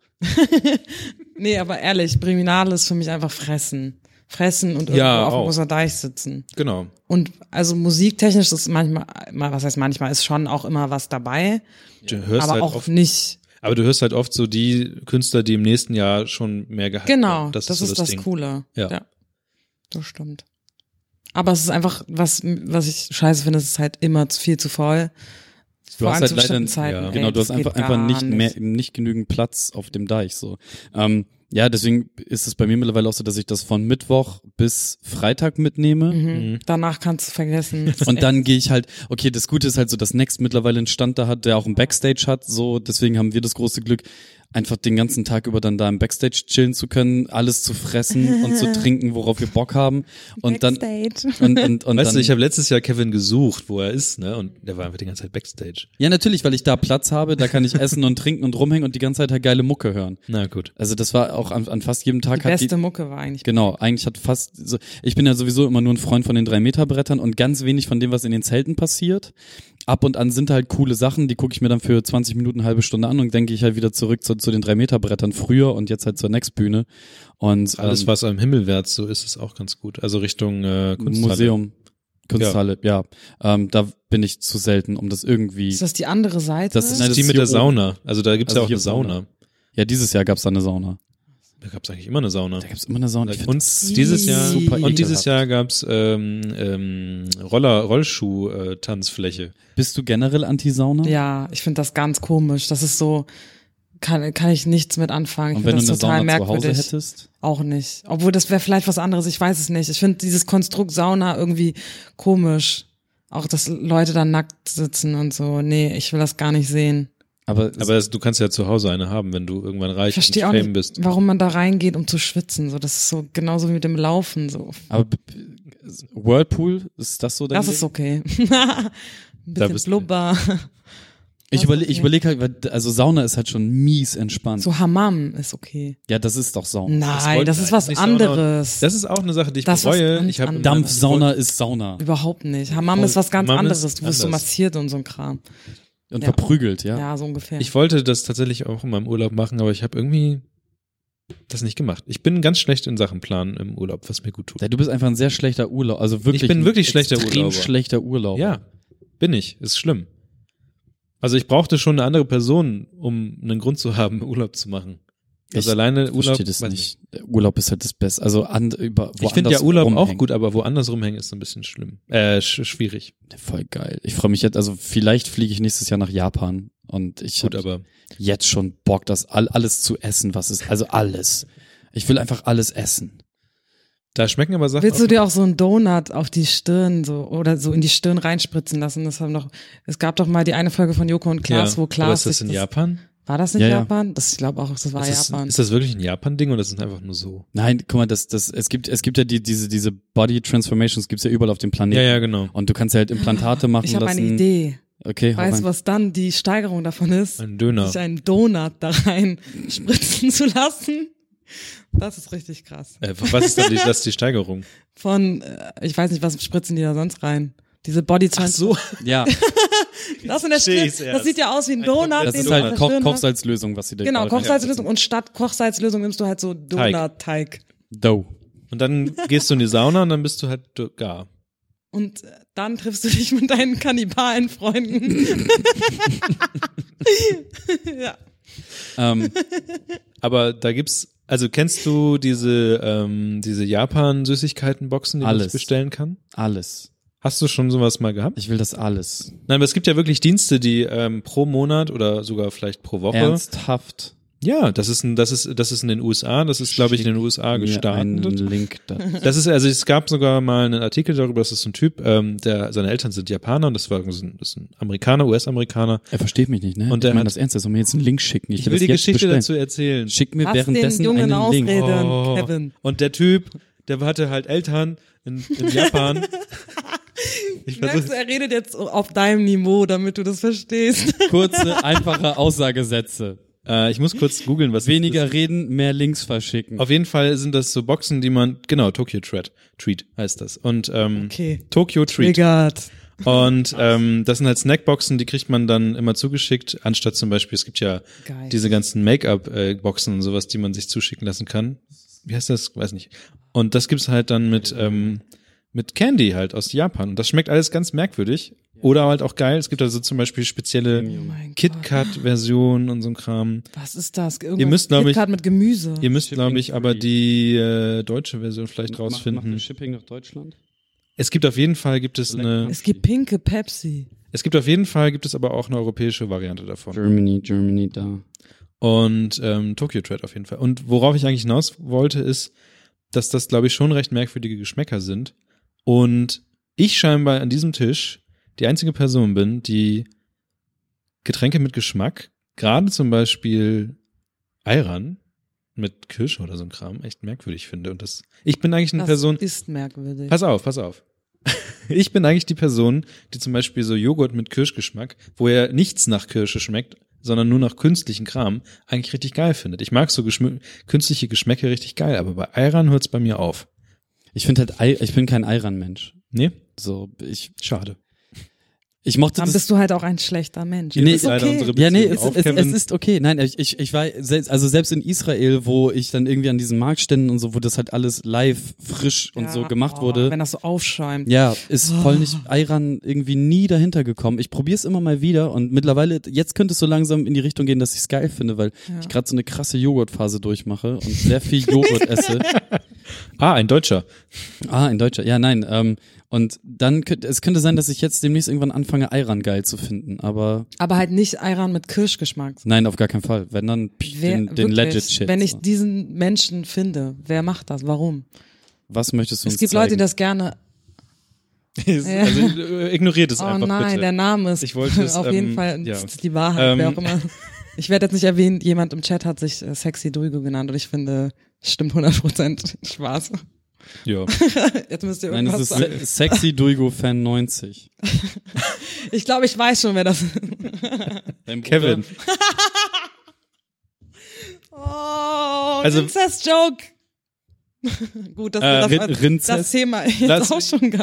[SPEAKER 3] Nee, aber ehrlich, Priminale ist für mich einfach fressen. Fressen und irgendwo
[SPEAKER 2] Ja,
[SPEAKER 3] auf
[SPEAKER 2] auch.
[SPEAKER 3] dem großer Deich sitzen.
[SPEAKER 2] Genau.
[SPEAKER 3] Und also musiktechnisch ist manchmal, mal, was heißt manchmal, ist schon auch immer was dabei,
[SPEAKER 2] Du hörst
[SPEAKER 3] aber
[SPEAKER 2] halt
[SPEAKER 3] auch
[SPEAKER 2] oft,
[SPEAKER 3] nicht.
[SPEAKER 2] aber du hörst halt oft so die Künstler, die im nächsten Jahr schon mehr gehalten
[SPEAKER 3] Genau,
[SPEAKER 2] haben.
[SPEAKER 3] das,
[SPEAKER 2] so
[SPEAKER 3] ist das,
[SPEAKER 2] Ding.
[SPEAKER 3] Coole.
[SPEAKER 2] Ja.
[SPEAKER 3] Das stimmt. Aber es ist einfach, was, was ich scheiße finde, es ist halt immer zu viel zu voll.
[SPEAKER 4] Du
[SPEAKER 3] Vor
[SPEAKER 4] hast
[SPEAKER 3] allem
[SPEAKER 4] halt leider,
[SPEAKER 3] zu bestimmten Zeiten,
[SPEAKER 4] ja.
[SPEAKER 3] ey,
[SPEAKER 4] genau, du
[SPEAKER 3] das
[SPEAKER 4] hast einfach,
[SPEAKER 3] geht
[SPEAKER 4] einfach
[SPEAKER 3] gar
[SPEAKER 4] nicht mehr,
[SPEAKER 3] nicht.
[SPEAKER 4] nicht genügend Platz auf dem Deich, so. Ähm, ja, deswegen ist es bei mir mittlerweile auch so, dass ich das von Mittwoch bis Freitag mitnehme.
[SPEAKER 3] Mhm. Danach kannst du vergessen.
[SPEAKER 4] Und dann gehe ich halt, okay, das Gute ist halt so, dass Next mittlerweile einen Stand da hat, der auch einen Backstage hat, so, deswegen haben wir das große Glück, einfach den ganzen Tag über dann da im Backstage chillen zu können, alles zu fressen und zu trinken, worauf wir Bock haben. Und dann,
[SPEAKER 3] Backstage.
[SPEAKER 4] und, und, und
[SPEAKER 2] Weißt
[SPEAKER 4] dann,
[SPEAKER 2] du, ich habe letztes Jahr Kevin gesucht, wo er ist, ne? Und der war einfach die ganze Zeit Backstage.
[SPEAKER 4] ja, natürlich, weil ich da Platz habe, da kann ich essen und trinken und rumhängen und die ganze Zeit halt geile Mucke hören.
[SPEAKER 2] Na gut.
[SPEAKER 4] Also das war auch an, an fast jedem
[SPEAKER 3] Die
[SPEAKER 4] Tag hat halt die,
[SPEAKER 3] beste Mucke war eigentlich.
[SPEAKER 4] Genau, eigentlich hat fast, so, ich bin ja sowieso immer nur ein Freund von den drei Meter Brettern und ganz wenig von dem, was in den Zelten passiert. Ab und an sind halt coole Sachen, die gucke ich mir dann für 20 Minuten, halbe Stunde an und denke ich halt wieder zurück zu, zu den drei Meter Brettern früher und jetzt halt zur Next-Bühne und
[SPEAKER 2] Alles,
[SPEAKER 4] ähm,
[SPEAKER 2] was am Himmel wärts, so ist es auch ganz gut. Also Richtung äh, Kunsthalle.
[SPEAKER 4] Museum, Kunsthalle, ja. Ähm, da bin ich zu selten, um das irgendwie.
[SPEAKER 3] Ist das die andere Seite?
[SPEAKER 4] Das ist
[SPEAKER 2] Das
[SPEAKER 4] Nein,
[SPEAKER 2] ist die
[SPEAKER 4] ist
[SPEAKER 2] mit
[SPEAKER 4] hier
[SPEAKER 2] der
[SPEAKER 4] oben.
[SPEAKER 2] Sauna. Also da gibt's
[SPEAKER 4] Also
[SPEAKER 2] ja auch
[SPEAKER 4] hier
[SPEAKER 2] eine Sauna.
[SPEAKER 4] ja, dieses Jahr gab's da eine Sauna.
[SPEAKER 2] Da gab's eigentlich immer eine Sauna.
[SPEAKER 4] Da gab's immer eine Sauna. Ich find
[SPEAKER 2] Und
[SPEAKER 4] das
[SPEAKER 2] dieses Jahr
[SPEAKER 4] super
[SPEAKER 2] und dieses
[SPEAKER 4] ekelhaft.
[SPEAKER 2] Jahr gab's ähm, ähm, Roller Rollschuh äh, Tanzfläche.
[SPEAKER 4] Bist du generell Anti-Sauna?
[SPEAKER 3] Ja, ich finde das ganz komisch. Das ist so, kann, kann ich nichts mit anfangen. Ich
[SPEAKER 4] Und wenn
[SPEAKER 3] finde
[SPEAKER 4] du
[SPEAKER 3] das
[SPEAKER 4] eine
[SPEAKER 3] total
[SPEAKER 4] Sauna zu Hause
[SPEAKER 3] merkwürdig.
[SPEAKER 4] hättest?
[SPEAKER 3] Auch nicht. Obwohl, das wäre vielleicht was anderes, ich weiß es nicht. Ich finde dieses Konstrukt Sauna irgendwie komisch. Auch, dass Leute da nackt sitzen und so. Nee, ich will das gar nicht sehen.
[SPEAKER 4] Aber,
[SPEAKER 2] Aber das, du kannst ja zu Hause eine haben, wenn du irgendwann
[SPEAKER 3] Ich
[SPEAKER 2] reich und
[SPEAKER 3] verstehe auch
[SPEAKER 2] fame
[SPEAKER 3] nicht,
[SPEAKER 2] bist.
[SPEAKER 3] warum man da reingeht, um zu schwitzen. So, das ist so genauso wie mit dem Laufen. So,
[SPEAKER 4] Aber b- b- Whirlpool, ist das so dein
[SPEAKER 3] das
[SPEAKER 4] Ding?
[SPEAKER 3] ist okay. Ein
[SPEAKER 2] Da
[SPEAKER 3] bisschen
[SPEAKER 2] bist du-
[SPEAKER 3] blubber.
[SPEAKER 4] Ich
[SPEAKER 3] Das ist
[SPEAKER 4] überlege ich
[SPEAKER 3] okay.
[SPEAKER 4] überleg halt, weil- also Sauna ist halt schon mies entspannt.
[SPEAKER 3] So Hammam ist okay.
[SPEAKER 4] Ja, das ist doch Sauna.
[SPEAKER 3] Nein,
[SPEAKER 2] wollte-
[SPEAKER 3] das ist was
[SPEAKER 2] nicht Sauna und-
[SPEAKER 3] anderes.
[SPEAKER 2] Das ist auch eine Sache, die ich
[SPEAKER 3] Das ist was
[SPEAKER 2] bereue.
[SPEAKER 3] ganz
[SPEAKER 2] Ich habe
[SPEAKER 3] anderes.
[SPEAKER 4] Dampfsauna ist Sauna.
[SPEAKER 3] Überhaupt nicht. Hammam ist was ganz
[SPEAKER 2] Hammam Oh, ist
[SPEAKER 3] anderes. Du wirst so
[SPEAKER 2] anders.
[SPEAKER 3] massiert und so ein Kram.
[SPEAKER 4] Und
[SPEAKER 3] Ja.
[SPEAKER 4] verprügelt, ja.
[SPEAKER 3] Ja, so ungefähr.
[SPEAKER 2] Ich wollte das tatsächlich auch in meinem Urlaub machen, aber ich habe irgendwie das nicht gemacht. Ich bin ganz schlecht in Sachen planen im Urlaub, was mir gut tut.
[SPEAKER 4] Ja, Du bist einfach ein sehr schlechter Urlaub. Also wirklich.
[SPEAKER 2] Ich bin
[SPEAKER 4] ein
[SPEAKER 2] wirklich schlechter
[SPEAKER 4] extrem
[SPEAKER 2] Urlauber.
[SPEAKER 4] schlechter Urlaub.
[SPEAKER 2] Ja, bin ich. Ist schlimm. Also ich brauchte schon eine andere Person, um einen Grund zu haben, Urlaub zu machen. Also
[SPEAKER 4] Ich
[SPEAKER 2] alleine
[SPEAKER 4] Ich
[SPEAKER 2] Urlaub.
[SPEAKER 4] verstehe das
[SPEAKER 2] weiß
[SPEAKER 4] nicht. Urlaub ist halt das Beste. Also an, über
[SPEAKER 2] Ich finde ja
[SPEAKER 4] woanders
[SPEAKER 2] Urlaub auch
[SPEAKER 4] rumhängen.
[SPEAKER 2] gut, aber woanders rumhängen ist ein bisschen schlimm. Äh, sch schwierig.
[SPEAKER 4] Voll geil. Ich freue mich jetzt, also vielleicht fliege ich nächstes Jahr nach Japan und ich
[SPEAKER 2] Gut,
[SPEAKER 4] hab
[SPEAKER 2] aber
[SPEAKER 4] jetzt schon Bock, das all, alles zu essen, was ist. Also alles. Ich will einfach alles essen.
[SPEAKER 2] da schmecken aber Sachen.
[SPEAKER 3] Willst du
[SPEAKER 2] auch-
[SPEAKER 3] dir auch so einen Donut auf die Stirn so oder so in die Stirn reinspritzen lassen? Das haben doch, es gab doch mal die eine Folge von Joko und Klaas,
[SPEAKER 2] ja.
[SPEAKER 3] wo
[SPEAKER 2] Aber
[SPEAKER 3] Klaas
[SPEAKER 2] ist das
[SPEAKER 3] sich
[SPEAKER 2] in
[SPEAKER 3] das-
[SPEAKER 2] Japan?
[SPEAKER 3] War das in
[SPEAKER 4] Ja, ja.
[SPEAKER 3] Japan? Das ich glaube auch, das war
[SPEAKER 2] ist, das,
[SPEAKER 3] Japan.
[SPEAKER 2] ist das wirklich ein Japan-Ding oder ist es einfach nur so?
[SPEAKER 4] Nein, guck mal, das, das, es gibt, es gibt ja die, diese, diese Body Transformations gibt's ja überall auf dem Planeten.
[SPEAKER 2] Ja, ja, genau.
[SPEAKER 4] Und du kannst ja halt Implantate machen
[SPEAKER 3] ich
[SPEAKER 4] lassen.
[SPEAKER 3] habe eine Idee.
[SPEAKER 4] Okay, hau
[SPEAKER 3] Weißt
[SPEAKER 4] rein.
[SPEAKER 3] du, was dann die Steigerung davon ist?
[SPEAKER 2] Ein Döner.
[SPEAKER 3] Sich einen Donut da rein spritzen zu lassen. Das ist richtig krass.
[SPEAKER 2] Äh, was ist da die, das ist die Steigerung?
[SPEAKER 3] Von, äh, ich weiß nicht, was spritzen die da sonst rein? Diese Body
[SPEAKER 2] so.
[SPEAKER 4] Ja,
[SPEAKER 3] Das, in der Stirn,
[SPEAKER 2] Versteh's erst.
[SPEAKER 3] das sieht ja aus wie ein
[SPEAKER 2] Ein
[SPEAKER 3] Donut.
[SPEAKER 4] das
[SPEAKER 3] den
[SPEAKER 4] ist
[SPEAKER 3] du auf
[SPEAKER 4] halt
[SPEAKER 3] der
[SPEAKER 4] Koch,
[SPEAKER 3] Stirn hast.
[SPEAKER 4] Kochsalzlösung, was sie da
[SPEAKER 3] Genau,
[SPEAKER 4] gerade-
[SPEAKER 3] Kochsalzlösung. Und statt Kochsalzlösung nimmst du halt so Donut-Teig.
[SPEAKER 4] Dough.
[SPEAKER 2] Und dann gehst du in die Sauna und dann bist du halt d- gar.
[SPEAKER 3] Und äh, dann triffst du dich mit deinen Kannibalenfreunden. ja.
[SPEAKER 4] Ähm,
[SPEAKER 2] Aber da gibt's, also kennst du diese, ähm, diese Japan-Süßigkeiten-Boxen, die man
[SPEAKER 4] Alles.
[SPEAKER 2] sich bestellen kann?
[SPEAKER 4] alles.
[SPEAKER 2] Hast du schon sowas mal gehabt?
[SPEAKER 4] Ich will das alles.
[SPEAKER 2] Nein, aber es gibt ja wirklich Dienste, die ähm, pro Monat oder sogar vielleicht pro Woche.
[SPEAKER 4] Ernsthaft.
[SPEAKER 2] Ja, das ist ein, das ist, das ist in den USA, das ist, glaube ich, in den USA
[SPEAKER 4] Mir einen
[SPEAKER 2] gestartet.
[SPEAKER 4] Link dazu.
[SPEAKER 2] Das ist, also es gab sogar mal einen Artikel darüber, das ist so ein Typ, ähm, der, seine Eltern sind Japaner und das war so ein, das ist ein Amerikaner, US-Amerikaner.
[SPEAKER 4] Er versteht mich nicht, ne?
[SPEAKER 2] Und
[SPEAKER 4] ich
[SPEAKER 2] er
[SPEAKER 4] meine
[SPEAKER 2] hat-
[SPEAKER 4] das ernst, er soll mir jetzt einen Link schicken. Ich,
[SPEAKER 2] Ich
[SPEAKER 4] will
[SPEAKER 2] will
[SPEAKER 4] das
[SPEAKER 2] die
[SPEAKER 4] jetzt
[SPEAKER 2] Geschichte
[SPEAKER 4] bestellen.
[SPEAKER 2] dazu erzählen.
[SPEAKER 4] Schick mir
[SPEAKER 3] Lass
[SPEAKER 4] währenddessen
[SPEAKER 3] den Jungen
[SPEAKER 4] einen Link.
[SPEAKER 3] ausreden. Reden, Kevin.
[SPEAKER 2] Oh. Und der Typ, der hatte halt Eltern in, in Japan. Ich
[SPEAKER 3] Merkst,
[SPEAKER 2] versuch,
[SPEAKER 3] du, er redet jetzt auf deinem Niveau, damit du das verstehst.
[SPEAKER 4] Kurze, einfache Aussagesätze.
[SPEAKER 2] äh, ich muss kurz googeln, was das
[SPEAKER 4] Weniger
[SPEAKER 2] ist.
[SPEAKER 4] reden, mehr Links verschicken.
[SPEAKER 2] Auf jeden Fall sind das so Boxen, die man genau Tokyo Treat Treat heißt das und ähm,
[SPEAKER 3] Okay.
[SPEAKER 2] Tokyo Treat
[SPEAKER 3] Egal.
[SPEAKER 2] und ähm, das sind halt Snackboxen, die kriegt man dann immer zugeschickt, anstatt zum Beispiel es gibt ja
[SPEAKER 3] Geil.
[SPEAKER 2] diese ganzen Make-up-Boxen und sowas, die man sich zuschicken lassen kann. Wie heißt das? Weiß nicht. Und das gibt's halt dann mit, ähm, mit Candy halt aus Japan. Und das schmeckt alles ganz merkwürdig. Oder halt auch geil. Es gibt also zum Beispiel spezielle
[SPEAKER 3] Oh mein
[SPEAKER 2] KitKat-Versionen und so ein Kram.
[SPEAKER 3] Was ist das? Irgendwas
[SPEAKER 2] Ihr müsst, glaub ich-
[SPEAKER 3] KitKat mit Gemüse.
[SPEAKER 2] Ihr müsst, glaube ich,
[SPEAKER 4] Shipping
[SPEAKER 2] aber
[SPEAKER 4] free.
[SPEAKER 2] die äh, deutsche Version vielleicht
[SPEAKER 4] Macht
[SPEAKER 2] rausfinden.
[SPEAKER 4] ein Shipping nach Deutschland?
[SPEAKER 2] Es gibt auf jeden Fall gibt es eine.
[SPEAKER 3] es gibt pinke Pepsi.
[SPEAKER 2] Es gibt auf jeden Fall gibt es aber auch eine europäische Variante davon.
[SPEAKER 4] Germany, Germany, da.
[SPEAKER 2] Und ähm, Tokyo Tread auf jeden Fall. Und worauf ich eigentlich hinaus wollte, ist, dass das, glaube ich, schon recht merkwürdige Geschmäcker sind. Und ich scheinbar an diesem Tisch die einzige Person bin, die Getränke mit Geschmack, gerade zum Beispiel Ayran mit Kirsche oder so ein Kram, echt merkwürdig finde. Und das, ich bin eigentlich eine
[SPEAKER 3] Das
[SPEAKER 2] Person,
[SPEAKER 3] ist merkwürdig.
[SPEAKER 2] Pass auf, pass auf. Ich bin eigentlich die Person, die zum Beispiel so Joghurt mit Kirschgeschmack, wo ja nichts nach Kirsche schmeckt, sondern nur nach künstlichen Kram, eigentlich richtig geil findet. Ich mag so geschm künstliche Geschmäcke richtig geil, aber bei Ayran hört's bei mir auf.
[SPEAKER 4] Ich finde halt, Ei- ich bin kein Eiran-Mensch.
[SPEAKER 2] Nee?
[SPEAKER 4] So, ich,
[SPEAKER 2] Schade.
[SPEAKER 4] ich mochte
[SPEAKER 3] Dann
[SPEAKER 4] das.
[SPEAKER 3] bist du halt auch ein schlechter Mensch.
[SPEAKER 4] Nee,
[SPEAKER 3] ist
[SPEAKER 4] ist
[SPEAKER 2] leider
[SPEAKER 3] okay.
[SPEAKER 2] unsere
[SPEAKER 4] ja, nee,
[SPEAKER 2] Beziehung
[SPEAKER 4] es,
[SPEAKER 2] auf,
[SPEAKER 4] es,
[SPEAKER 2] Kevin.
[SPEAKER 4] es ist okay. Nein, ich, ich, ich war, selbst, also selbst in Israel, wo ich dann irgendwie an diesen Marktständen und so, wo das halt alles live, frisch und
[SPEAKER 3] Ja,
[SPEAKER 4] so gemacht
[SPEAKER 3] oh,
[SPEAKER 4] wurde.
[SPEAKER 3] Wenn das so aufschäumt.
[SPEAKER 4] Ja, ist
[SPEAKER 3] Ah.
[SPEAKER 4] voll nicht Ayran irgendwie nie dahinter gekommen. Ich probier's immer mal wieder und mittlerweile, jetzt könnte es so langsam in die Richtung gehen, dass ich's geil finde, weil ich gerade so eine krasse Joghurtphase durchmache und sehr viel Joghurt esse.
[SPEAKER 2] Ah, ein Deutscher.
[SPEAKER 4] Ah, in Deutscher. Ja, nein. Ähm, und dann könnte es könnte sein, dass ich jetzt demnächst irgendwann anfange, Ayran geil zu finden. Aber
[SPEAKER 3] Aber halt nicht Ayran mit Kirschgeschmack.
[SPEAKER 4] nein, auf gar keinen Fall. Wenn dann pff,
[SPEAKER 3] Wer-
[SPEAKER 4] den, den
[SPEAKER 3] wirklich,
[SPEAKER 4] legit Shit.
[SPEAKER 3] Wenn ich
[SPEAKER 4] so.
[SPEAKER 3] diesen Menschen finde, wer macht das? Warum?
[SPEAKER 4] Was möchtest du
[SPEAKER 3] Es
[SPEAKER 4] uns
[SPEAKER 3] gibt
[SPEAKER 4] zeigen?
[SPEAKER 3] Leute, die das gerne.
[SPEAKER 2] also äh, ignoriert es
[SPEAKER 3] Oh
[SPEAKER 2] einfach
[SPEAKER 3] nein,
[SPEAKER 2] bitte.
[SPEAKER 3] der Name ist
[SPEAKER 2] Ich wollte es,
[SPEAKER 3] auf jeden
[SPEAKER 2] ähm,
[SPEAKER 3] Fall
[SPEAKER 2] ja.
[SPEAKER 3] ist die Wahrheit, wer
[SPEAKER 2] Ähm.
[SPEAKER 3] auch immer. Ich werde jetzt nicht erwähnt, jemand im Chat hat sich äh, Sexy Dulgo genannt und ich finde, stimmt 100% Spaß.
[SPEAKER 2] ja.
[SPEAKER 3] Jetzt müsst ihr
[SPEAKER 4] Nein,
[SPEAKER 3] irgendwas
[SPEAKER 4] das ist
[SPEAKER 3] sagen.
[SPEAKER 4] Se Sexy Duigo Fan 90.
[SPEAKER 3] Ich glaube, ich weiß schon, wer das ist.
[SPEAKER 4] Dein Bruder?
[SPEAKER 2] Kevin.
[SPEAKER 3] Oh,
[SPEAKER 2] Also-
[SPEAKER 3] also, Inzest-Joke. Gut, dass
[SPEAKER 4] Äh,
[SPEAKER 3] wir das,
[SPEAKER 4] Rin
[SPEAKER 3] das Thema jetzt
[SPEAKER 2] Lass-
[SPEAKER 3] auch schon ge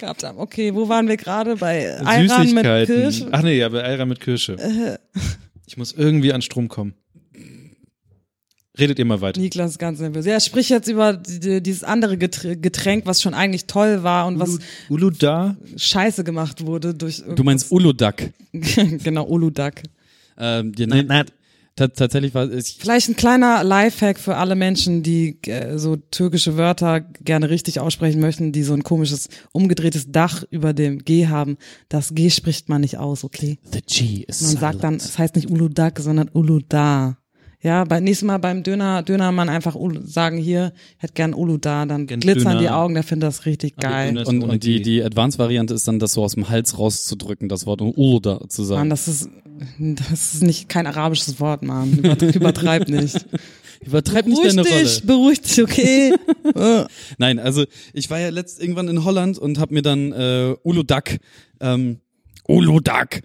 [SPEAKER 3] gehabt haben. Okay, wo waren wir gerade? Bei Ayran mit Kirsch? Äh.
[SPEAKER 2] Süßigkeiten. Ach nee, aber Ayran mit Kirsche. Ich muss irgendwie an Strom kommen. Redet ihr mal weiter.
[SPEAKER 3] Niklas ist ganz nervös. Ja, sprich jetzt über die, die, dieses andere Getr- Getränk, was schon eigentlich toll war und was
[SPEAKER 2] Uluda?
[SPEAKER 3] scheiße gemacht wurde durch
[SPEAKER 4] Du meinst Uludak.
[SPEAKER 3] irgend- genau Uludak.
[SPEAKER 4] Ähm, ja, nein, nein. Ta tatsächlich war es.
[SPEAKER 3] Vielleicht ein kleiner Lifehack für alle Menschen, die äh, so türkische Wörter gerne richtig aussprechen möchten, die so ein komisches umgedrehtes Dach über dem G haben. Das G spricht man nicht aus, okay?
[SPEAKER 4] The G is
[SPEAKER 3] Man sagt dann, es heißt nicht Uludak, sondern Uluda. Ja, beim nächsten Mal beim Döner, Dönermann einfach Ulu- sagen hier, ich hätte gern Uluda, dann
[SPEAKER 2] Gern
[SPEAKER 3] glitzern die
[SPEAKER 2] Döner.
[SPEAKER 3] Augen, der findet das richtig
[SPEAKER 2] Aber
[SPEAKER 3] geil.
[SPEAKER 2] Döner ist
[SPEAKER 4] und,
[SPEAKER 2] ohne
[SPEAKER 4] und die,
[SPEAKER 2] G.
[SPEAKER 4] die Advanced-Variante ist dann, das so aus dem Hals rauszudrücken, das Wort Uluda zu
[SPEAKER 3] Mann,
[SPEAKER 4] sagen.
[SPEAKER 3] das ist, das ist nicht kein arabisches Wort, Mann. Übert- Übertreib nicht.
[SPEAKER 4] Übertreib nicht
[SPEAKER 3] Beruhig
[SPEAKER 4] deine Rolle.
[SPEAKER 3] dich, beruhig dich, okay? Äh,
[SPEAKER 4] Nein, also ich war ja letzt irgendwann in Holland und habe mir dann äh, Uludak, ähm, Uludak,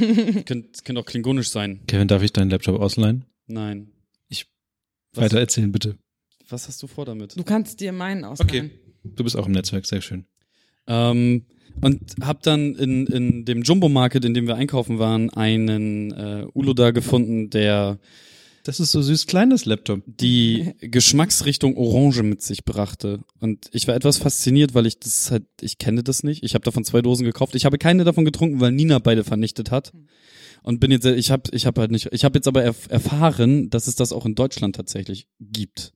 [SPEAKER 4] könnte könnt auch klingonisch sein.
[SPEAKER 2] Kevin, darf ich deinen Laptop ausleihen?
[SPEAKER 4] Nein. Ich, was,
[SPEAKER 2] Weiter erzählen, bitte.
[SPEAKER 4] was hast du vor damit?
[SPEAKER 3] du kannst dir meinen ausleihen.
[SPEAKER 2] Du bist auch im Netzwerk, sehr schön.
[SPEAKER 4] Ähm, und habe dann in, in dem Jumbo Market, in dem wir einkaufen waren, einen äh, Uluda gefunden, der
[SPEAKER 2] Das ist so süß kleines Laptop.
[SPEAKER 4] die Geschmacksrichtung Orange mit sich brachte. Und ich war etwas fasziniert, weil ich das halt, ich kenne das nicht. Ich habe davon zwei Dosen gekauft. Ich habe keine davon getrunken, weil Nina beide vernichtet hat.
[SPEAKER 3] Hm.
[SPEAKER 4] Und bin jetzt, ich habe, ich habe halt nicht, ich habe jetzt aber erf erfahren, dass es das auch in Deutschland tatsächlich gibt.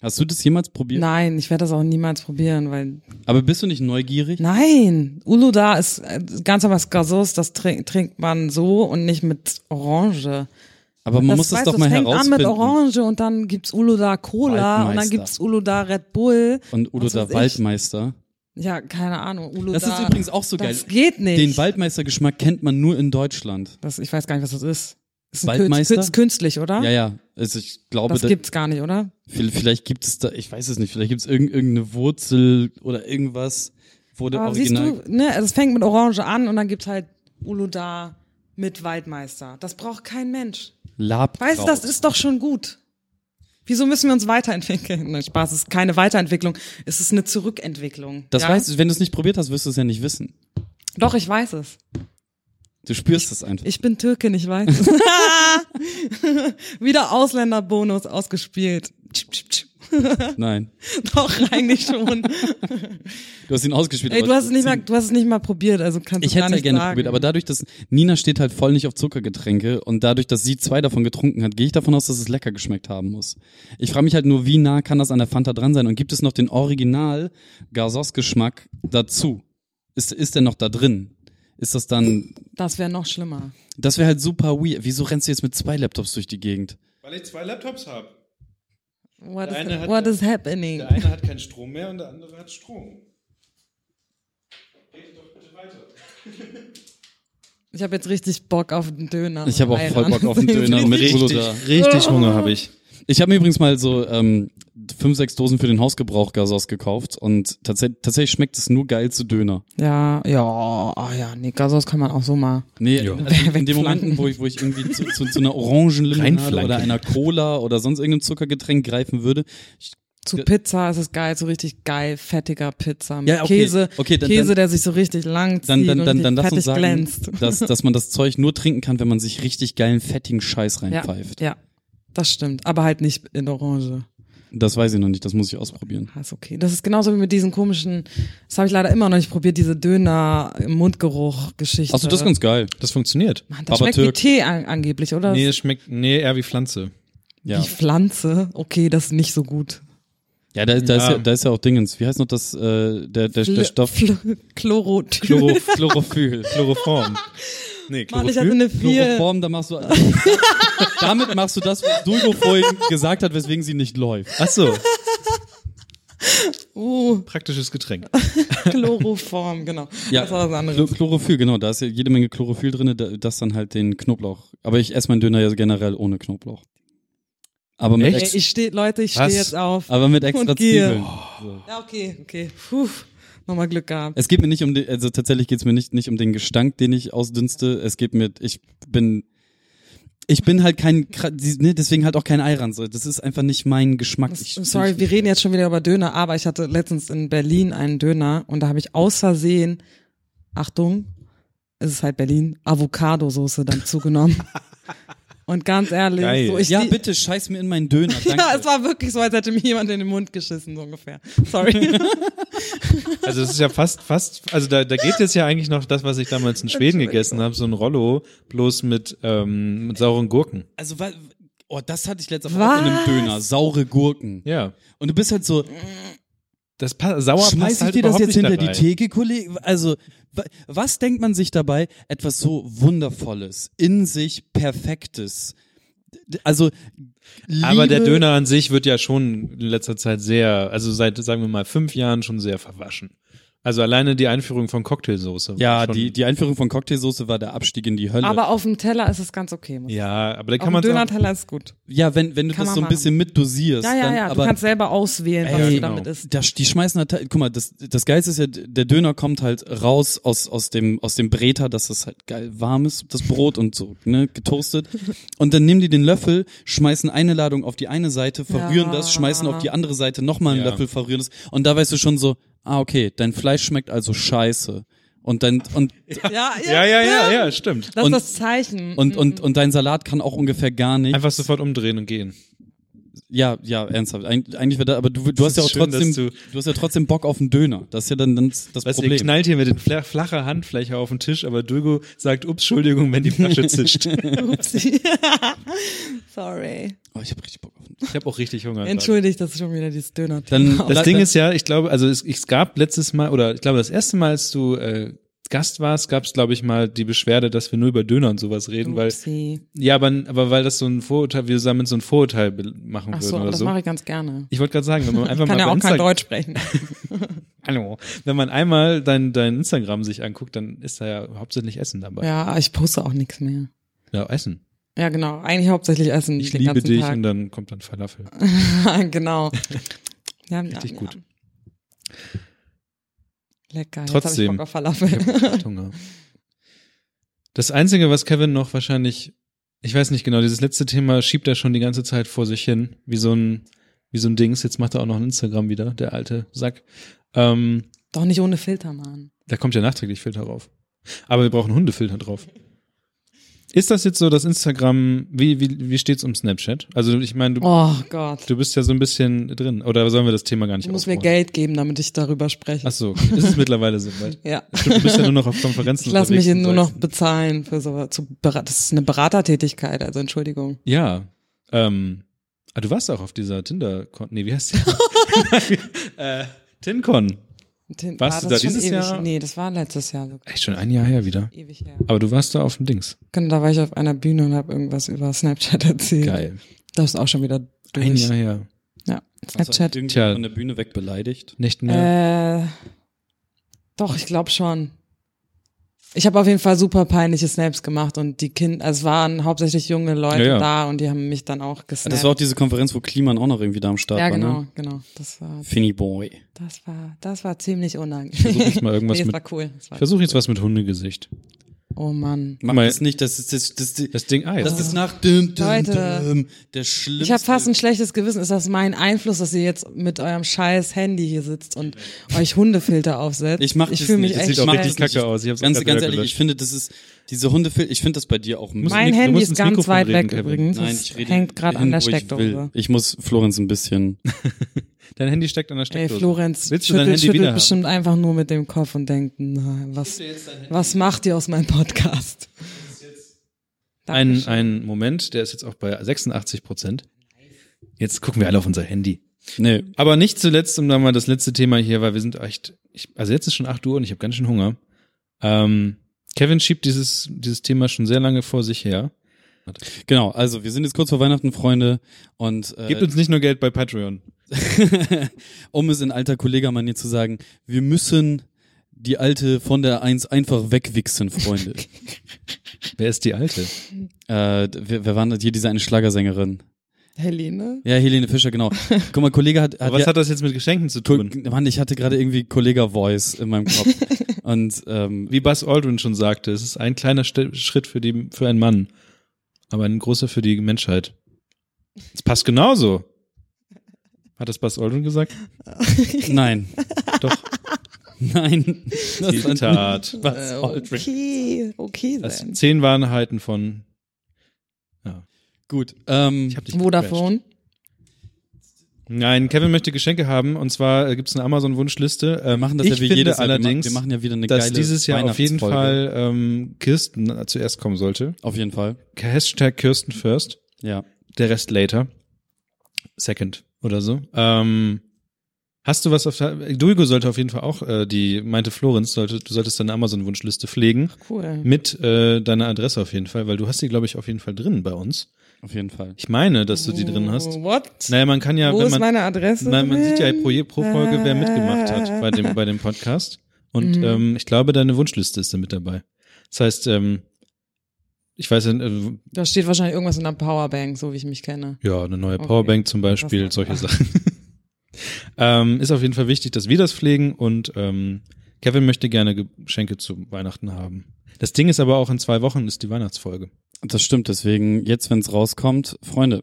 [SPEAKER 4] Hast du das jemals probiert?
[SPEAKER 3] Nein, ich werde das auch niemals probieren, weil
[SPEAKER 4] Aber bist du nicht neugierig?
[SPEAKER 3] nein, Ulu da ist äh, ganz anders Gasos, das trink, trinkt man so und nicht mit Orange.
[SPEAKER 4] Aber man
[SPEAKER 3] das
[SPEAKER 4] muss es
[SPEAKER 3] weißt
[SPEAKER 4] doch
[SPEAKER 3] du,
[SPEAKER 4] mal
[SPEAKER 3] fängt an mit
[SPEAKER 4] herausfinden.
[SPEAKER 3] Orange und dann gibt's Ulu da Cola und dann
[SPEAKER 4] Waldmeister.
[SPEAKER 3] gibt's Ulu da Red Bull.
[SPEAKER 4] Und Udo
[SPEAKER 3] Was
[SPEAKER 4] der
[SPEAKER 3] weiß ich.
[SPEAKER 4] Waldmeister.
[SPEAKER 3] Ja, keine Ahnung, Ulu
[SPEAKER 4] Das
[SPEAKER 3] da.
[SPEAKER 4] ist übrigens auch so geil.
[SPEAKER 3] das geht nicht.
[SPEAKER 4] Den Waldmeistergeschmack kennt man nur in Deutschland.
[SPEAKER 3] das, ich weiß gar nicht, was das ist. Ist ein
[SPEAKER 4] Waldmeister?
[SPEAKER 3] Künst, Künst- künstlich, oder?
[SPEAKER 4] Ja, ja. Also ich glaube,
[SPEAKER 3] Das
[SPEAKER 4] da,
[SPEAKER 3] gibt's gar nicht, oder?
[SPEAKER 4] Viel- Vielleicht gibt es da, ich weiß es nicht, vielleicht gibt es irgend, irgendeine Wurzel oder irgendwas, wo der
[SPEAKER 3] Aber siehst
[SPEAKER 4] Original.
[SPEAKER 3] du, ne, also es fängt mit Orange an und dann gibt's halt Ulu da mit Waldmeister. Das braucht kein Mensch.
[SPEAKER 4] Labkraut.
[SPEAKER 3] Weißt du, das ist doch schon gut. Wieso müssen wir uns weiterentwickeln? Nein, Spaß, es ist keine Weiterentwicklung, es ist eine Zurückentwicklung.
[SPEAKER 4] Das
[SPEAKER 3] ja?
[SPEAKER 4] weißt du, wenn du es nicht probiert hast, wirst du es ja nicht wissen.
[SPEAKER 3] Doch, ich weiß es.
[SPEAKER 4] Du spürst es einfach.
[SPEAKER 3] Ich bin Türkin, ich weiß es. Wieder Ausländerbonus ausgespielt. Tschip, tschip, tschip.
[SPEAKER 4] Nein.
[SPEAKER 3] Doch, eigentlich schon.
[SPEAKER 4] Du hast ihn ausgespielt.
[SPEAKER 3] Ey,
[SPEAKER 4] aber
[SPEAKER 3] du hast es nicht mal,
[SPEAKER 4] ziemlich-
[SPEAKER 3] du hast es nicht mal probiert, also kannst
[SPEAKER 4] Ich
[SPEAKER 3] du gar
[SPEAKER 4] hätte ja
[SPEAKER 3] nicht
[SPEAKER 4] gerne
[SPEAKER 3] sagen.
[SPEAKER 4] probiert, aber dadurch, dass Nina steht halt voll nicht auf Zuckergetränke und dadurch, dass sie zwei davon getrunken hat, gehe ich davon aus, dass es lecker geschmeckt haben muss. Ich frage mich halt nur, wie nah kann das an der Fanta dran sein und gibt es noch den Original Gasos-Geschmack dazu? Ist, ist der noch da drin? Ist das dann
[SPEAKER 3] das wäre noch schlimmer.
[SPEAKER 4] Das wäre halt super weird. Wieso rennst du jetzt mit zwei Laptops durch die Gegend?
[SPEAKER 2] Weil ich zwei Laptops habe.
[SPEAKER 3] What
[SPEAKER 2] Der eine
[SPEAKER 3] is,
[SPEAKER 2] hat-
[SPEAKER 3] what is
[SPEAKER 4] Hm.
[SPEAKER 3] happening?
[SPEAKER 2] Der eine hat keinen Strom mehr und der andere hat Strom. Geht doch bitte weiter.
[SPEAKER 3] Ich habe jetzt richtig Bock auf einen Döner.
[SPEAKER 4] Ich habe auch voll Bock auf einen
[SPEAKER 3] Einen
[SPEAKER 4] Döner mit Rulo da.
[SPEAKER 2] richtig Genau, Hunger habe ich.
[SPEAKER 4] Ich habe mir übrigens mal so ähm, fünf, sechs Dosen für den Hausgebrauch Gasos gekauft und tatsächlich, tatsächlich schmeckt es nur geil zu Döner.
[SPEAKER 3] Ja, ja, ah ja, nee, Gasos kann man auch so mal.
[SPEAKER 4] Nee,
[SPEAKER 2] Ja.
[SPEAKER 4] also in den Momenten, wo ich, wo ich irgendwie zu, zu, zu einer Orangenlimonade
[SPEAKER 2] Reinflanken.
[SPEAKER 4] oder einer Cola oder sonst irgendeinem Zuckergetränk greifen würde. Ich,
[SPEAKER 3] Zu
[SPEAKER 4] Ja.
[SPEAKER 3] Pizza ist es geil, so richtig geil, fettiger Pizza mit
[SPEAKER 4] Ja, okay.
[SPEAKER 3] Käse,
[SPEAKER 4] Okay, dann-
[SPEAKER 3] Käse,
[SPEAKER 4] dann-
[SPEAKER 3] der sich so richtig lang zieht
[SPEAKER 4] dann, dann, dann,
[SPEAKER 3] und
[SPEAKER 4] dann lass
[SPEAKER 3] fettig
[SPEAKER 4] uns sagen,
[SPEAKER 3] glänzt.
[SPEAKER 4] dass, dass man das Zeug nur trinken kann, wenn man sich richtig geilen, fettigen Scheiß
[SPEAKER 3] Ja,
[SPEAKER 4] reinpfeift.
[SPEAKER 3] ja, das stimmt, aber halt nicht in Orange.
[SPEAKER 4] Das weiß ich noch nicht, das muss ich ausprobieren.
[SPEAKER 3] Ah, ist okay. Das ist genauso wie mit diesen komischen, das habe ich leider immer noch nicht probiert, diese Döner-Mundgeruch-Geschichte.
[SPEAKER 4] Achso, das ist ganz geil.
[SPEAKER 2] Das funktioniert.
[SPEAKER 3] Mann, das
[SPEAKER 4] aber
[SPEAKER 3] schmeckt
[SPEAKER 4] Türk.
[SPEAKER 3] wie Tee an, angeblich, oder?
[SPEAKER 2] Nee, es schmeckt nee, eher wie Pflanze.
[SPEAKER 4] Ja.
[SPEAKER 3] Die Pflanze, okay, das ist nicht so gut.
[SPEAKER 4] Ja, da, da, Ist
[SPEAKER 2] Ja.
[SPEAKER 4] ja, da ist ja auch Dingens. Wie heißt noch das, äh, der, der, der
[SPEAKER 3] Fl-
[SPEAKER 4] Stoff?
[SPEAKER 3] Fl- Chlorotyp.
[SPEAKER 4] Chloro, Chlorophyll.
[SPEAKER 2] Chloroform. Nee,
[SPEAKER 3] Mann, ich hatte
[SPEAKER 2] Chlorophyll.
[SPEAKER 3] eine vier.
[SPEAKER 4] Chloroform, da machst du, damit machst du das, was Dulgo vorhin gesagt hat, weswegen sie nicht läuft.
[SPEAKER 2] Ach so,
[SPEAKER 3] Uh,
[SPEAKER 2] praktisches Getränk.
[SPEAKER 3] Chloroform, genau.
[SPEAKER 4] Ja.
[SPEAKER 3] Das war was
[SPEAKER 4] Chlo-
[SPEAKER 3] anderes.
[SPEAKER 4] Chlorophyll, genau, da ist ja jede Menge Chlorophyll drinne, da- das dann halt den Knoblauch. Aber ich esse meinen Döner ja generell ohne Knoblauch. Aber mit,
[SPEAKER 2] Echt?
[SPEAKER 3] Ey,
[SPEAKER 4] ex
[SPEAKER 3] ich stehe, Leute, ich stehe
[SPEAKER 2] Was?
[SPEAKER 3] jetzt auf.
[SPEAKER 4] aber mit extra
[SPEAKER 3] Und Gier.
[SPEAKER 4] Zwiebeln.
[SPEAKER 3] Ja, okay, okay. Puh, nochmal Glück gehabt.
[SPEAKER 4] Es geht mir nicht um den, also tatsächlich geht es mir nicht, nicht um den Gestank, den ich ausdünste. Es geht mir, ich bin, ich bin halt kein, Kra- die- ne, deswegen halt auch kein Eiran. So, das ist einfach nicht mein Geschmack. Ich,
[SPEAKER 3] I'm sorry,
[SPEAKER 4] ich,
[SPEAKER 3] wir reden jetzt schon wieder über Döner, aber ich hatte letztens in Berlin einen Döner und da habe ich aus Versehen, Achtung, es ist halt Berlin, Avocado-Soße dann zugenommen. und ganz ehrlich,
[SPEAKER 2] Geil.
[SPEAKER 3] so ich
[SPEAKER 4] ja,
[SPEAKER 3] lie-
[SPEAKER 4] bitte scheiß mir in meinen Döner. Danke.
[SPEAKER 3] ja, also- es war wirklich so, als hätte mir jemand in den Mund geschissen, so ungefähr. Sorry.
[SPEAKER 2] Also das ist ja fast, fast, also da, da geht jetzt ja eigentlich noch das, was ich damals in Schweden gegessen habe, so ein Rollo, bloß mit, ähm, mit sauren Gurken.
[SPEAKER 4] also, weil, oh, das hatte ich letztes
[SPEAKER 3] Was?
[SPEAKER 4] Mal in einem Döner. Saure Gurken.
[SPEAKER 2] Ja.
[SPEAKER 4] Und du bist halt so,
[SPEAKER 2] Das pa sauer
[SPEAKER 4] schmeiß
[SPEAKER 2] passt
[SPEAKER 4] ich
[SPEAKER 2] halt
[SPEAKER 4] dir das
[SPEAKER 2] überhaupt
[SPEAKER 4] jetzt
[SPEAKER 2] nicht
[SPEAKER 4] hinter
[SPEAKER 2] da
[SPEAKER 4] die
[SPEAKER 2] rein.
[SPEAKER 4] Theke, Kollege? Also, wa- was denkt man sich dabei? Etwas so Wundervolles, in sich Perfektes. D- Also, Liebe,
[SPEAKER 2] Aber der Döner an sich wird ja schon in letzter Zeit sehr, also seit, sagen wir mal, fünf Jahren schon sehr verwaschen. Also alleine die Einführung von Cocktailsoße. war
[SPEAKER 4] Ja,
[SPEAKER 2] schon,
[SPEAKER 4] die, die Einführung von Cocktailsoße war der Abstieg in die Hölle.
[SPEAKER 3] aber auf dem Teller ist es ganz okay. Muss
[SPEAKER 2] Ja, aber da kann
[SPEAKER 3] Auf dem
[SPEAKER 2] man sagen,
[SPEAKER 3] Döner-Teller ist gut.
[SPEAKER 4] ja, wenn, wenn du
[SPEAKER 3] Kann
[SPEAKER 4] das
[SPEAKER 3] man
[SPEAKER 4] so ein
[SPEAKER 3] machen.
[SPEAKER 4] bisschen mitdosierst,
[SPEAKER 3] Ja, ja,
[SPEAKER 4] dann,
[SPEAKER 3] ja, du
[SPEAKER 4] aber
[SPEAKER 3] kannst selber auswählen, was
[SPEAKER 2] Ey,
[SPEAKER 3] du
[SPEAKER 2] genau.
[SPEAKER 3] damit isst.
[SPEAKER 4] da, die schmeißen halt, guck mal, das, das Geilste ist ja, der Döner kommt halt raus aus, aus dem, aus dem Breter, dass es halt geil warm ist, das Brot und so, ne, getoastet. Und dann nehmen die den Löffel, schmeißen eine Ladung auf die eine Seite, verrühren
[SPEAKER 3] Ja.
[SPEAKER 4] das, schmeißen auf die andere Seite nochmal einen
[SPEAKER 2] Ja.
[SPEAKER 4] Löffel, verrühren das. Und da weißt du schon so, ah, okay, dein Fleisch schmeckt also scheiße. Und dein, und,
[SPEAKER 3] Ja,
[SPEAKER 2] Ja, ja, ja, ja, stimmt.
[SPEAKER 3] Das
[SPEAKER 4] Und-
[SPEAKER 3] ist das Zeichen.
[SPEAKER 4] und, und, und dein Salat kann auch ungefähr gar nicht.
[SPEAKER 2] Einfach sofort umdrehen und gehen.
[SPEAKER 4] Ja, ja, ernsthaft. Eig eigentlich wäre da, aber du, du hast ja
[SPEAKER 2] ist
[SPEAKER 4] auch
[SPEAKER 2] schön,
[SPEAKER 4] trotzdem,
[SPEAKER 2] dass
[SPEAKER 4] du,
[SPEAKER 2] du-
[SPEAKER 4] hast ja trotzdem Bock auf einen Döner. Das ist ja dann, dann das
[SPEAKER 2] Weißt du, ihr
[SPEAKER 4] Problem.
[SPEAKER 2] knallt hier mit den fla- flacher Handfläche auf den Tisch, aber Dulgo sagt, ups, Entschuldigung, wenn die Flasche zischt.
[SPEAKER 3] Upsi. Sorry.
[SPEAKER 4] oh, ich habe richtig Bock auf einen.
[SPEAKER 2] Ich habe auch richtig Hunger. gerade.
[SPEAKER 3] Entschuldigt, das ist schon wieder dieses döner
[SPEAKER 4] Dann,
[SPEAKER 2] Das
[SPEAKER 4] la-
[SPEAKER 2] Ding
[SPEAKER 4] la-
[SPEAKER 2] ist ja, ich glaube, also es, es gab letztes Mal, oder ich glaube, das erste Mal, als du äh, Gast warst, gab es, glaube ich, mal die Beschwerde, dass wir nur über Döner und sowas reden, weil,
[SPEAKER 3] Upsi.
[SPEAKER 2] ja, aber, aber weil das so ein Vorurteil, wir damit so ein Vorurteil be- machen
[SPEAKER 3] Ach
[SPEAKER 2] würden
[SPEAKER 3] so, aber
[SPEAKER 2] oder
[SPEAKER 3] das
[SPEAKER 2] so.
[SPEAKER 3] mache ich ganz gerne.
[SPEAKER 2] Ich wollte gerade sagen, wenn man einfach
[SPEAKER 3] Ich kann
[SPEAKER 2] mal
[SPEAKER 3] ja
[SPEAKER 2] bei
[SPEAKER 3] auch kein
[SPEAKER 2] Insta-
[SPEAKER 3] Deutsch sprechen.
[SPEAKER 2] Hallo. Wenn man einmal dein, dein Instagram sich anguckt, dann ist da ja hauptsächlich Essen dabei.
[SPEAKER 3] ja, aber ich poste auch nichts mehr.
[SPEAKER 2] Ja, Essen.
[SPEAKER 3] Ja, genau. Eigentlich hauptsächlich essen.
[SPEAKER 2] Ich
[SPEAKER 3] den
[SPEAKER 2] liebe
[SPEAKER 3] ganzen
[SPEAKER 2] dich
[SPEAKER 3] Tag.
[SPEAKER 2] und dann kommt dann Falafel.
[SPEAKER 3] genau. Ja,
[SPEAKER 2] Richtig
[SPEAKER 3] ja,
[SPEAKER 2] gut.
[SPEAKER 3] Ja. Lecker.
[SPEAKER 2] Trotzdem.
[SPEAKER 3] Jetzt hab ich Bock auf Falafel.
[SPEAKER 2] Ich hab Hunger. Das Einzige, was Kevin noch wahrscheinlich, ich weiß nicht genau, dieses letzte Thema schiebt er schon die ganze Zeit vor sich hin, wie so ein, wie so ein Dings. Jetzt macht er auch noch ein Instagram wieder, der alte Sack. Ähm,
[SPEAKER 3] Doch nicht ohne Filter, Mann.
[SPEAKER 2] da kommt ja nachträglich Filter drauf. Aber wir brauchen Hundefilter drauf. Ist das jetzt so, dass Instagram, wie, wie, wie steht's um Snapchat? Also ich meine, du,
[SPEAKER 3] Oh Gott.
[SPEAKER 2] du bist ja so ein bisschen drin. Oder sollen wir das Thema gar nicht
[SPEAKER 3] Du musst mir
[SPEAKER 2] aufmachen?
[SPEAKER 3] Geld geben, damit ich darüber spreche.
[SPEAKER 2] Ach so, ist es mittlerweile soweit?
[SPEAKER 3] Ja.
[SPEAKER 2] Stimmt, du bist ja nur noch auf Konferenzen
[SPEAKER 3] Ich lasse mich
[SPEAKER 2] unterwegs
[SPEAKER 3] nur
[SPEAKER 2] und
[SPEAKER 3] noch
[SPEAKER 2] sagst-
[SPEAKER 3] bezahlen für so zu Berat das ist eine Beratertätigkeit, also Entschuldigung.
[SPEAKER 2] Ja. Ähm, ah, du warst auch auf dieser Tinder Con nee, wie heißt die? äh, TinCon.
[SPEAKER 3] Den,
[SPEAKER 2] Warst du
[SPEAKER 3] das
[SPEAKER 2] da
[SPEAKER 3] schon
[SPEAKER 2] dieses
[SPEAKER 3] ewig?
[SPEAKER 2] Jahr?
[SPEAKER 3] Nee, das war letztes Jahr sogar.
[SPEAKER 2] Echt schon ein Jahr her wieder.
[SPEAKER 3] Ewig her.
[SPEAKER 2] Aber du warst da auf dem Dings.
[SPEAKER 3] Genau, da war ich auf einer Bühne und habe irgendwas über Snapchat erzählt.
[SPEAKER 2] Geil.
[SPEAKER 3] Das ist auch schon wieder durch.
[SPEAKER 2] Ein Jahr Also, her.
[SPEAKER 3] Ja,
[SPEAKER 4] Hast du
[SPEAKER 3] Snapchat.
[SPEAKER 4] irgendwie
[SPEAKER 2] Tja.
[SPEAKER 4] von der Bühne weg beleidigt.
[SPEAKER 2] Nicht mehr.
[SPEAKER 3] Äh, doch, ich glaube schon. Ich habe auf jeden Fall super peinliche Snaps gemacht und die Kinder, also es waren hauptsächlich junge Leute
[SPEAKER 2] Ja, ja.
[SPEAKER 3] da und die haben mich dann auch
[SPEAKER 4] Ja,
[SPEAKER 3] gesnappt.
[SPEAKER 4] Das war auch diese Konferenz, wo Kliman auch noch irgendwie da am Start
[SPEAKER 3] ja,
[SPEAKER 4] war,
[SPEAKER 3] genau,
[SPEAKER 4] ne?
[SPEAKER 3] genau. Das war,
[SPEAKER 4] Finny Boy.
[SPEAKER 3] das war, das war ziemlich
[SPEAKER 2] Ich versuche
[SPEAKER 3] unangenehm.
[SPEAKER 2] jetzt mal irgendwas
[SPEAKER 3] nee, das
[SPEAKER 2] mit.
[SPEAKER 3] war cool. Das
[SPEAKER 2] Ich
[SPEAKER 3] war,
[SPEAKER 2] versuche jetzt was mit Hundegesicht.
[SPEAKER 3] oh Mann.
[SPEAKER 4] Mach
[SPEAKER 2] Mal-
[SPEAKER 4] das nicht, das ist, das, das, das,
[SPEAKER 2] Das Ding, ah,
[SPEAKER 4] das
[SPEAKER 2] jetzt.
[SPEAKER 4] ist nach düm, düm,
[SPEAKER 3] Leute.
[SPEAKER 4] düm, der schlimmste.
[SPEAKER 3] Ich habe fast ein schlechtes Gewissen. Ist das mein Einfluss, dass ihr jetzt mit eurem scheiß Handy hier sitzt und euch Hundefilter aufsetzt?
[SPEAKER 4] Ich mach
[SPEAKER 3] ich
[SPEAKER 4] das
[SPEAKER 3] fühl
[SPEAKER 4] nicht.
[SPEAKER 3] mich
[SPEAKER 4] Das
[SPEAKER 3] echt
[SPEAKER 4] sieht auch
[SPEAKER 2] mach
[SPEAKER 3] scheiße.
[SPEAKER 2] richtig
[SPEAKER 4] das nicht.
[SPEAKER 2] kacke aus. Ich hab's
[SPEAKER 4] ganz,
[SPEAKER 2] gerade
[SPEAKER 4] ganz
[SPEAKER 2] wieder
[SPEAKER 4] ehrlich,
[SPEAKER 2] gelöscht.
[SPEAKER 4] ich finde, das ist, diese Hundefilter, ich finde das bei dir auch
[SPEAKER 3] Mein
[SPEAKER 2] Nick, du
[SPEAKER 3] Handy
[SPEAKER 2] musst
[SPEAKER 3] ist
[SPEAKER 2] ins
[SPEAKER 3] ganz
[SPEAKER 2] Mikrofon
[SPEAKER 3] weit
[SPEAKER 2] reden,
[SPEAKER 3] weg
[SPEAKER 2] Kevin.
[SPEAKER 3] übrigens.
[SPEAKER 4] Nein,
[SPEAKER 3] Das
[SPEAKER 4] ich rede
[SPEAKER 3] hängt gerade an
[SPEAKER 4] hin,
[SPEAKER 3] der
[SPEAKER 4] wo ich
[SPEAKER 3] Steckdose.
[SPEAKER 4] will. Ich muss Florenz ein bisschen.
[SPEAKER 2] Dein Handy steckt an der
[SPEAKER 3] Ey,
[SPEAKER 2] Steckdose.
[SPEAKER 3] Florenz
[SPEAKER 2] Willst du dein Handy
[SPEAKER 3] schüttelt,
[SPEAKER 2] wieder
[SPEAKER 3] schüttelt
[SPEAKER 2] haben?
[SPEAKER 3] bestimmt einfach nur mit dem Kopf und denkt, na, was, was macht ihr aus meinem Podcast?
[SPEAKER 2] Ein, ein Moment, der ist jetzt auch bei 86 Prozent. Jetzt gucken wir alle auf unser Handy.
[SPEAKER 4] Nee,
[SPEAKER 2] Aber nicht zuletzt, um da mal das letzte Thema hier, weil wir sind echt, ich, also jetzt ist schon 8 Uhr und ich habe ganz schön Hunger. Ähm, Kevin schiebt dieses, dieses Thema schon sehr lange vor sich her.
[SPEAKER 4] genau. Also, wir sind jetzt kurz vor Weihnachten, Freunde. Und, äh,
[SPEAKER 2] Gibt uns nicht nur Geld bei Patreon.
[SPEAKER 4] um es in alter Kollegamanier zu sagen, wir müssen die alte von der Eins einfach wegwichsen, Freunde.
[SPEAKER 2] Wer ist die Alte?
[SPEAKER 4] äh, d- wer, wer war denn hier diese eine Schlagersängerin?
[SPEAKER 3] Helene?
[SPEAKER 4] Ja, Helene Fischer, genau. Guck mal, Kollege hat, hat
[SPEAKER 2] Aber was
[SPEAKER 4] ja,
[SPEAKER 2] hat das jetzt mit Geschenken zu
[SPEAKER 4] Ko-
[SPEAKER 2] tun?
[SPEAKER 4] Mann, ich hatte gerade irgendwie Kollega Voice in meinem Kopf. Und ähm,
[SPEAKER 2] Wie Buzz Aldrin schon sagte, es ist ein kleiner St Schritt für, die, für einen Mann, aber ein großer für die Menschheit. Es passt genauso. Hat das Buzz Aldrin gesagt?
[SPEAKER 4] nein,
[SPEAKER 2] Doch,
[SPEAKER 4] nein. Das war-
[SPEAKER 2] Zitat.
[SPEAKER 4] Buzz Aldrin.
[SPEAKER 3] okay, okay
[SPEAKER 2] Das
[SPEAKER 3] dann.
[SPEAKER 2] zehn Wahrheiten von. Ja.
[SPEAKER 4] Gut. Ähm,
[SPEAKER 2] Ich hab dich gecrashed.
[SPEAKER 3] Vodafone?
[SPEAKER 2] Nein, Kevin möchte Geschenke haben und zwar äh, gibt's eine Amazon-Wunschliste. Ähm,
[SPEAKER 4] wir machen das
[SPEAKER 2] ich
[SPEAKER 4] ja wie
[SPEAKER 2] finde
[SPEAKER 4] jedes Jahr. Wir machen-
[SPEAKER 2] allerdings,
[SPEAKER 4] wir machen ja wieder eine
[SPEAKER 2] dass
[SPEAKER 4] geile
[SPEAKER 2] dieses Jahr auf jeden
[SPEAKER 4] Weihnachtsfolge.
[SPEAKER 2] Fall ähm, Kirsten äh, zuerst kommen sollte.
[SPEAKER 4] Auf jeden Fall.
[SPEAKER 2] Hashtag Kirsten first,
[SPEAKER 4] Ja.
[SPEAKER 2] der Rest later. Second oder so. Ähm, hast du was auf der. Duigo sollte auf jeden Fall auch, äh, die meinte Florenz, sollte, du solltest deine Amazon-Wunschliste pflegen.
[SPEAKER 3] Cool.
[SPEAKER 2] Mit äh, deiner Adresse auf jeden Fall, weil du hast die, glaube ich, auf jeden Fall drin bei uns.
[SPEAKER 4] Auf jeden Fall.
[SPEAKER 2] Ich meine, dass du die drin hast.
[SPEAKER 3] What?
[SPEAKER 2] Naja, man kann ja,
[SPEAKER 3] Wo
[SPEAKER 2] wenn
[SPEAKER 3] ist
[SPEAKER 2] man.
[SPEAKER 3] meine Adresse?
[SPEAKER 2] Man, man sieht ja
[SPEAKER 3] drin?
[SPEAKER 2] pro, je- pro Folge, wer mitgemacht hat bei dem, bei dem Podcast. Und
[SPEAKER 3] Mhm.
[SPEAKER 2] ähm, ich glaube, deine Wunschliste ist da mit dabei. Das heißt, ähm, ich weiß, nicht, äh,
[SPEAKER 3] Da steht wahrscheinlich irgendwas in der Powerbank, so wie ich mich kenne.
[SPEAKER 2] ja, eine neue
[SPEAKER 3] Okay.
[SPEAKER 2] Powerbank zum Beispiel,
[SPEAKER 3] Das-
[SPEAKER 2] solche Sachen. ähm, ist auf jeden Fall wichtig, dass wir das pflegen und ähm, Kevin möchte gerne Geschenke zu Weihnachten haben. Das Ding ist aber auch, in zwei Wochen ist die Weihnachtsfolge.
[SPEAKER 4] Das stimmt, deswegen, jetzt, wenn's rauskommt, Freunde.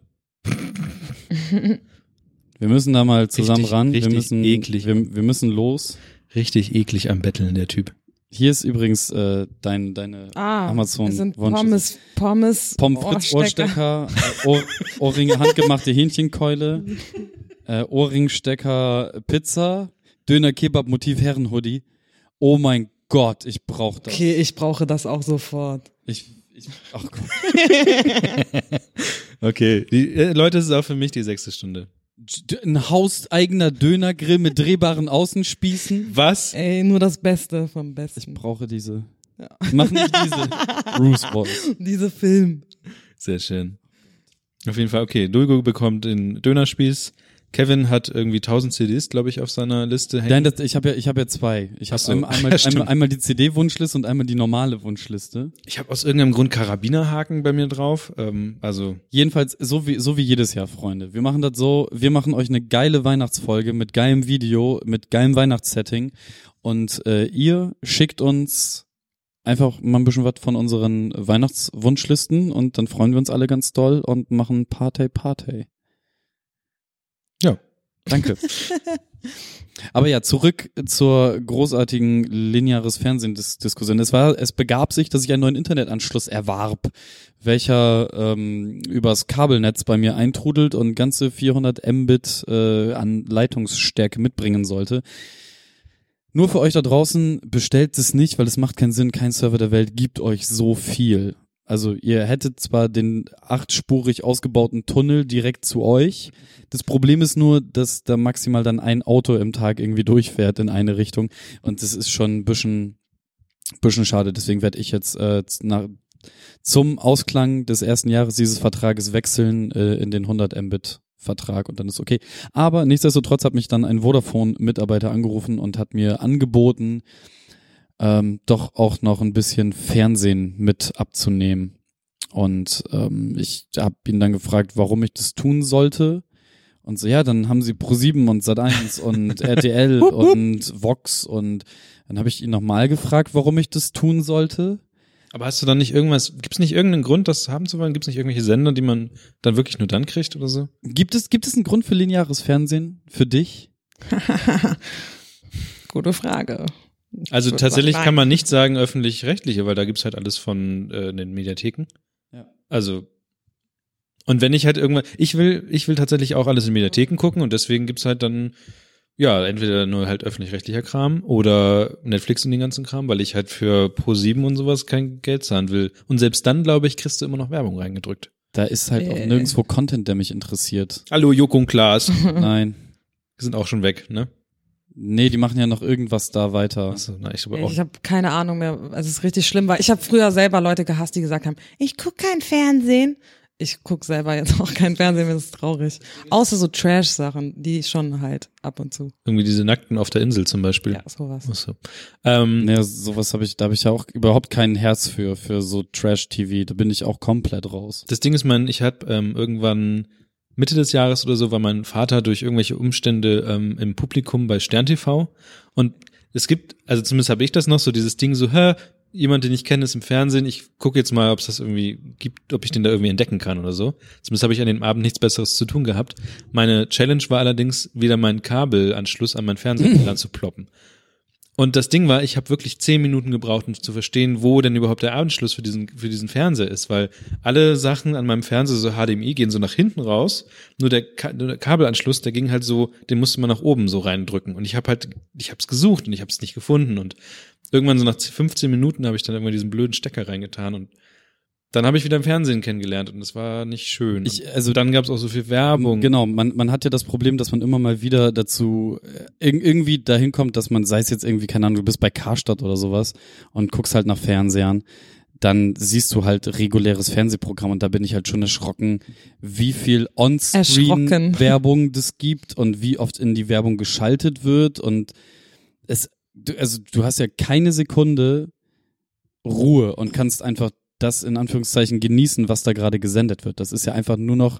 [SPEAKER 4] wir müssen da mal zusammen
[SPEAKER 2] Richtig,
[SPEAKER 4] ran.
[SPEAKER 2] richtig
[SPEAKER 4] wir müssen,
[SPEAKER 2] eklig.
[SPEAKER 4] Wir, wir müssen los.
[SPEAKER 2] Richtig eklig am Betteln, der Typ.
[SPEAKER 4] Hier ist übrigens äh, dein, deine
[SPEAKER 3] Ah,
[SPEAKER 4] Amazon.
[SPEAKER 3] es sind
[SPEAKER 4] Wunsch.
[SPEAKER 3] Pommes, Pommes,
[SPEAKER 4] Pommes Fritz
[SPEAKER 3] Ohrstecker.
[SPEAKER 4] Ohrstecker, äh, Ohr, Ohrringe, handgemachte Hähnchenkeule, äh, Ohrringstecker, äh, Pizza, Döner Kebab Motiv Herrenhoodie. Oh mein Gott, ich brauche das.
[SPEAKER 3] Okay, ich brauche das auch sofort.
[SPEAKER 4] Ich, ich, ach Gott.
[SPEAKER 2] Okay. Die, äh, Leute, es ist auch für mich die sechste Stunde.
[SPEAKER 4] D- Ein hauseigener Dönergrill mit drehbaren Außenspießen.
[SPEAKER 2] Was?
[SPEAKER 3] Ey, nur das Beste vom
[SPEAKER 4] Ich
[SPEAKER 3] Besten.
[SPEAKER 4] brauche diese. Mach nicht diese. Bruce Boys.
[SPEAKER 3] Diese Film.
[SPEAKER 2] Sehr schön. Auf jeden Fall, okay. Lugo bekommt den Dönerspieß. Kevin hat irgendwie 1000 CDs, glaube ich, auf seiner Liste hängen.
[SPEAKER 4] Nein, das, ich habe ja, ich habe ja zwei. Ich habe
[SPEAKER 2] so.
[SPEAKER 4] einmal,
[SPEAKER 2] Ja,
[SPEAKER 4] einmal,
[SPEAKER 2] stimmt.
[SPEAKER 4] einmal, einmal die CD-Wunschliste und einmal die normale Wunschliste.
[SPEAKER 2] Ich habe aus irgendeinem Grund Karabinerhaken bei mir drauf. Ähm, also
[SPEAKER 4] Jedenfalls, so wie, so wie jedes Jahr, Freunde. Wir machen das so, wir machen euch eine geile Weihnachtsfolge mit geilem Video, mit geilem Weihnachtssetting. Und äh, ihr schickt uns einfach mal ein bisschen was von unseren Weihnachtswunschlisten und dann freuen wir uns alle ganz doll und machen Partei Partei.
[SPEAKER 2] Ja.
[SPEAKER 4] Danke. Aber ja, zurück zur großartigen lineares Fernsehen-Diskussion. Es war, es begab sich, dass ich einen neuen Internetanschluss erwarb welcher ähm, übers Kabelnetz bei mir eintrudelt und ganze 400 Mbit äh, an Leitungsstärke mitbringen sollte. Nur für euch da draußen, bestellt es nicht, weil es macht keinen Sinn, kein Server der Welt gibt euch so viel. Also ihr hättet zwar den achtspurig ausgebauten Tunnel direkt zu euch. Das Problem ist nur, dass da maximal dann ein Auto im Tag irgendwie durchfährt in eine Richtung. Und das ist schon ein bisschen, bisschen schade. Deswegen werde ich jetzt äh, z- nach, zum Ausklang des ersten Jahres dieses Vertrages wechseln äh, in den 100 Mbit Vertrag und dann ist okay. Aber nichtsdestotrotz hat mich dann ein Vodafone-Mitarbeiter angerufen und hat mir angeboten, ähm, doch auch noch ein bisschen Fernsehen mit abzunehmen. Und ähm, ich habe ihn dann gefragt, warum ich das tun sollte. Und so, ja, dann haben sie Pro7 und Sat1 und RTL und Vox und dann habe ich ihn nochmal gefragt, warum ich das tun sollte.
[SPEAKER 2] Aber hast du dann nicht irgendwas, gibt es nicht irgendeinen Grund, das haben zu wollen? Gibt es nicht irgendwelche Sender, die man dann wirklich nur dann kriegt oder so?
[SPEAKER 4] Gibt es, gibt es einen Grund für lineares Fernsehen? Für dich?
[SPEAKER 3] Gute Frage. Ich
[SPEAKER 2] Also
[SPEAKER 3] würd
[SPEAKER 2] tatsächlich
[SPEAKER 3] sagen,
[SPEAKER 2] kann man nicht sagen öffentlich-rechtliche, weil da gibt's halt alles von äh, den Mediatheken.
[SPEAKER 4] Ja.
[SPEAKER 2] Also und wenn ich halt irgendwann, ich will, ich will tatsächlich auch alles in Mediatheken gucken und deswegen gibt's halt dann ja entweder nur halt öffentlich-rechtlicher Kram oder Netflix und den ganzen Kram, weil ich halt für Pro 7 und sowas kein Geld zahlen will. Und selbst dann glaube ich, kriegst du immer noch Werbung reingedrückt.
[SPEAKER 4] Da ist halt auch
[SPEAKER 3] Äh.
[SPEAKER 4] nirgendwo Content, der mich interessiert.
[SPEAKER 2] Hallo Joko und Klaas, die
[SPEAKER 4] Nein.
[SPEAKER 2] sind auch schon weg, ne?
[SPEAKER 4] Nee, die machen ja noch irgendwas da weiter.
[SPEAKER 2] Achso, Also, na ich glaube
[SPEAKER 3] nein.
[SPEAKER 2] auch.
[SPEAKER 3] Ich habe keine Ahnung mehr. Also es ist richtig schlimm, weil ich habe früher selber Leute gehasst, die gesagt haben, ich guck kein Fernsehen. Ich guck selber jetzt auch kein Fernsehen, mir ist traurig. Außer so Trash-Sachen, die schon halt ab und zu.
[SPEAKER 2] Irgendwie diese Nackten auf der Insel zum Beispiel.
[SPEAKER 3] Ja, sowas.
[SPEAKER 2] Achso. Ähm,
[SPEAKER 4] Nee, sowas habe ich, da habe ich ja auch überhaupt kein Herz für, für so Trash-TV. Da bin ich auch komplett raus.
[SPEAKER 2] Das Ding ist, mein, ich hab ähm, irgendwann Mitte des Jahres oder so war mein Vater durch irgendwelche Umstände ähm, im Publikum bei Stern TV und es gibt, also zumindest habe ich das noch so dieses Ding so, hä, jemand, den ich kenne, ist im Fernsehen. Ich gucke jetzt mal, ob es das irgendwie gibt, ob ich den da irgendwie entdecken kann oder so. Zumindest habe ich an dem Abend nichts Besseres zu tun gehabt. Meine Challenge war allerdings, wieder meinen Kabelanschluss an meinen Fernseher zu ploppen. Und das Ding war, ich habe wirklich zehn Minuten gebraucht, um zu verstehen, wo denn überhaupt der Anschluss für diesen, für diesen Fernseher ist, weil alle Sachen an meinem Fernseher, so HDMI, gehen so nach hinten raus, nur der, Ka nur der Kabelanschluss, der ging halt so, den musste man nach oben so reindrücken. Und ich habe halt, ich habe es gesucht und ich habe es nicht gefunden. Und irgendwann so nach 15 Minuten habe ich dann irgendwann diesen blöden Stecker reingetan und dann habe ich wieder im Fernsehen kennengelernt und es war nicht schön.
[SPEAKER 4] Ich-
[SPEAKER 2] Und
[SPEAKER 4] also-
[SPEAKER 2] dann gab es auch so viel Werbung.
[SPEAKER 4] Genau, man, man hat ja das Problem, dass man immer mal wieder dazu äh, irg irgendwie dahin kommt, dass man, sei es jetzt irgendwie, keine Ahnung, du bist bei Karstadt oder sowas und guckst halt nach Fernsehern, dann siehst du halt reguläres Fernsehprogramm und da bin ich halt schon erschrocken, wie viel
[SPEAKER 3] Erschrocken.
[SPEAKER 4] On-Screen-Werbung das gibt und wie oft in die Werbung geschaltet wird und es, du, also du hast ja keine Sekunde Ruhe und kannst einfach das in Anführungszeichen genießen, was da gerade gesendet wird. Das ist ja einfach nur noch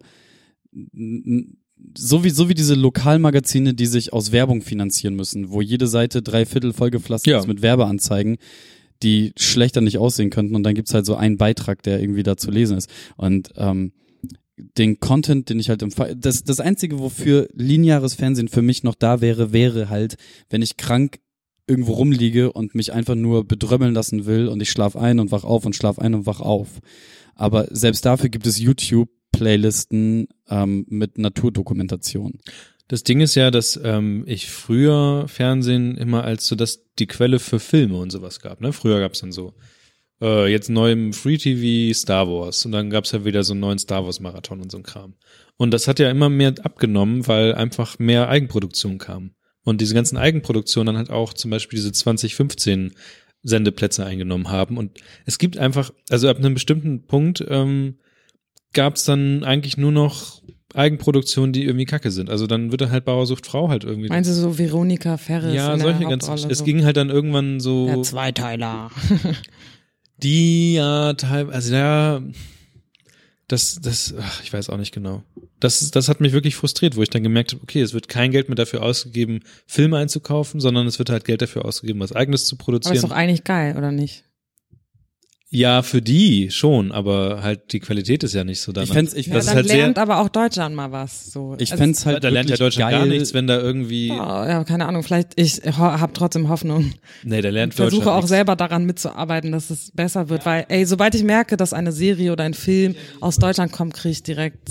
[SPEAKER 4] n- n- so wie, so wie diese Lokalmagazine, die sich aus Werbung finanzieren müssen, wo jede Seite drei Viertel vollgepflastert
[SPEAKER 2] Ja.
[SPEAKER 4] ist mit Werbeanzeigen, die schlechter nicht aussehen könnten und dann gibt's halt so einen Beitrag, der irgendwie da zu lesen ist. Und ähm, den Content, den ich halt im Fall, das, das Einzige, wofür lineares Fernsehen für mich noch da wäre, wäre halt, wenn ich krank irgendwo rumliege und mich einfach nur bedrömmeln lassen will und ich schlaf ein und wach auf und schlaf ein und wach auf. Aber selbst dafür gibt es YouTube-Playlisten ähm, mit Naturdokumentation.
[SPEAKER 2] Das Ding ist ja, dass ähm, ich früher Fernsehen immer als so das die Quelle für Filme und sowas gab. Ne? Früher gab's dann so. Äh, jetzt neu im Free TV Star Wars und dann gab's ja wieder so einen neuen Star Wars Marathon und so ein Kram. Und das hat ja immer mehr abgenommen, weil einfach mehr Eigenproduktion kam. Und diese ganzen Eigenproduktionen dann halt auch zum Beispiel diese 2015 Sendeplätze eingenommen haben. Und es gibt einfach, also ab einem bestimmten Punkt ähm, gab's dann eigentlich nur noch Eigenproduktionen, die irgendwie kacke sind. Also dann wird dann halt Bauersucht Frau halt irgendwie.
[SPEAKER 3] Meinst du so Veronika Ferris?
[SPEAKER 2] ja,
[SPEAKER 3] in
[SPEAKER 2] solche
[SPEAKER 3] der
[SPEAKER 2] ganzen.
[SPEAKER 3] Hauptrolle,
[SPEAKER 2] Es
[SPEAKER 3] so.
[SPEAKER 2] ging halt dann irgendwann so.
[SPEAKER 3] Der Zweiteiler.
[SPEAKER 2] Die ja teil, also ja, das, das, ach, ich weiß auch nicht genau. Das, das hat mich wirklich frustriert, wo ich dann gemerkt habe, okay, es wird kein Geld mehr dafür ausgegeben, Filme einzukaufen, sondern es wird halt Geld dafür ausgegeben, was eigenes zu
[SPEAKER 3] Aber ist doch
[SPEAKER 2] produzieren.
[SPEAKER 3] eigentlich geil, oder nicht?
[SPEAKER 2] Ja, für die schon, aber halt die Qualität ist ja nicht so da.
[SPEAKER 4] Ich fänd's, ich,
[SPEAKER 2] Das
[SPEAKER 4] fänd's,
[SPEAKER 2] ist
[SPEAKER 3] dann
[SPEAKER 2] halt sehr-
[SPEAKER 3] lernt aber auch Deutschland mal was. So.
[SPEAKER 4] ich
[SPEAKER 3] Also-
[SPEAKER 4] fänd's halt
[SPEAKER 2] da lernt ja
[SPEAKER 4] wirklich
[SPEAKER 2] Deutschland
[SPEAKER 4] geil.
[SPEAKER 2] gar nichts, wenn da irgendwie,
[SPEAKER 3] Ja, ja, keine Ahnung, vielleicht, ich ho- hab trotzdem Hoffnung.
[SPEAKER 2] nee, da lernt
[SPEAKER 3] Ich versuche
[SPEAKER 2] Deutschland
[SPEAKER 3] auch
[SPEAKER 2] nichts.
[SPEAKER 3] selber daran mitzuarbeiten, dass es besser wird, weil, ey, sobald ich merke, dass eine Serie oder ein Film aus Deutschland kommt, kriege ich direkt,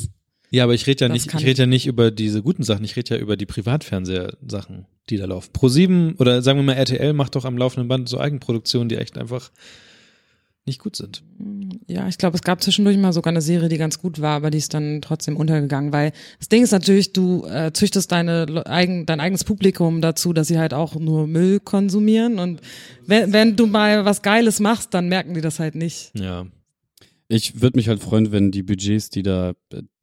[SPEAKER 2] Ja, aber ich rede ja
[SPEAKER 3] Das
[SPEAKER 2] nicht,
[SPEAKER 3] kann
[SPEAKER 2] ich rede ja nicht über diese guten Sachen, ich rede ja über die Privatfernsehsachen, die da laufen. Pro7 oder sagen wir mal RTL macht doch am laufenden Band so Eigenproduktionen, die echt einfach nicht gut sind.
[SPEAKER 3] ja, ich glaube, es gab zwischendurch mal sogar eine Serie, die ganz gut war, aber die ist dann trotzdem untergegangen, weil das Ding ist natürlich, du äh, züchtest deine Le- eigen, dein eigenes Publikum dazu, dass sie halt auch nur Müll konsumieren und wenn, wenn du mal was Geiles machst, dann merken die das halt nicht.
[SPEAKER 2] Ja.
[SPEAKER 4] Ich würde mich halt freuen, wenn die Budgets, die da,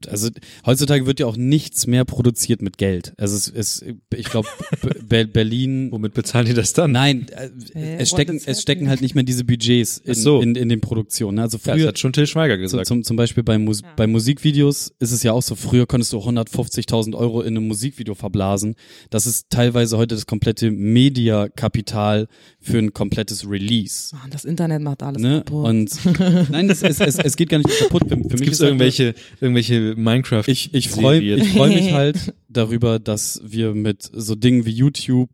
[SPEAKER 4] also heutzutage wird ja auch nichts mehr produziert mit Geld. Also es ist, ich glaube, Berlin
[SPEAKER 2] Womit bezahlen die das dann?
[SPEAKER 4] Nein, äh,
[SPEAKER 3] Hä?
[SPEAKER 4] es,
[SPEAKER 3] What
[SPEAKER 4] stecken,
[SPEAKER 3] is
[SPEAKER 4] es stecken
[SPEAKER 3] happening?
[SPEAKER 4] halt nicht mehr diese Budgets in,
[SPEAKER 2] Ach so.
[SPEAKER 4] in, in den Produktionen. ne? Also
[SPEAKER 2] Ja, das
[SPEAKER 4] früher,
[SPEAKER 2] hat schon Till Schweiger
[SPEAKER 4] zum,
[SPEAKER 2] gesagt.
[SPEAKER 4] zum, zum Beispiel bei, Mus bei Musikvideos ist es ja auch so, früher konntest du 150.000 Euro in einem Musikvideo verblasen. Das ist teilweise heute das komplette Mediakapital für ein komplettes Release.
[SPEAKER 3] Mann, das Internet macht alles
[SPEAKER 4] Ne?
[SPEAKER 3] kaputt.
[SPEAKER 4] Und nein, das, es, es, es geht gar nicht kaputt. Für, für mich
[SPEAKER 2] Gibt es
[SPEAKER 4] ist halt nur-
[SPEAKER 2] irgendwelche, irgendwelche Minecraft?
[SPEAKER 4] ich, ich freue
[SPEAKER 2] Serie.
[SPEAKER 4] ich freu mich halt darüber, dass wir mit so Dingen wie YouTube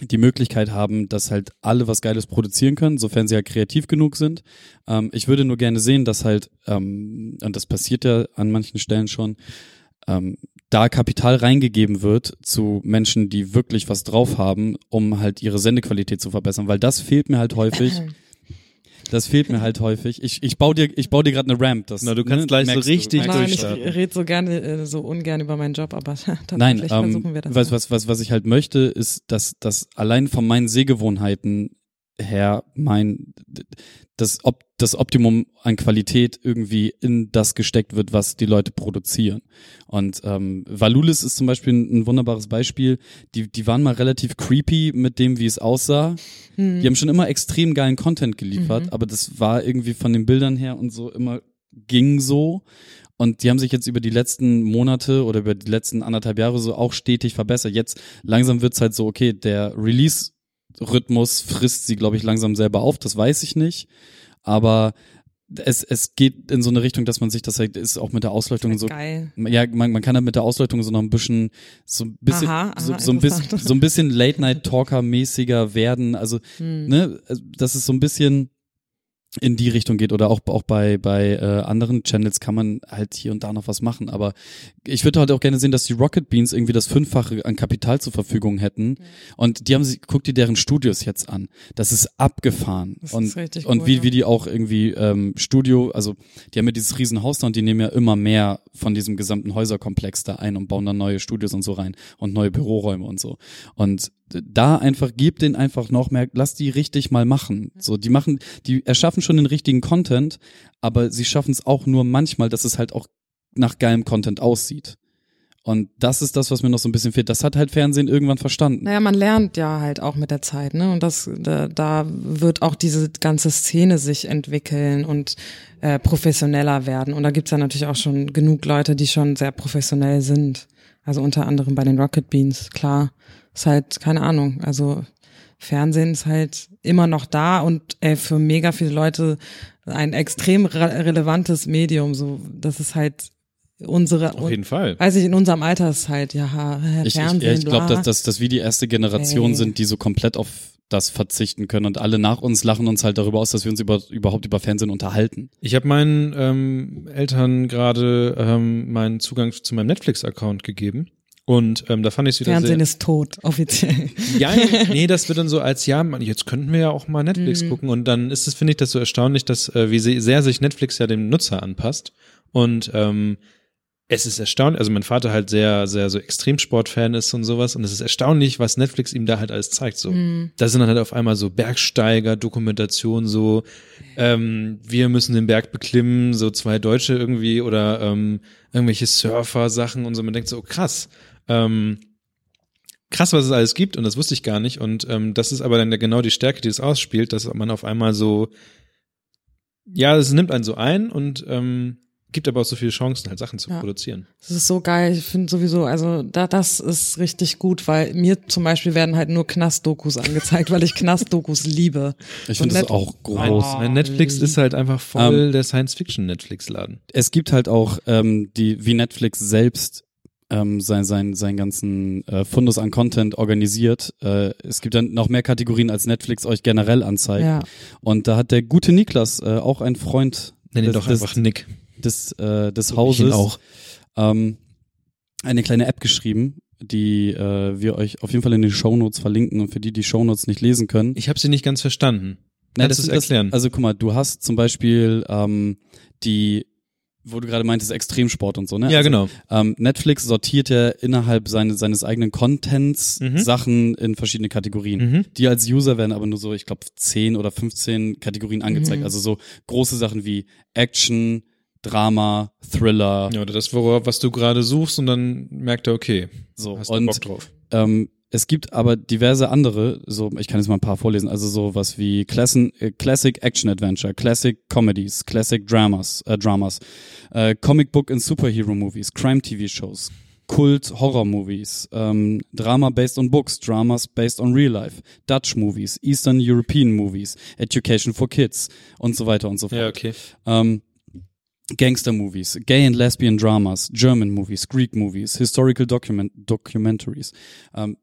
[SPEAKER 4] die Möglichkeit haben, dass halt alle was Geiles produzieren können, sofern sie halt kreativ genug sind. Ähm, ich würde nur gerne sehen, dass halt, ähm, und das passiert ja an manchen Stellen schon, ähm, da Kapital reingegeben wird zu Menschen, die wirklich was drauf haben, um halt ihre Sendequalität zu verbessern, weil das fehlt mir halt häufig. Das fehlt mir halt häufig. Ich, ich baue dir, ich baue dir gerade eine Ramp. Das, ne,
[SPEAKER 2] Na, du kannst gleich so
[SPEAKER 4] merkst
[SPEAKER 2] richtig
[SPEAKER 4] merkst
[SPEAKER 3] Nein, ich
[SPEAKER 2] durchstarten.
[SPEAKER 3] rede so gerne, äh, so ungern über meinen Job, aber tatsächlich
[SPEAKER 4] ne? Nein, ähm,
[SPEAKER 3] versuchen wir das.
[SPEAKER 4] was, was, was, was ich halt möchte, ist, dass, dass allein von meinen Sehgewohnheiten her mein, das, Op das Optimum an Qualität irgendwie in das gesteckt wird, was die Leute produzieren. Und ähm, Valulis ist zum Beispiel ein, ein wunderbares Beispiel. Die, die waren mal relativ creepy mit dem, wie es aussah.
[SPEAKER 3] Hm. Mhm.
[SPEAKER 4] Die haben schon immer extrem geilen Content geliefert, aber das war irgendwie von den Bildern her und so immer ging so. Und die haben sich jetzt über die letzten Monate oder über die letzten anderthalb Jahre so auch stetig verbessert. Jetzt langsam wird's halt so, okay, der Release-Rhythmus frisst sie, glaube ich, langsam selber auf, das weiß ich nicht. Aber es, es geht in so eine Richtung, dass man sich das halt ist auch mit der Ausleuchtung und so.
[SPEAKER 3] Geil.
[SPEAKER 4] Ja, man, man kann da mit der Ausleuchtung so noch ein bisschen, so ein bisschen,
[SPEAKER 3] Aha, aha,
[SPEAKER 4] so, so, ein bisschen
[SPEAKER 3] interessant.
[SPEAKER 4] so ein bisschen Late-Night-Talker-mäßiger werden. Also,
[SPEAKER 3] Hm.
[SPEAKER 4] ne, also, dass es so ein bisschen in die Richtung geht oder auch, auch bei, bei äh, anderen Channels kann man halt hier und da noch was machen. Aber ich würde halt auch gerne sehen, dass die Rocket Beans irgendwie das Fünffache an Kapital zur Verfügung hätten. Und die haben sich, guck dir deren Studios jetzt an. Das ist abgefahren.
[SPEAKER 3] Das ist
[SPEAKER 4] und
[SPEAKER 3] richtig
[SPEAKER 4] und
[SPEAKER 3] cool,
[SPEAKER 4] wie,
[SPEAKER 3] ja.
[SPEAKER 4] wie die auch irgendwie ähm, Studio, also die haben ja dieses riesen Haus da und die nehmen ja immer mehr von diesem gesamten Häuserkomplex da ein und bauen dann neue Studios und so rein und neue Büroräume und so. Und da einfach, gib denen einfach noch mehr, lass die richtig mal machen. So, die machen, die erschaffen schon den richtigen Content, aber sie schaffen es auch nur manchmal, dass es halt auch nach geilem Content aussieht. Und das ist das, was mir noch so ein bisschen fehlt. Das hat halt Fernsehen irgendwann verstanden.
[SPEAKER 3] Naja, man lernt ja halt auch mit der Zeit, ne? Und das, da, da wird auch diese ganze Szene sich entwickeln und äh, professioneller werden. Und da gibt's ja natürlich auch schon genug Leute, die schon sehr professionell sind. Also unter anderem bei den Rocket Beans, klar. Ist halt, keine Ahnung. Also Fernsehen ist halt immer noch da und ey, für mega viele Leute ein extrem re relevantes Medium. So, das ist halt unsere,
[SPEAKER 2] Auf jeden Fall.
[SPEAKER 3] weiß ich, in unserem Alter ist halt, ja,
[SPEAKER 4] Ich, ich,
[SPEAKER 3] Fernsehen,
[SPEAKER 4] ich glaube,
[SPEAKER 3] bla.
[SPEAKER 4] dass, dass, dass wir die erste Generation
[SPEAKER 3] Ey.
[SPEAKER 4] sind, die so komplett auf das verzichten können und alle nach uns lachen uns halt darüber aus, dass wir uns über, überhaupt über Fernsehen unterhalten.
[SPEAKER 2] Ich habe meinen ähm, Eltern gerade ähm, meinen Zugang zu meinem Netflix-Account gegeben. Und ähm, da fand ich es wieder
[SPEAKER 3] Fernsehen
[SPEAKER 2] sehr,
[SPEAKER 3] ist tot, offiziell.
[SPEAKER 2] Ja, nee, das wird dann so als, ja, man, jetzt könnten wir ja auch mal Netflix gucken. Und dann ist es, finde ich, das so erstaunlich, dass, äh, wie se- sehr sich Netflix ja dem Nutzer anpasst. Und ähm, es ist erstaunlich, also mein Vater halt sehr, sehr so Extremsportfan ist und sowas. Und es ist erstaunlich, was Netflix ihm da halt alles zeigt. So,
[SPEAKER 3] Mhm.
[SPEAKER 2] da sind dann halt auf einmal so Bergsteiger, Dokumentation, so, ähm, wir müssen den Berg beklimmen, so zwei Deutsche irgendwie oder ähm, irgendwelche Surfer-Sachen und so. Man denkt so, oh, krass. Ähm, krass, was es alles gibt und das wusste ich gar nicht. Und ähm, das ist aber dann ja genau die Stärke, die es ausspielt, dass man auf einmal so, ja, es nimmt einen so ein und ähm, gibt aber auch so viele Chancen, halt Sachen zu
[SPEAKER 3] Ja.
[SPEAKER 2] produzieren.
[SPEAKER 3] Das ist so geil. Ich finde sowieso, also da, das ist richtig gut, weil mir zum Beispiel werden halt nur Knastdokus angezeigt, weil ich Knastdokus liebe.
[SPEAKER 4] Ich finde
[SPEAKER 3] Und
[SPEAKER 4] das
[SPEAKER 3] Net-
[SPEAKER 4] auch
[SPEAKER 2] Nein,
[SPEAKER 4] groß.
[SPEAKER 2] nein, Netflix ist halt einfach voll der Science-Fiction-Netflix-Laden.
[SPEAKER 4] es gibt halt auch ähm, die, wie Netflix selbst ähm, sein, sein, seinen ganzen äh, Fundus an Content organisiert. Äh, es gibt dann noch mehr Kategorien, als Netflix euch generell anzeigt.
[SPEAKER 3] Ja.
[SPEAKER 4] Und da hat der gute Niklas, äh, auch ein Freund
[SPEAKER 2] Nenn ihn
[SPEAKER 4] des,
[SPEAKER 2] doch
[SPEAKER 4] des,
[SPEAKER 2] einfach Nick.
[SPEAKER 4] des, äh, des
[SPEAKER 2] Ich ihn
[SPEAKER 4] Hauses,
[SPEAKER 2] auch.
[SPEAKER 4] ähm, eine kleine App geschrieben, die äh, wir euch auf jeden Fall in den Shownotes verlinken und für die, die Shownotes nicht lesen können.
[SPEAKER 2] Ich habe sie nicht ganz verstanden.
[SPEAKER 4] Nein,
[SPEAKER 2] Kannst du es erklären?
[SPEAKER 4] also guck mal, du hast zum Beispiel ähm, die, wo du gerade meintest, Extremsport und so, ne?
[SPEAKER 2] ja,
[SPEAKER 4] also,
[SPEAKER 2] genau.
[SPEAKER 4] Ähm, Netflix sortiert ja innerhalb seine, seines eigenen Contents
[SPEAKER 2] Mhm.
[SPEAKER 4] Sachen in verschiedene Kategorien.
[SPEAKER 2] Mhm.
[SPEAKER 4] Die als User werden aber nur so, ich glaube, 10 oder 15 Kategorien angezeigt.
[SPEAKER 3] Mhm.
[SPEAKER 4] Also so große Sachen wie Action, Drama, Thriller,
[SPEAKER 2] Ja, oder das, worauf, was du gerade suchst und dann merkt er, okay,
[SPEAKER 4] so.
[SPEAKER 2] hast du Bock
[SPEAKER 4] Und
[SPEAKER 2] drauf.
[SPEAKER 4] ähm, es gibt aber diverse andere, so ich kann jetzt mal ein paar vorlesen, also sowas wie Klassen, äh, Classic Action Adventure, Classic Comedies, Classic Dramas, äh, Dramas, äh, Comic Book and Superhero Movies, Crime TV Shows, Kult Horror Movies, ähm, Drama based on books, Dramas based on real life, Dutch Movies, Eastern European Movies, Education for Kids und so weiter und so fort.
[SPEAKER 2] Ja, okay.
[SPEAKER 4] Ähm, Gangster-Movies, Gay and Lesbian Dramas, German Movies, Greek Movies, Historical Document Documentaries. Ähm,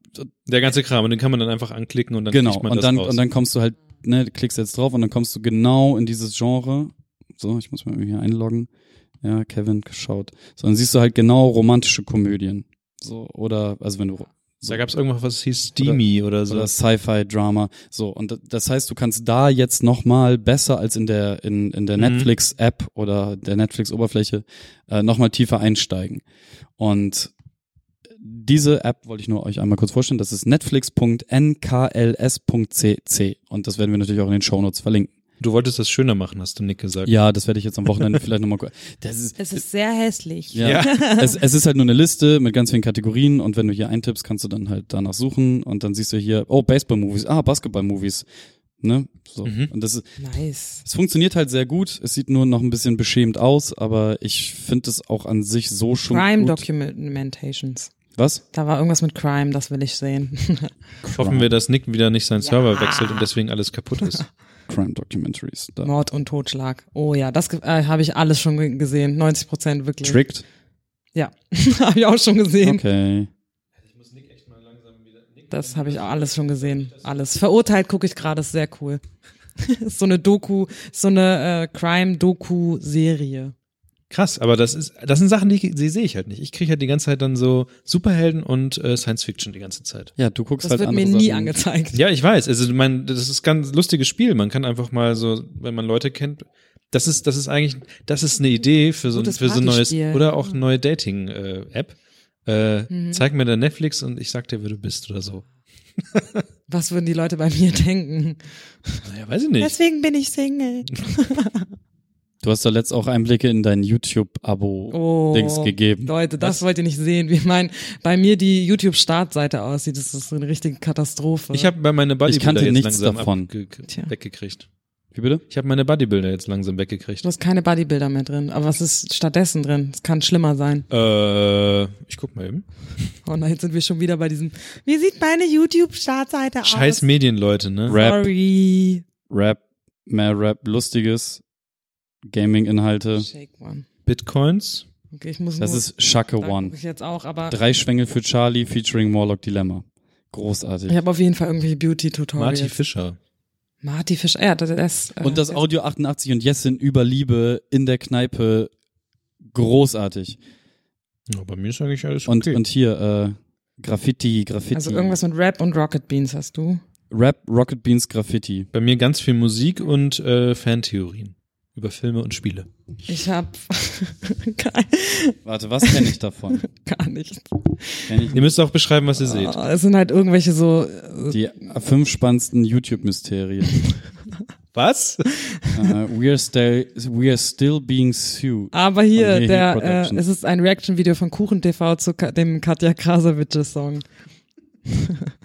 [SPEAKER 2] Der ganze Kram und den kann man dann einfach anklicken und dann
[SPEAKER 4] genau.
[SPEAKER 2] kriegt man
[SPEAKER 4] Und
[SPEAKER 2] das
[SPEAKER 4] dann
[SPEAKER 2] raus.
[SPEAKER 4] und dann kommst du halt, ne, du klickst jetzt drauf und dann kommst du genau in dieses Genre. So, ich muss mal hier einloggen. Ja, Kevin geschaut. So, dann siehst du halt genau romantische Komödien. So oder also wenn du
[SPEAKER 2] da gab es irgendwas, was hieß Steamy oder, so.
[SPEAKER 4] oder Sci-Fi-Drama. So, und d- das heißt, du kannst da jetzt nochmal besser als in der, in, in der
[SPEAKER 2] Mhm.
[SPEAKER 4] Netflix-App oder der Netflix-Oberfläche äh, nochmal tiefer einsteigen. Und diese App wollte ich nur euch einmal kurz vorstellen. Das ist netflix.nkls.cc. Und das werden wir natürlich auch in den Shownotes verlinken.
[SPEAKER 2] Du wolltest das schöner machen, hast du Nick gesagt.
[SPEAKER 4] Ja, das werde ich jetzt am Wochenende vielleicht nochmal kurz. Das ist,
[SPEAKER 3] Es ist sehr hässlich.
[SPEAKER 4] ja. es, es ist halt nur eine Liste mit ganz vielen Kategorien und wenn du hier eintippst, kannst du dann halt danach suchen und dann siehst du hier, oh, Baseball-Movies, ah, Basketball-Movies. Ne? So.
[SPEAKER 2] Mhm.
[SPEAKER 4] Und das ist,
[SPEAKER 3] Nice.
[SPEAKER 4] es funktioniert halt sehr gut. Es sieht nur noch ein bisschen beschämt aus, aber ich finde es auch an sich so schon.
[SPEAKER 3] Crime
[SPEAKER 4] gut.
[SPEAKER 3] Documentations.
[SPEAKER 4] Was?
[SPEAKER 3] Da war irgendwas mit Crime, das will ich sehen.
[SPEAKER 2] Hoffen wir, dass Nick wieder nicht seinen
[SPEAKER 3] Ja.
[SPEAKER 2] Server wechselt und deswegen alles kaputt ist.
[SPEAKER 4] Crime Documentaries. Da.
[SPEAKER 3] Mord und Totschlag. Oh ja, das ge- äh, habe ich alles schon ge- gesehen. 90 Prozent wirklich.
[SPEAKER 4] Tricked?
[SPEAKER 3] Ja, habe ich auch schon gesehen.
[SPEAKER 4] Okay.
[SPEAKER 3] Das habe ich auch alles schon gesehen. Alles. Verurteilt gucke ich gerade, ist sehr cool. ist so eine Doku, ist so eine äh, Crime-Doku-Serie.
[SPEAKER 2] Krass, aber das ist, das sind Sachen, die, die sehe ich halt nicht. Ich kriege halt die ganze Zeit dann so Superhelden und äh, Science Fiction die ganze Zeit.
[SPEAKER 4] Ja, du guckst
[SPEAKER 3] Das
[SPEAKER 4] halt
[SPEAKER 3] wird
[SPEAKER 4] andere
[SPEAKER 3] mir nie
[SPEAKER 4] Sachen.
[SPEAKER 3] angezeigt.
[SPEAKER 2] Ja, ich weiß. Also mein, das ist ganz lustiges Spiel. Man kann einfach mal so, wenn man Leute kennt, das ist, das ist eigentlich, das ist eine Idee für so, ein-
[SPEAKER 3] Gutes
[SPEAKER 2] für so ein neues
[SPEAKER 3] Partyspiel. Mhm.
[SPEAKER 2] oder auch eine neue Dating-App. Äh, Zeig mir dein Netflix und ich sag dir, wer du bist oder so.
[SPEAKER 3] Was würden die Leute bei mir denken?
[SPEAKER 2] Naja, weiß ich nicht.
[SPEAKER 3] Deswegen bin ich Single.
[SPEAKER 4] Du hast da letzt auch Einblicke in dein
[SPEAKER 3] Oh,
[SPEAKER 4] YouTube-Abo-Dings gegeben.
[SPEAKER 3] Leute, das wollt ihr nicht sehen. Wie mein, bei mir die YouTube-Startseite aussieht, das ist so eine richtige Katastrophe.
[SPEAKER 2] Ich habe bei meine
[SPEAKER 4] Ich kannte
[SPEAKER 2] Bodybuilder jetzt
[SPEAKER 4] nichts
[SPEAKER 2] langsam
[SPEAKER 4] davon.
[SPEAKER 2] abge-
[SPEAKER 3] Tja.
[SPEAKER 2] weggekriegt.
[SPEAKER 4] Wie bitte?
[SPEAKER 2] Ich habe meine Bodybuilder jetzt langsam weggekriegt.
[SPEAKER 3] du hast keine Bodybuilder mehr drin. Aber was ist stattdessen drin? Es kann schlimmer sein.
[SPEAKER 2] Äh, ich guck mal eben.
[SPEAKER 3] Oh nein, jetzt sind wir schon wieder bei diesem. Wie sieht meine YouTube-Startseite aus?
[SPEAKER 2] Scheiß Medienleute, ne?
[SPEAKER 4] Rap.
[SPEAKER 3] Sorry.
[SPEAKER 4] Rap, mehr Rap, lustiges, Gaming-Inhalte.
[SPEAKER 3] Shake one.
[SPEAKER 2] Bitcoins,
[SPEAKER 3] Okay, ich muss
[SPEAKER 4] Das
[SPEAKER 3] nur,
[SPEAKER 4] ist Shaka
[SPEAKER 3] da guck
[SPEAKER 4] One.
[SPEAKER 3] Ich jetzt auch, aber
[SPEAKER 4] Drei Schwängel für Charlie featuring Morlock Dilemma. Großartig.
[SPEAKER 3] ich habe auf jeden Fall irgendwelche Beauty-Tutorials.
[SPEAKER 2] Marty Fischer.
[SPEAKER 3] Marty Fisch, ja, das, das äh,
[SPEAKER 4] Und das
[SPEAKER 3] jetzt-
[SPEAKER 4] Audio 88 und Yes sind über Liebe in der Kneipe. Großartig.
[SPEAKER 2] Ja, bei mir ist eigentlich alles
[SPEAKER 4] Und,
[SPEAKER 2] okay.
[SPEAKER 4] und hier, äh, Graffiti, Graffiti.
[SPEAKER 3] Also irgendwas mit Rap und Rocket Beans hast du.
[SPEAKER 4] Rap, Rocket Beans, Graffiti.
[SPEAKER 2] bei mir ganz viel Musik und äh, Fantheorien über Filme und Spiele.
[SPEAKER 3] Ich habe gar,
[SPEAKER 4] Warte, was kenne ich davon?
[SPEAKER 3] gar nichts.
[SPEAKER 4] Kenn ich
[SPEAKER 2] Ihr müsst auch beschreiben, was ihr seht.
[SPEAKER 3] Ah, es sind halt irgendwelche so, äh,
[SPEAKER 4] die fünf spannendsten YouTube-Mysterien.
[SPEAKER 2] Was?
[SPEAKER 4] Äh, we, are still, we are still being sued.
[SPEAKER 3] aber
[SPEAKER 4] Von
[SPEAKER 3] hier,
[SPEAKER 4] Hehe
[SPEAKER 3] der, äh,
[SPEAKER 4] Productions.
[SPEAKER 3] es ist ein Reaction-Video von Kuchen TV zu Ka dem Katja Krasavice-Song.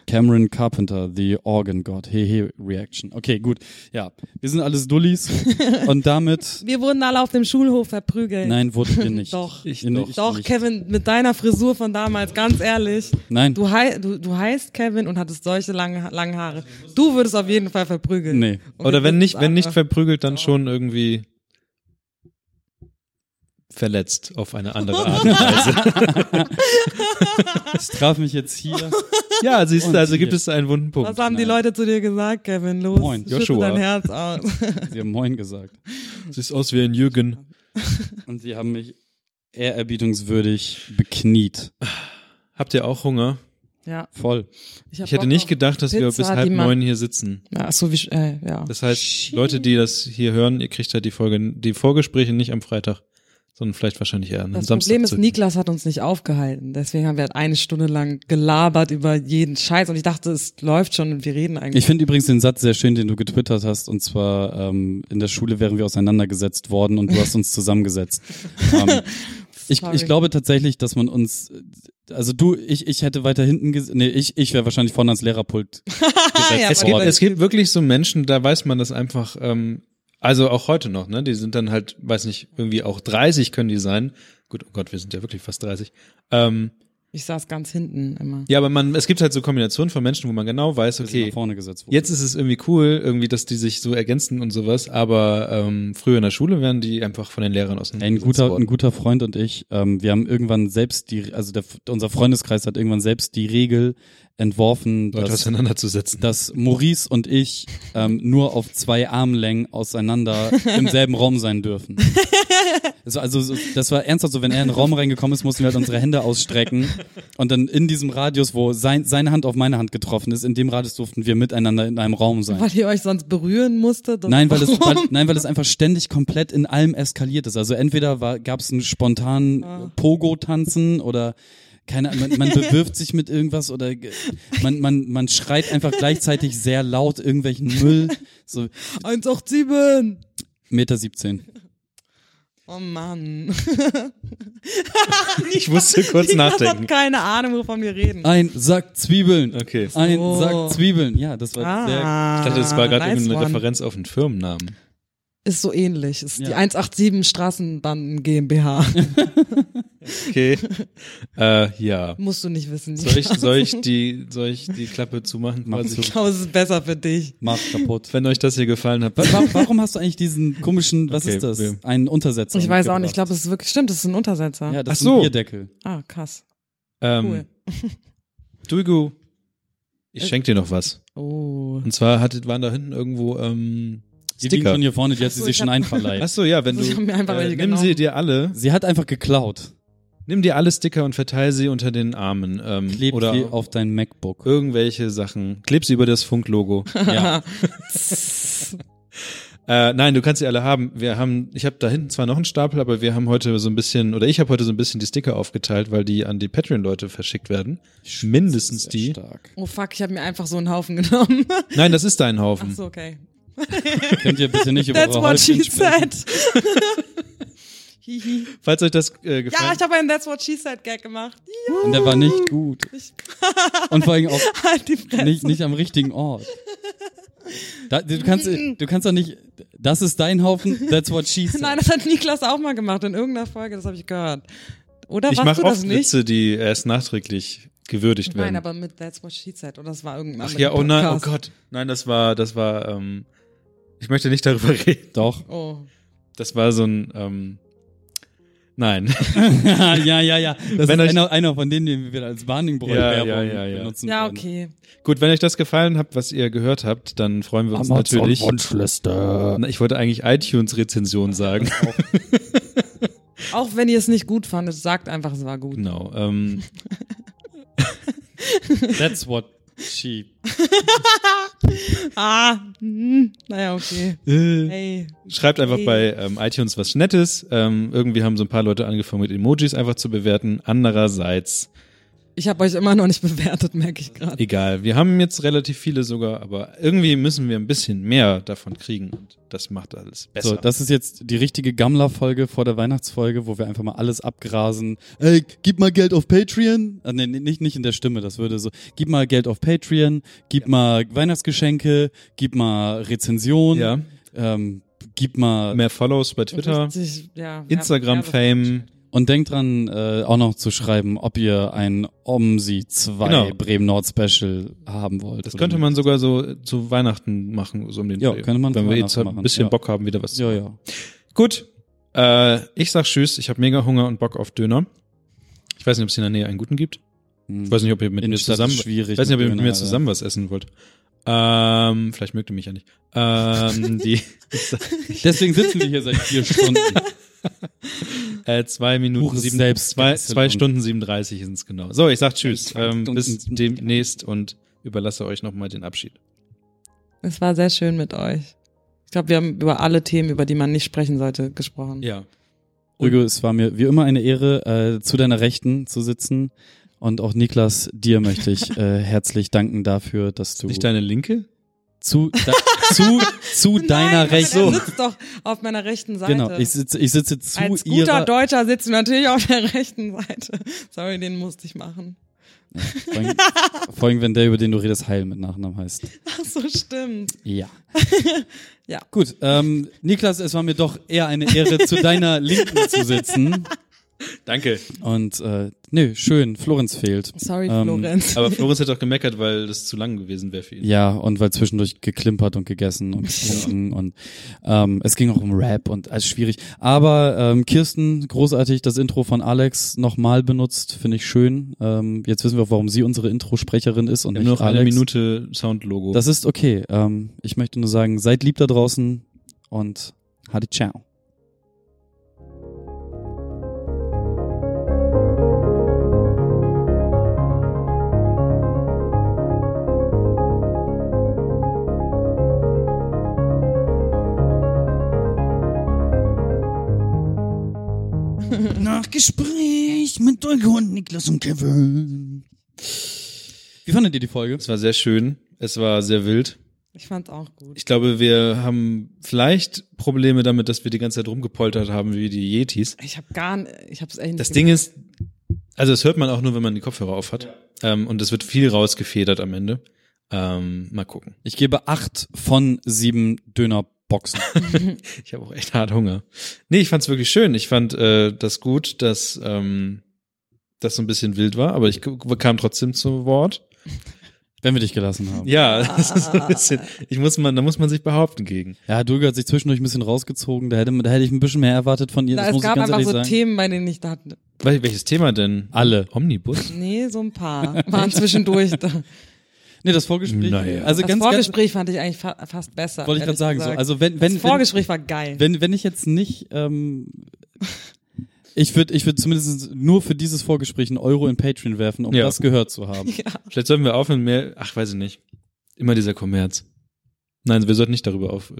[SPEAKER 4] Cameron Carpenter, The Organ God. Hehe, Reaction. Okay, gut. Ja, wir sind alles Dullis. und damit,
[SPEAKER 3] Wir wurden alle auf dem Schulhof verprügelt.
[SPEAKER 4] nein, wurdet ihr nicht.
[SPEAKER 3] Doch.
[SPEAKER 4] Ich,
[SPEAKER 3] Doch,
[SPEAKER 4] nicht.
[SPEAKER 3] Kevin, mit deiner Frisur von damals, ganz ehrlich.
[SPEAKER 4] Nein.
[SPEAKER 3] Du, hei du, du heißt Kevin und hattest solche lange, langen Haare. Du würdest auf jeden Fall verprügeln.
[SPEAKER 4] Nee.
[SPEAKER 3] Und
[SPEAKER 2] Oder wenn
[SPEAKER 3] wir würden
[SPEAKER 2] nicht,
[SPEAKER 3] uns
[SPEAKER 2] wenn
[SPEAKER 3] alle-
[SPEAKER 2] nicht verprügelt, dann schon irgendwie verletzt auf eine andere Art und Weise.
[SPEAKER 4] Das traf mich jetzt hier.
[SPEAKER 2] ja, siehst
[SPEAKER 4] Und
[SPEAKER 2] du, also
[SPEAKER 4] hier.
[SPEAKER 2] gibt es einen wunden Punkt.
[SPEAKER 3] Was haben die Leute zu dir gesagt, Kevin? Los,
[SPEAKER 4] Moin,
[SPEAKER 3] schütte
[SPEAKER 2] Joshua.
[SPEAKER 3] dein Herz aus.
[SPEAKER 4] Sie haben Moin gesagt.
[SPEAKER 2] Siehst aus wie ein Jürgen.
[SPEAKER 4] Und sie haben mich ehrerbietungswürdig bekniet.
[SPEAKER 2] Habt ihr auch Hunger?
[SPEAKER 3] ja,
[SPEAKER 4] Voll.
[SPEAKER 3] hab
[SPEAKER 2] Ich hätte
[SPEAKER 3] Bock
[SPEAKER 2] nicht
[SPEAKER 3] auf-
[SPEAKER 2] gedacht, dass wir
[SPEAKER 3] Pizza,
[SPEAKER 2] bis halb
[SPEAKER 3] die man-
[SPEAKER 2] neun hier sitzen.
[SPEAKER 3] Ja, ach so wie, sch- äh, ja.
[SPEAKER 2] Das heißt, Leute, die das hier hören, ihr kriegt halt die Folge, die Vorgespräche nicht am Freitag, sondern vielleicht wahrscheinlich eher am
[SPEAKER 3] Das
[SPEAKER 2] Samstag.
[SPEAKER 3] Problem ist,
[SPEAKER 2] zurück.
[SPEAKER 3] Niklas hat uns nicht aufgehalten. Deswegen haben wir halt eine Stunde lang gelabert über jeden Scheiß. Und ich dachte, es läuft schon und wir reden eigentlich.
[SPEAKER 4] Ich finde übrigens den Satz sehr schön, den du getwittert hast. Und zwar, ähm, in der Schule wären wir auseinandergesetzt worden und du hast uns zusammengesetzt. ähm, ich,
[SPEAKER 3] Sorry.
[SPEAKER 4] ich glaube tatsächlich, dass man uns, äh, also du, ich, ich hätte weiter hinten, ges- nee, ich, ich wäre wahrscheinlich vorne ans Lehrerpult
[SPEAKER 3] ja,
[SPEAKER 4] gesetzt
[SPEAKER 2] es, gibt,
[SPEAKER 4] worden.
[SPEAKER 2] es gibt wirklich so Menschen, da weiß man das einfach, ähm, also auch heute noch, ne? Die sind dann halt, weiß nicht, irgendwie auch 30 können die sein. Gut, oh Gott, wir sind ja wirklich fast 30. Ähm,
[SPEAKER 3] Ich saß ganz hinten immer.
[SPEAKER 2] ja, aber man, es gibt halt so Kombinationen von Menschen, wo man genau weiß,
[SPEAKER 4] Wir sind
[SPEAKER 2] okay,
[SPEAKER 4] nach vorne gesetzt worden.
[SPEAKER 2] jetzt ist es irgendwie cool, irgendwie, dass die sich so ergänzen und sowas, aber ähm, früher in der Schule wären die einfach von den Lehrern aus
[SPEAKER 4] Ein guter, ein guter Freund und ich, ähm, wir haben irgendwann selbst die, also der, unser Freundeskreis hat irgendwann selbst die Regel entworfen,
[SPEAKER 2] Leute
[SPEAKER 4] dass,
[SPEAKER 2] auseinanderzusetzen.
[SPEAKER 4] dass Maurice und ich ähm, nur auf zwei Armlängen auseinander im selben Raum sein dürfen. Also, also so- das war ernsthaft so, wenn er in den Raum reingekommen ist, mussten wir halt unsere Hände ausstrecken und dann in diesem Radius, wo sein, seine Hand auf meine Hand getroffen ist, in dem Radius durften wir miteinander in einem Raum sein.
[SPEAKER 3] Weil ihr euch sonst berühren musstet?
[SPEAKER 4] Nein, weil es, weil,
[SPEAKER 3] Warum?
[SPEAKER 4] nein, weil es einfach ständig komplett in allem eskaliert ist. Also entweder gab es einen spontanen
[SPEAKER 3] Ah.
[SPEAKER 4] Pogo-Tanzen oder keine Ahnung, man, man bewirft sich mit irgendwas oder ge- man, man, man schreit einfach gleichzeitig sehr laut irgendwelchen Müll. So
[SPEAKER 3] 187!
[SPEAKER 4] Meter 17.
[SPEAKER 3] Oh Mann.
[SPEAKER 2] Ich musste kurz
[SPEAKER 3] Niklas hat
[SPEAKER 2] nachdenken.
[SPEAKER 3] keine Ahnung, wovon wir reden.
[SPEAKER 4] Ein Sack Zwiebeln.
[SPEAKER 2] Okay. Ich
[SPEAKER 4] Ein
[SPEAKER 3] So.
[SPEAKER 4] Sack Zwiebeln. Ja, das war sehr.
[SPEAKER 2] dachte, das war gerade
[SPEAKER 3] Ah. nice
[SPEAKER 2] eben eine
[SPEAKER 3] one.
[SPEAKER 2] Referenz auf einen Firmennamen.
[SPEAKER 3] Ist so ähnlich. Ist die
[SPEAKER 4] Ja.
[SPEAKER 3] 187 Straßenbanden GmbH.
[SPEAKER 2] Okay. äh, ja.
[SPEAKER 3] Musst du nicht wissen.
[SPEAKER 2] Soll ich, soll ich die, soll ich die Klappe zumachen?
[SPEAKER 4] Mach
[SPEAKER 2] quasi?
[SPEAKER 4] zu.
[SPEAKER 3] glaube, es ist besser für dich.
[SPEAKER 4] Mach kaputt.
[SPEAKER 2] Wenn euch das hier gefallen hat,
[SPEAKER 4] Wa- wa- Warum hast du eigentlich diesen komischen, was
[SPEAKER 2] Okay,
[SPEAKER 4] ist das?
[SPEAKER 2] wir-
[SPEAKER 4] Einen Untersetzer.
[SPEAKER 3] Ich weiß auch nicht. Ich
[SPEAKER 4] mitgebracht.
[SPEAKER 3] glaube, es ist wirklich, stimmt, es ist ein Untersetzer.
[SPEAKER 4] Ja, das
[SPEAKER 2] Ach
[SPEAKER 4] ist
[SPEAKER 2] so.
[SPEAKER 4] ein Bierdeckel.
[SPEAKER 3] Ah, krass.
[SPEAKER 2] ähm,
[SPEAKER 3] Cool. Äh.
[SPEAKER 2] Duigu, ich schenk dir noch was.
[SPEAKER 3] Oh.
[SPEAKER 2] Und zwar hat, waren da hinten irgendwo ähm,
[SPEAKER 4] Die liegen
[SPEAKER 2] Sticker.
[SPEAKER 4] schon hier vorne, die hat sie
[SPEAKER 3] Ach so,
[SPEAKER 4] sich
[SPEAKER 3] ich
[SPEAKER 4] schon
[SPEAKER 3] hab-
[SPEAKER 4] einverleibt.
[SPEAKER 2] Ach so, ja, wenn du,
[SPEAKER 3] Also ich hab mir einfach
[SPEAKER 2] äh,
[SPEAKER 3] welche
[SPEAKER 2] nimm
[SPEAKER 3] genommen.
[SPEAKER 2] sie dir alle,
[SPEAKER 4] Sie hat einfach geklaut.
[SPEAKER 2] nimm dir alle Sticker und verteile sie unter den Armen ähm,
[SPEAKER 4] Klebt
[SPEAKER 2] oder
[SPEAKER 4] sie auf dein MacBook.
[SPEAKER 2] irgendwelche Sachen. Kleb sie über das Funklogo.
[SPEAKER 4] ja.
[SPEAKER 2] Äh, nein, du kannst sie alle haben. Wir haben, ich habe da hinten zwar noch einen Stapel, aber wir haben heute so ein bisschen, oder ich habe heute so ein bisschen die Sticker aufgeteilt, weil die an die Patreon-Leute verschickt werden. Mindestens
[SPEAKER 4] Sehr
[SPEAKER 2] die.
[SPEAKER 4] Stark.
[SPEAKER 3] Oh fuck, ich habe mir einfach so einen Haufen genommen.
[SPEAKER 2] Nein, das ist dein
[SPEAKER 3] Ach
[SPEAKER 2] Haufen.
[SPEAKER 3] so, okay.
[SPEAKER 4] Könnt ihr bitte nicht über
[SPEAKER 3] That's
[SPEAKER 4] eure
[SPEAKER 3] what she
[SPEAKER 4] Häufchen sprechen?
[SPEAKER 3] said. Hihi.
[SPEAKER 2] Falls euch das äh, gefällt.
[SPEAKER 3] ja, ich habe einen That's what she said Gag gemacht.
[SPEAKER 4] Und der war nicht gut. Und vor allem auch
[SPEAKER 3] Halt die Fresse.
[SPEAKER 4] nicht, nicht am richtigen Ort. Da, du kannst du kannst doch nicht, das ist dein Haufen, that's what she said.
[SPEAKER 3] Nein, das hat Niklas auch mal gemacht in irgendeiner Folge, das habe ich gehört. Oder
[SPEAKER 2] Ich
[SPEAKER 3] warst
[SPEAKER 2] mache
[SPEAKER 3] du
[SPEAKER 2] oft
[SPEAKER 3] das nicht?
[SPEAKER 2] Witze, die erst nachträglich gewürdigt werden.
[SPEAKER 3] Nein, aber mit That's What She Said. Oder das war irgendein
[SPEAKER 2] Ach
[SPEAKER 3] anderer
[SPEAKER 2] ja, oh nein, oh
[SPEAKER 3] Podcast.
[SPEAKER 2] Gott. Nein, das war, das war, ähm, ich möchte nicht darüber reden.
[SPEAKER 4] Doch.
[SPEAKER 3] Oh.
[SPEAKER 2] Das war so ein, ähm, Nein.
[SPEAKER 4] ja, Ah, ja, ja. Das
[SPEAKER 2] Wenn
[SPEAKER 4] ist
[SPEAKER 2] euch-
[SPEAKER 4] einer, einer von denen, den wir als Warningbräu
[SPEAKER 2] Ja, ja,
[SPEAKER 4] Werbung
[SPEAKER 2] ja, ja.
[SPEAKER 4] benutzen
[SPEAKER 3] Ja,
[SPEAKER 4] können.
[SPEAKER 3] okay.
[SPEAKER 2] Gut, wenn euch das gefallen hat, was ihr gehört habt, dann freuen wir uns natürlich.
[SPEAKER 4] Wunschliste.
[SPEAKER 2] Na, Ich wollte eigentlich iTunes-Rezension sagen.
[SPEAKER 3] Auch wenn ihr es nicht gut fandet, sagt einfach, es war gut.
[SPEAKER 2] genau. Ähm,
[SPEAKER 4] That's what she.
[SPEAKER 3] Ah, hm, naja, okay.
[SPEAKER 2] äh,
[SPEAKER 3] Hey.
[SPEAKER 2] schreibt einfach
[SPEAKER 3] Okay.
[SPEAKER 2] bei ähm, iTunes was Nettes. Ähm, irgendwie haben so ein paar Leute angefangen, mit Emojis einfach zu bewerten. Andererseits
[SPEAKER 3] Ich habe euch immer noch nicht bewertet, merke ich gerade.
[SPEAKER 2] Egal, wir haben jetzt relativ viele sogar, aber irgendwie müssen wir ein bisschen mehr davon kriegen und das macht alles besser.
[SPEAKER 4] So, das ist jetzt die richtige Gammler-Folge vor der Weihnachtsfolge, wo wir einfach mal alles abgrasen. Ey, gib mal Geld auf Patreon. Ah, nee, nee, nicht, nicht in der Stimme, das würde so. Gib mal Geld auf Patreon, gib mal Weihnachtsgeschenke, gib mal Rezension,
[SPEAKER 2] ja,
[SPEAKER 4] ähm, gib mal.
[SPEAKER 2] mehr Follows bei Twitter,
[SPEAKER 3] Richtig, ja,
[SPEAKER 2] Instagram-Fame.
[SPEAKER 4] Und denkt dran, äh, auch noch zu schreiben, ob ihr ein OMSI 2
[SPEAKER 2] Genau.
[SPEAKER 4] Bremen Nord Special haben wollt.
[SPEAKER 2] Das
[SPEAKER 4] oder
[SPEAKER 2] könnte
[SPEAKER 4] nicht.
[SPEAKER 2] man sogar so zu Weihnachten machen, so um den
[SPEAKER 4] Ja,
[SPEAKER 2] Dreh.
[SPEAKER 4] könnte man
[SPEAKER 2] Wenn
[SPEAKER 4] zu
[SPEAKER 2] wir
[SPEAKER 4] Weihnachten
[SPEAKER 2] jetzt halt ein
[SPEAKER 4] machen,
[SPEAKER 2] bisschen
[SPEAKER 4] ja.
[SPEAKER 2] Bock haben, wieder was.
[SPEAKER 4] Ja, ja.
[SPEAKER 2] Gut, äh, ich sag Tschüss, ich habe mega Hunger und Bock auf Döner. Ich weiß nicht, ob es in der Nähe einen guten gibt.
[SPEAKER 4] Hm.
[SPEAKER 2] Ich weiß nicht, ob ihr mit
[SPEAKER 4] In
[SPEAKER 2] mir
[SPEAKER 4] der Stadt
[SPEAKER 2] zusammen,
[SPEAKER 4] ist schwierig
[SPEAKER 2] ich weiß nicht, ob ihr
[SPEAKER 4] mit
[SPEAKER 2] mit
[SPEAKER 4] Döner,
[SPEAKER 2] mir
[SPEAKER 4] Alter.
[SPEAKER 2] zusammen was essen wollt. Ähm, vielleicht mögt ihr mich ja nicht. Ähm, die
[SPEAKER 4] Deswegen sitzen wir hier seit vier Stunden.
[SPEAKER 2] Äh, zwei Minuten
[SPEAKER 4] Buch
[SPEAKER 2] sieben,
[SPEAKER 4] selbst
[SPEAKER 2] zwei,
[SPEAKER 4] gecancelt
[SPEAKER 2] zwei
[SPEAKER 4] und-
[SPEAKER 2] Stunden 37 sind es genau. So, ich sag Tschüss.
[SPEAKER 4] Zwei
[SPEAKER 2] Ähm,
[SPEAKER 4] Stunden.
[SPEAKER 2] bis demnächst und überlasse euch nochmal den Abschied.
[SPEAKER 3] Es war sehr schön mit euch. Ich glaube, wir haben über alle Themen, über die man nicht sprechen sollte, gesprochen.
[SPEAKER 2] Ja.
[SPEAKER 4] Hugo, es war mir wie immer eine Ehre, äh, zu deiner Rechten zu sitzen. Und auch Niklas, dir möchte ich äh, herzlich danken dafür, dass du
[SPEAKER 2] Nicht deine Linke?
[SPEAKER 4] zu, da, zu, zu deiner
[SPEAKER 3] Nein,
[SPEAKER 4] Rechten.
[SPEAKER 3] so. sitzt doch auf meiner rechten Seite.
[SPEAKER 4] Genau, ich sitze, ich sitze zu
[SPEAKER 3] Als guter
[SPEAKER 4] ihrer.
[SPEAKER 3] Deutscher sitzen wir natürlich auf der rechten Seite. Sorry, den musste ich machen.
[SPEAKER 4] Vor allem- Vor allem, wenn der, über den du redest, Heil mit Nachnamen heißt.
[SPEAKER 3] Ach so, stimmt.
[SPEAKER 4] Ja.
[SPEAKER 3] Ja.
[SPEAKER 4] Gut, ähm, Niklas, es war mir doch eher eine Ehre, zu deiner Linken zu sitzen.
[SPEAKER 2] Danke.
[SPEAKER 4] Und äh, nö, schön, Florenz fehlt.
[SPEAKER 3] Sorry,
[SPEAKER 4] Ähm,
[SPEAKER 3] Florenz.
[SPEAKER 2] Aber Florenz hat auch gemeckert, weil das zu lang gewesen wäre für ihn.
[SPEAKER 4] Ja, und weil zwischendurch geklimpert und gegessen und getrunken und ähm, es ging auch um Rap und alles schwierig. Aber ähm, Kirsten, großartig, das Intro von Alex nochmal benutzt, finde ich schön. Ähm, jetzt wissen wir auch, warum sie unsere Introsprecherin ist und
[SPEAKER 2] Wir
[SPEAKER 4] nicht
[SPEAKER 2] haben noch
[SPEAKER 4] Alex.
[SPEAKER 2] eine Minute Soundlogo.
[SPEAKER 4] Das ist okay. Ähm, ich möchte nur sagen, seid lieb da draußen und hadi ciao.
[SPEAKER 5] Nach Gespräch mit Dolgo und Niklas und Kevin.
[SPEAKER 4] Wie fandet ihr die Folge?
[SPEAKER 2] es war sehr schön. Es war sehr wild.
[SPEAKER 3] Ich fand's auch gut.
[SPEAKER 2] Ich glaube, wir haben vielleicht Probleme damit, dass wir die ganze Zeit rumgepoltert haben wie die Yetis.
[SPEAKER 3] Ich habe gar nicht, ich hab's echt nicht
[SPEAKER 2] Das Ding ist, also das hört man auch nur, wenn man die Kopfhörer auf hat. Ähm, und es wird viel rausgefedert am Ende. Ähm, mal gucken.
[SPEAKER 4] Ich gebe acht von sieben Dönerboxen.
[SPEAKER 2] Ich habe auch echt hart Hunger. Nee, ich fand's wirklich schön. Ich fand äh, das gut, dass ähm, das so ein bisschen wild war, aber ich k- kam trotzdem zu Wort.
[SPEAKER 4] wenn wir dich gelassen haben.
[SPEAKER 2] Ja, das ist so ein bisschen. Ich muss man, da muss man sich behaupten gegen.
[SPEAKER 4] Ja, Dulge hat sich zwischendurch ein bisschen rausgezogen. Da hätte, da hätte ich ein bisschen mehr erwartet von ihr.
[SPEAKER 3] Na,
[SPEAKER 4] das
[SPEAKER 3] es
[SPEAKER 4] muss ich
[SPEAKER 3] gab
[SPEAKER 4] ganz
[SPEAKER 3] einfach
[SPEAKER 4] ehrlich
[SPEAKER 3] so
[SPEAKER 4] sagen.
[SPEAKER 3] Themen, bei denen ich dachte,
[SPEAKER 2] Wel- Welches Thema denn?
[SPEAKER 4] Alle.
[SPEAKER 2] Omnibus?
[SPEAKER 3] nee, so ein paar waren zwischendurch da.
[SPEAKER 4] Nee, das Vorgespräch.
[SPEAKER 2] Naja.
[SPEAKER 4] Also
[SPEAKER 3] das
[SPEAKER 4] ganz, ganz
[SPEAKER 3] Vorgespräch fand ich eigentlich fa fast besser.
[SPEAKER 4] wollte ich gerade sagen.
[SPEAKER 3] ehrlich
[SPEAKER 4] So,
[SPEAKER 3] gesagt.
[SPEAKER 4] also wenn, wenn,
[SPEAKER 3] das Vorgespräch war geil.
[SPEAKER 4] wenn, wenn, wenn ich jetzt nicht, ähm, ich würde, ich würde zumindest nur für dieses Vorgespräch einen Euro in Patreon werfen, um
[SPEAKER 2] Ja.
[SPEAKER 4] das gehört zu haben.
[SPEAKER 2] Vielleicht sollten wir aufhören mehr. Ach, weiß ich nicht. Immer dieser Kommerz. Nein, wir sollten nicht darüber auf.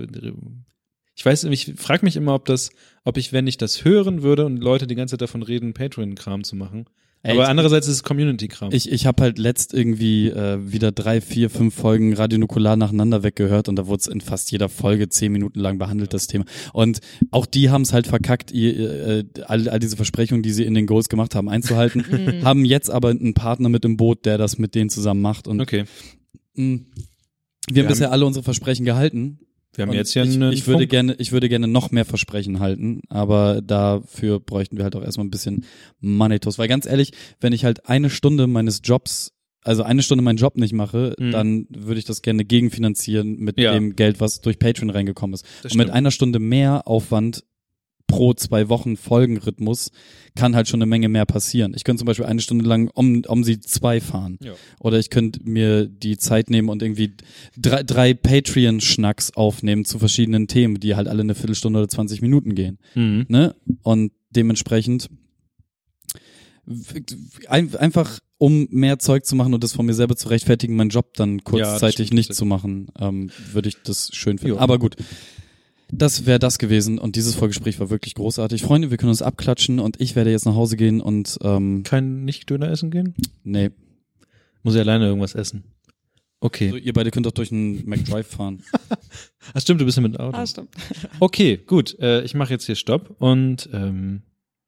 [SPEAKER 2] Ich weiß, ich frage mich immer, ob das, ob ich, wenn ich das hören würde und Leute die ganze Zeit davon reden, Patreon-Kram zu machen.
[SPEAKER 4] Ey,
[SPEAKER 2] aber
[SPEAKER 4] ich-
[SPEAKER 2] andererseits ist es Community-Kram.
[SPEAKER 4] Ich, ich habe halt letzt irgendwie äh, wieder drei, vier, fünf Folgen Radio Nukular nacheinander weggehört und da wurde es in fast jeder Folge zehn Minuten lang behandelt, das Thema. Und auch die haben es halt verkackt, ihr, äh, all, all diese Versprechungen, die sie in den Goals gemacht haben, einzuhalten, haben jetzt aber einen Partner mit im Boot, der das mit denen zusammen macht. Und
[SPEAKER 2] Okay.
[SPEAKER 4] mh, wir haben
[SPEAKER 2] haben-
[SPEAKER 4] bisher alle unsere Versprechen gehalten.
[SPEAKER 2] Wir haben
[SPEAKER 4] Und
[SPEAKER 2] jetzt hier
[SPEAKER 4] ich,
[SPEAKER 2] einen
[SPEAKER 4] ich würde
[SPEAKER 2] Funk.
[SPEAKER 4] gerne, ich würde gerne noch mehr Versprechen halten, aber dafür bräuchten wir halt auch erstmal ein bisschen Monetos. Weil ganz ehrlich, wenn ich halt eine Stunde meines Jobs, also eine Stunde meinen Job nicht mache,
[SPEAKER 2] Mhm.
[SPEAKER 4] dann würde ich das gerne gegenfinanzieren mit
[SPEAKER 2] Ja.
[SPEAKER 4] dem Geld, was durch Patreon reingekommen ist.
[SPEAKER 2] Das
[SPEAKER 4] Und mit
[SPEAKER 2] stimmt.
[SPEAKER 4] einer Stunde mehr Aufwand pro zwei Wochen Folgenrhythmus kann halt schon eine Menge mehr passieren. Ich könnte zum Beispiel eine Stunde lang um, um sie zwei fahren.
[SPEAKER 2] Ja.
[SPEAKER 4] Oder ich könnte mir die Zeit nehmen und irgendwie drei, drei Patreon-Schnacks aufnehmen zu verschiedenen Themen, die halt alle eine Viertelstunde oder 20 Minuten gehen.
[SPEAKER 2] Mhm.
[SPEAKER 4] Ne? Und dementsprechend w- ein, einfach, um mehr Zeug zu machen und das von mir selber zu rechtfertigen, meinen Job dann
[SPEAKER 2] Ja, das
[SPEAKER 4] kurzzeitig
[SPEAKER 2] stimmt,
[SPEAKER 4] nicht
[SPEAKER 2] das-
[SPEAKER 4] zu machen, ähm, würde ich das schön finden.
[SPEAKER 2] Jo.
[SPEAKER 4] Aber gut. Das wäre das gewesen und dieses Vorgespräch war wirklich großartig. Freunde, wir können uns abklatschen und ich werde jetzt nach Hause gehen und ähm,
[SPEAKER 2] Kein Nicht-Döner essen gehen?
[SPEAKER 4] nee.
[SPEAKER 2] Muss ich alleine irgendwas essen. Okay.
[SPEAKER 4] So, Also ihr beide könnt doch durch einen McDrive fahren.
[SPEAKER 2] Ah, stimmt, du bist ja mit dem Auto.
[SPEAKER 3] Ah, stimmt.
[SPEAKER 2] Okay, gut. Äh, ich mache jetzt hier Stopp und ähm,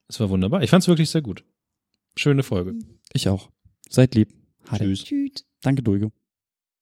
[SPEAKER 2] es war wunderbar. Ich fand es wirklich sehr gut. Schöne Folge.
[SPEAKER 4] Ich auch. Seid lieb. Hi.
[SPEAKER 2] Tschüss.
[SPEAKER 4] Danke, Dulgo.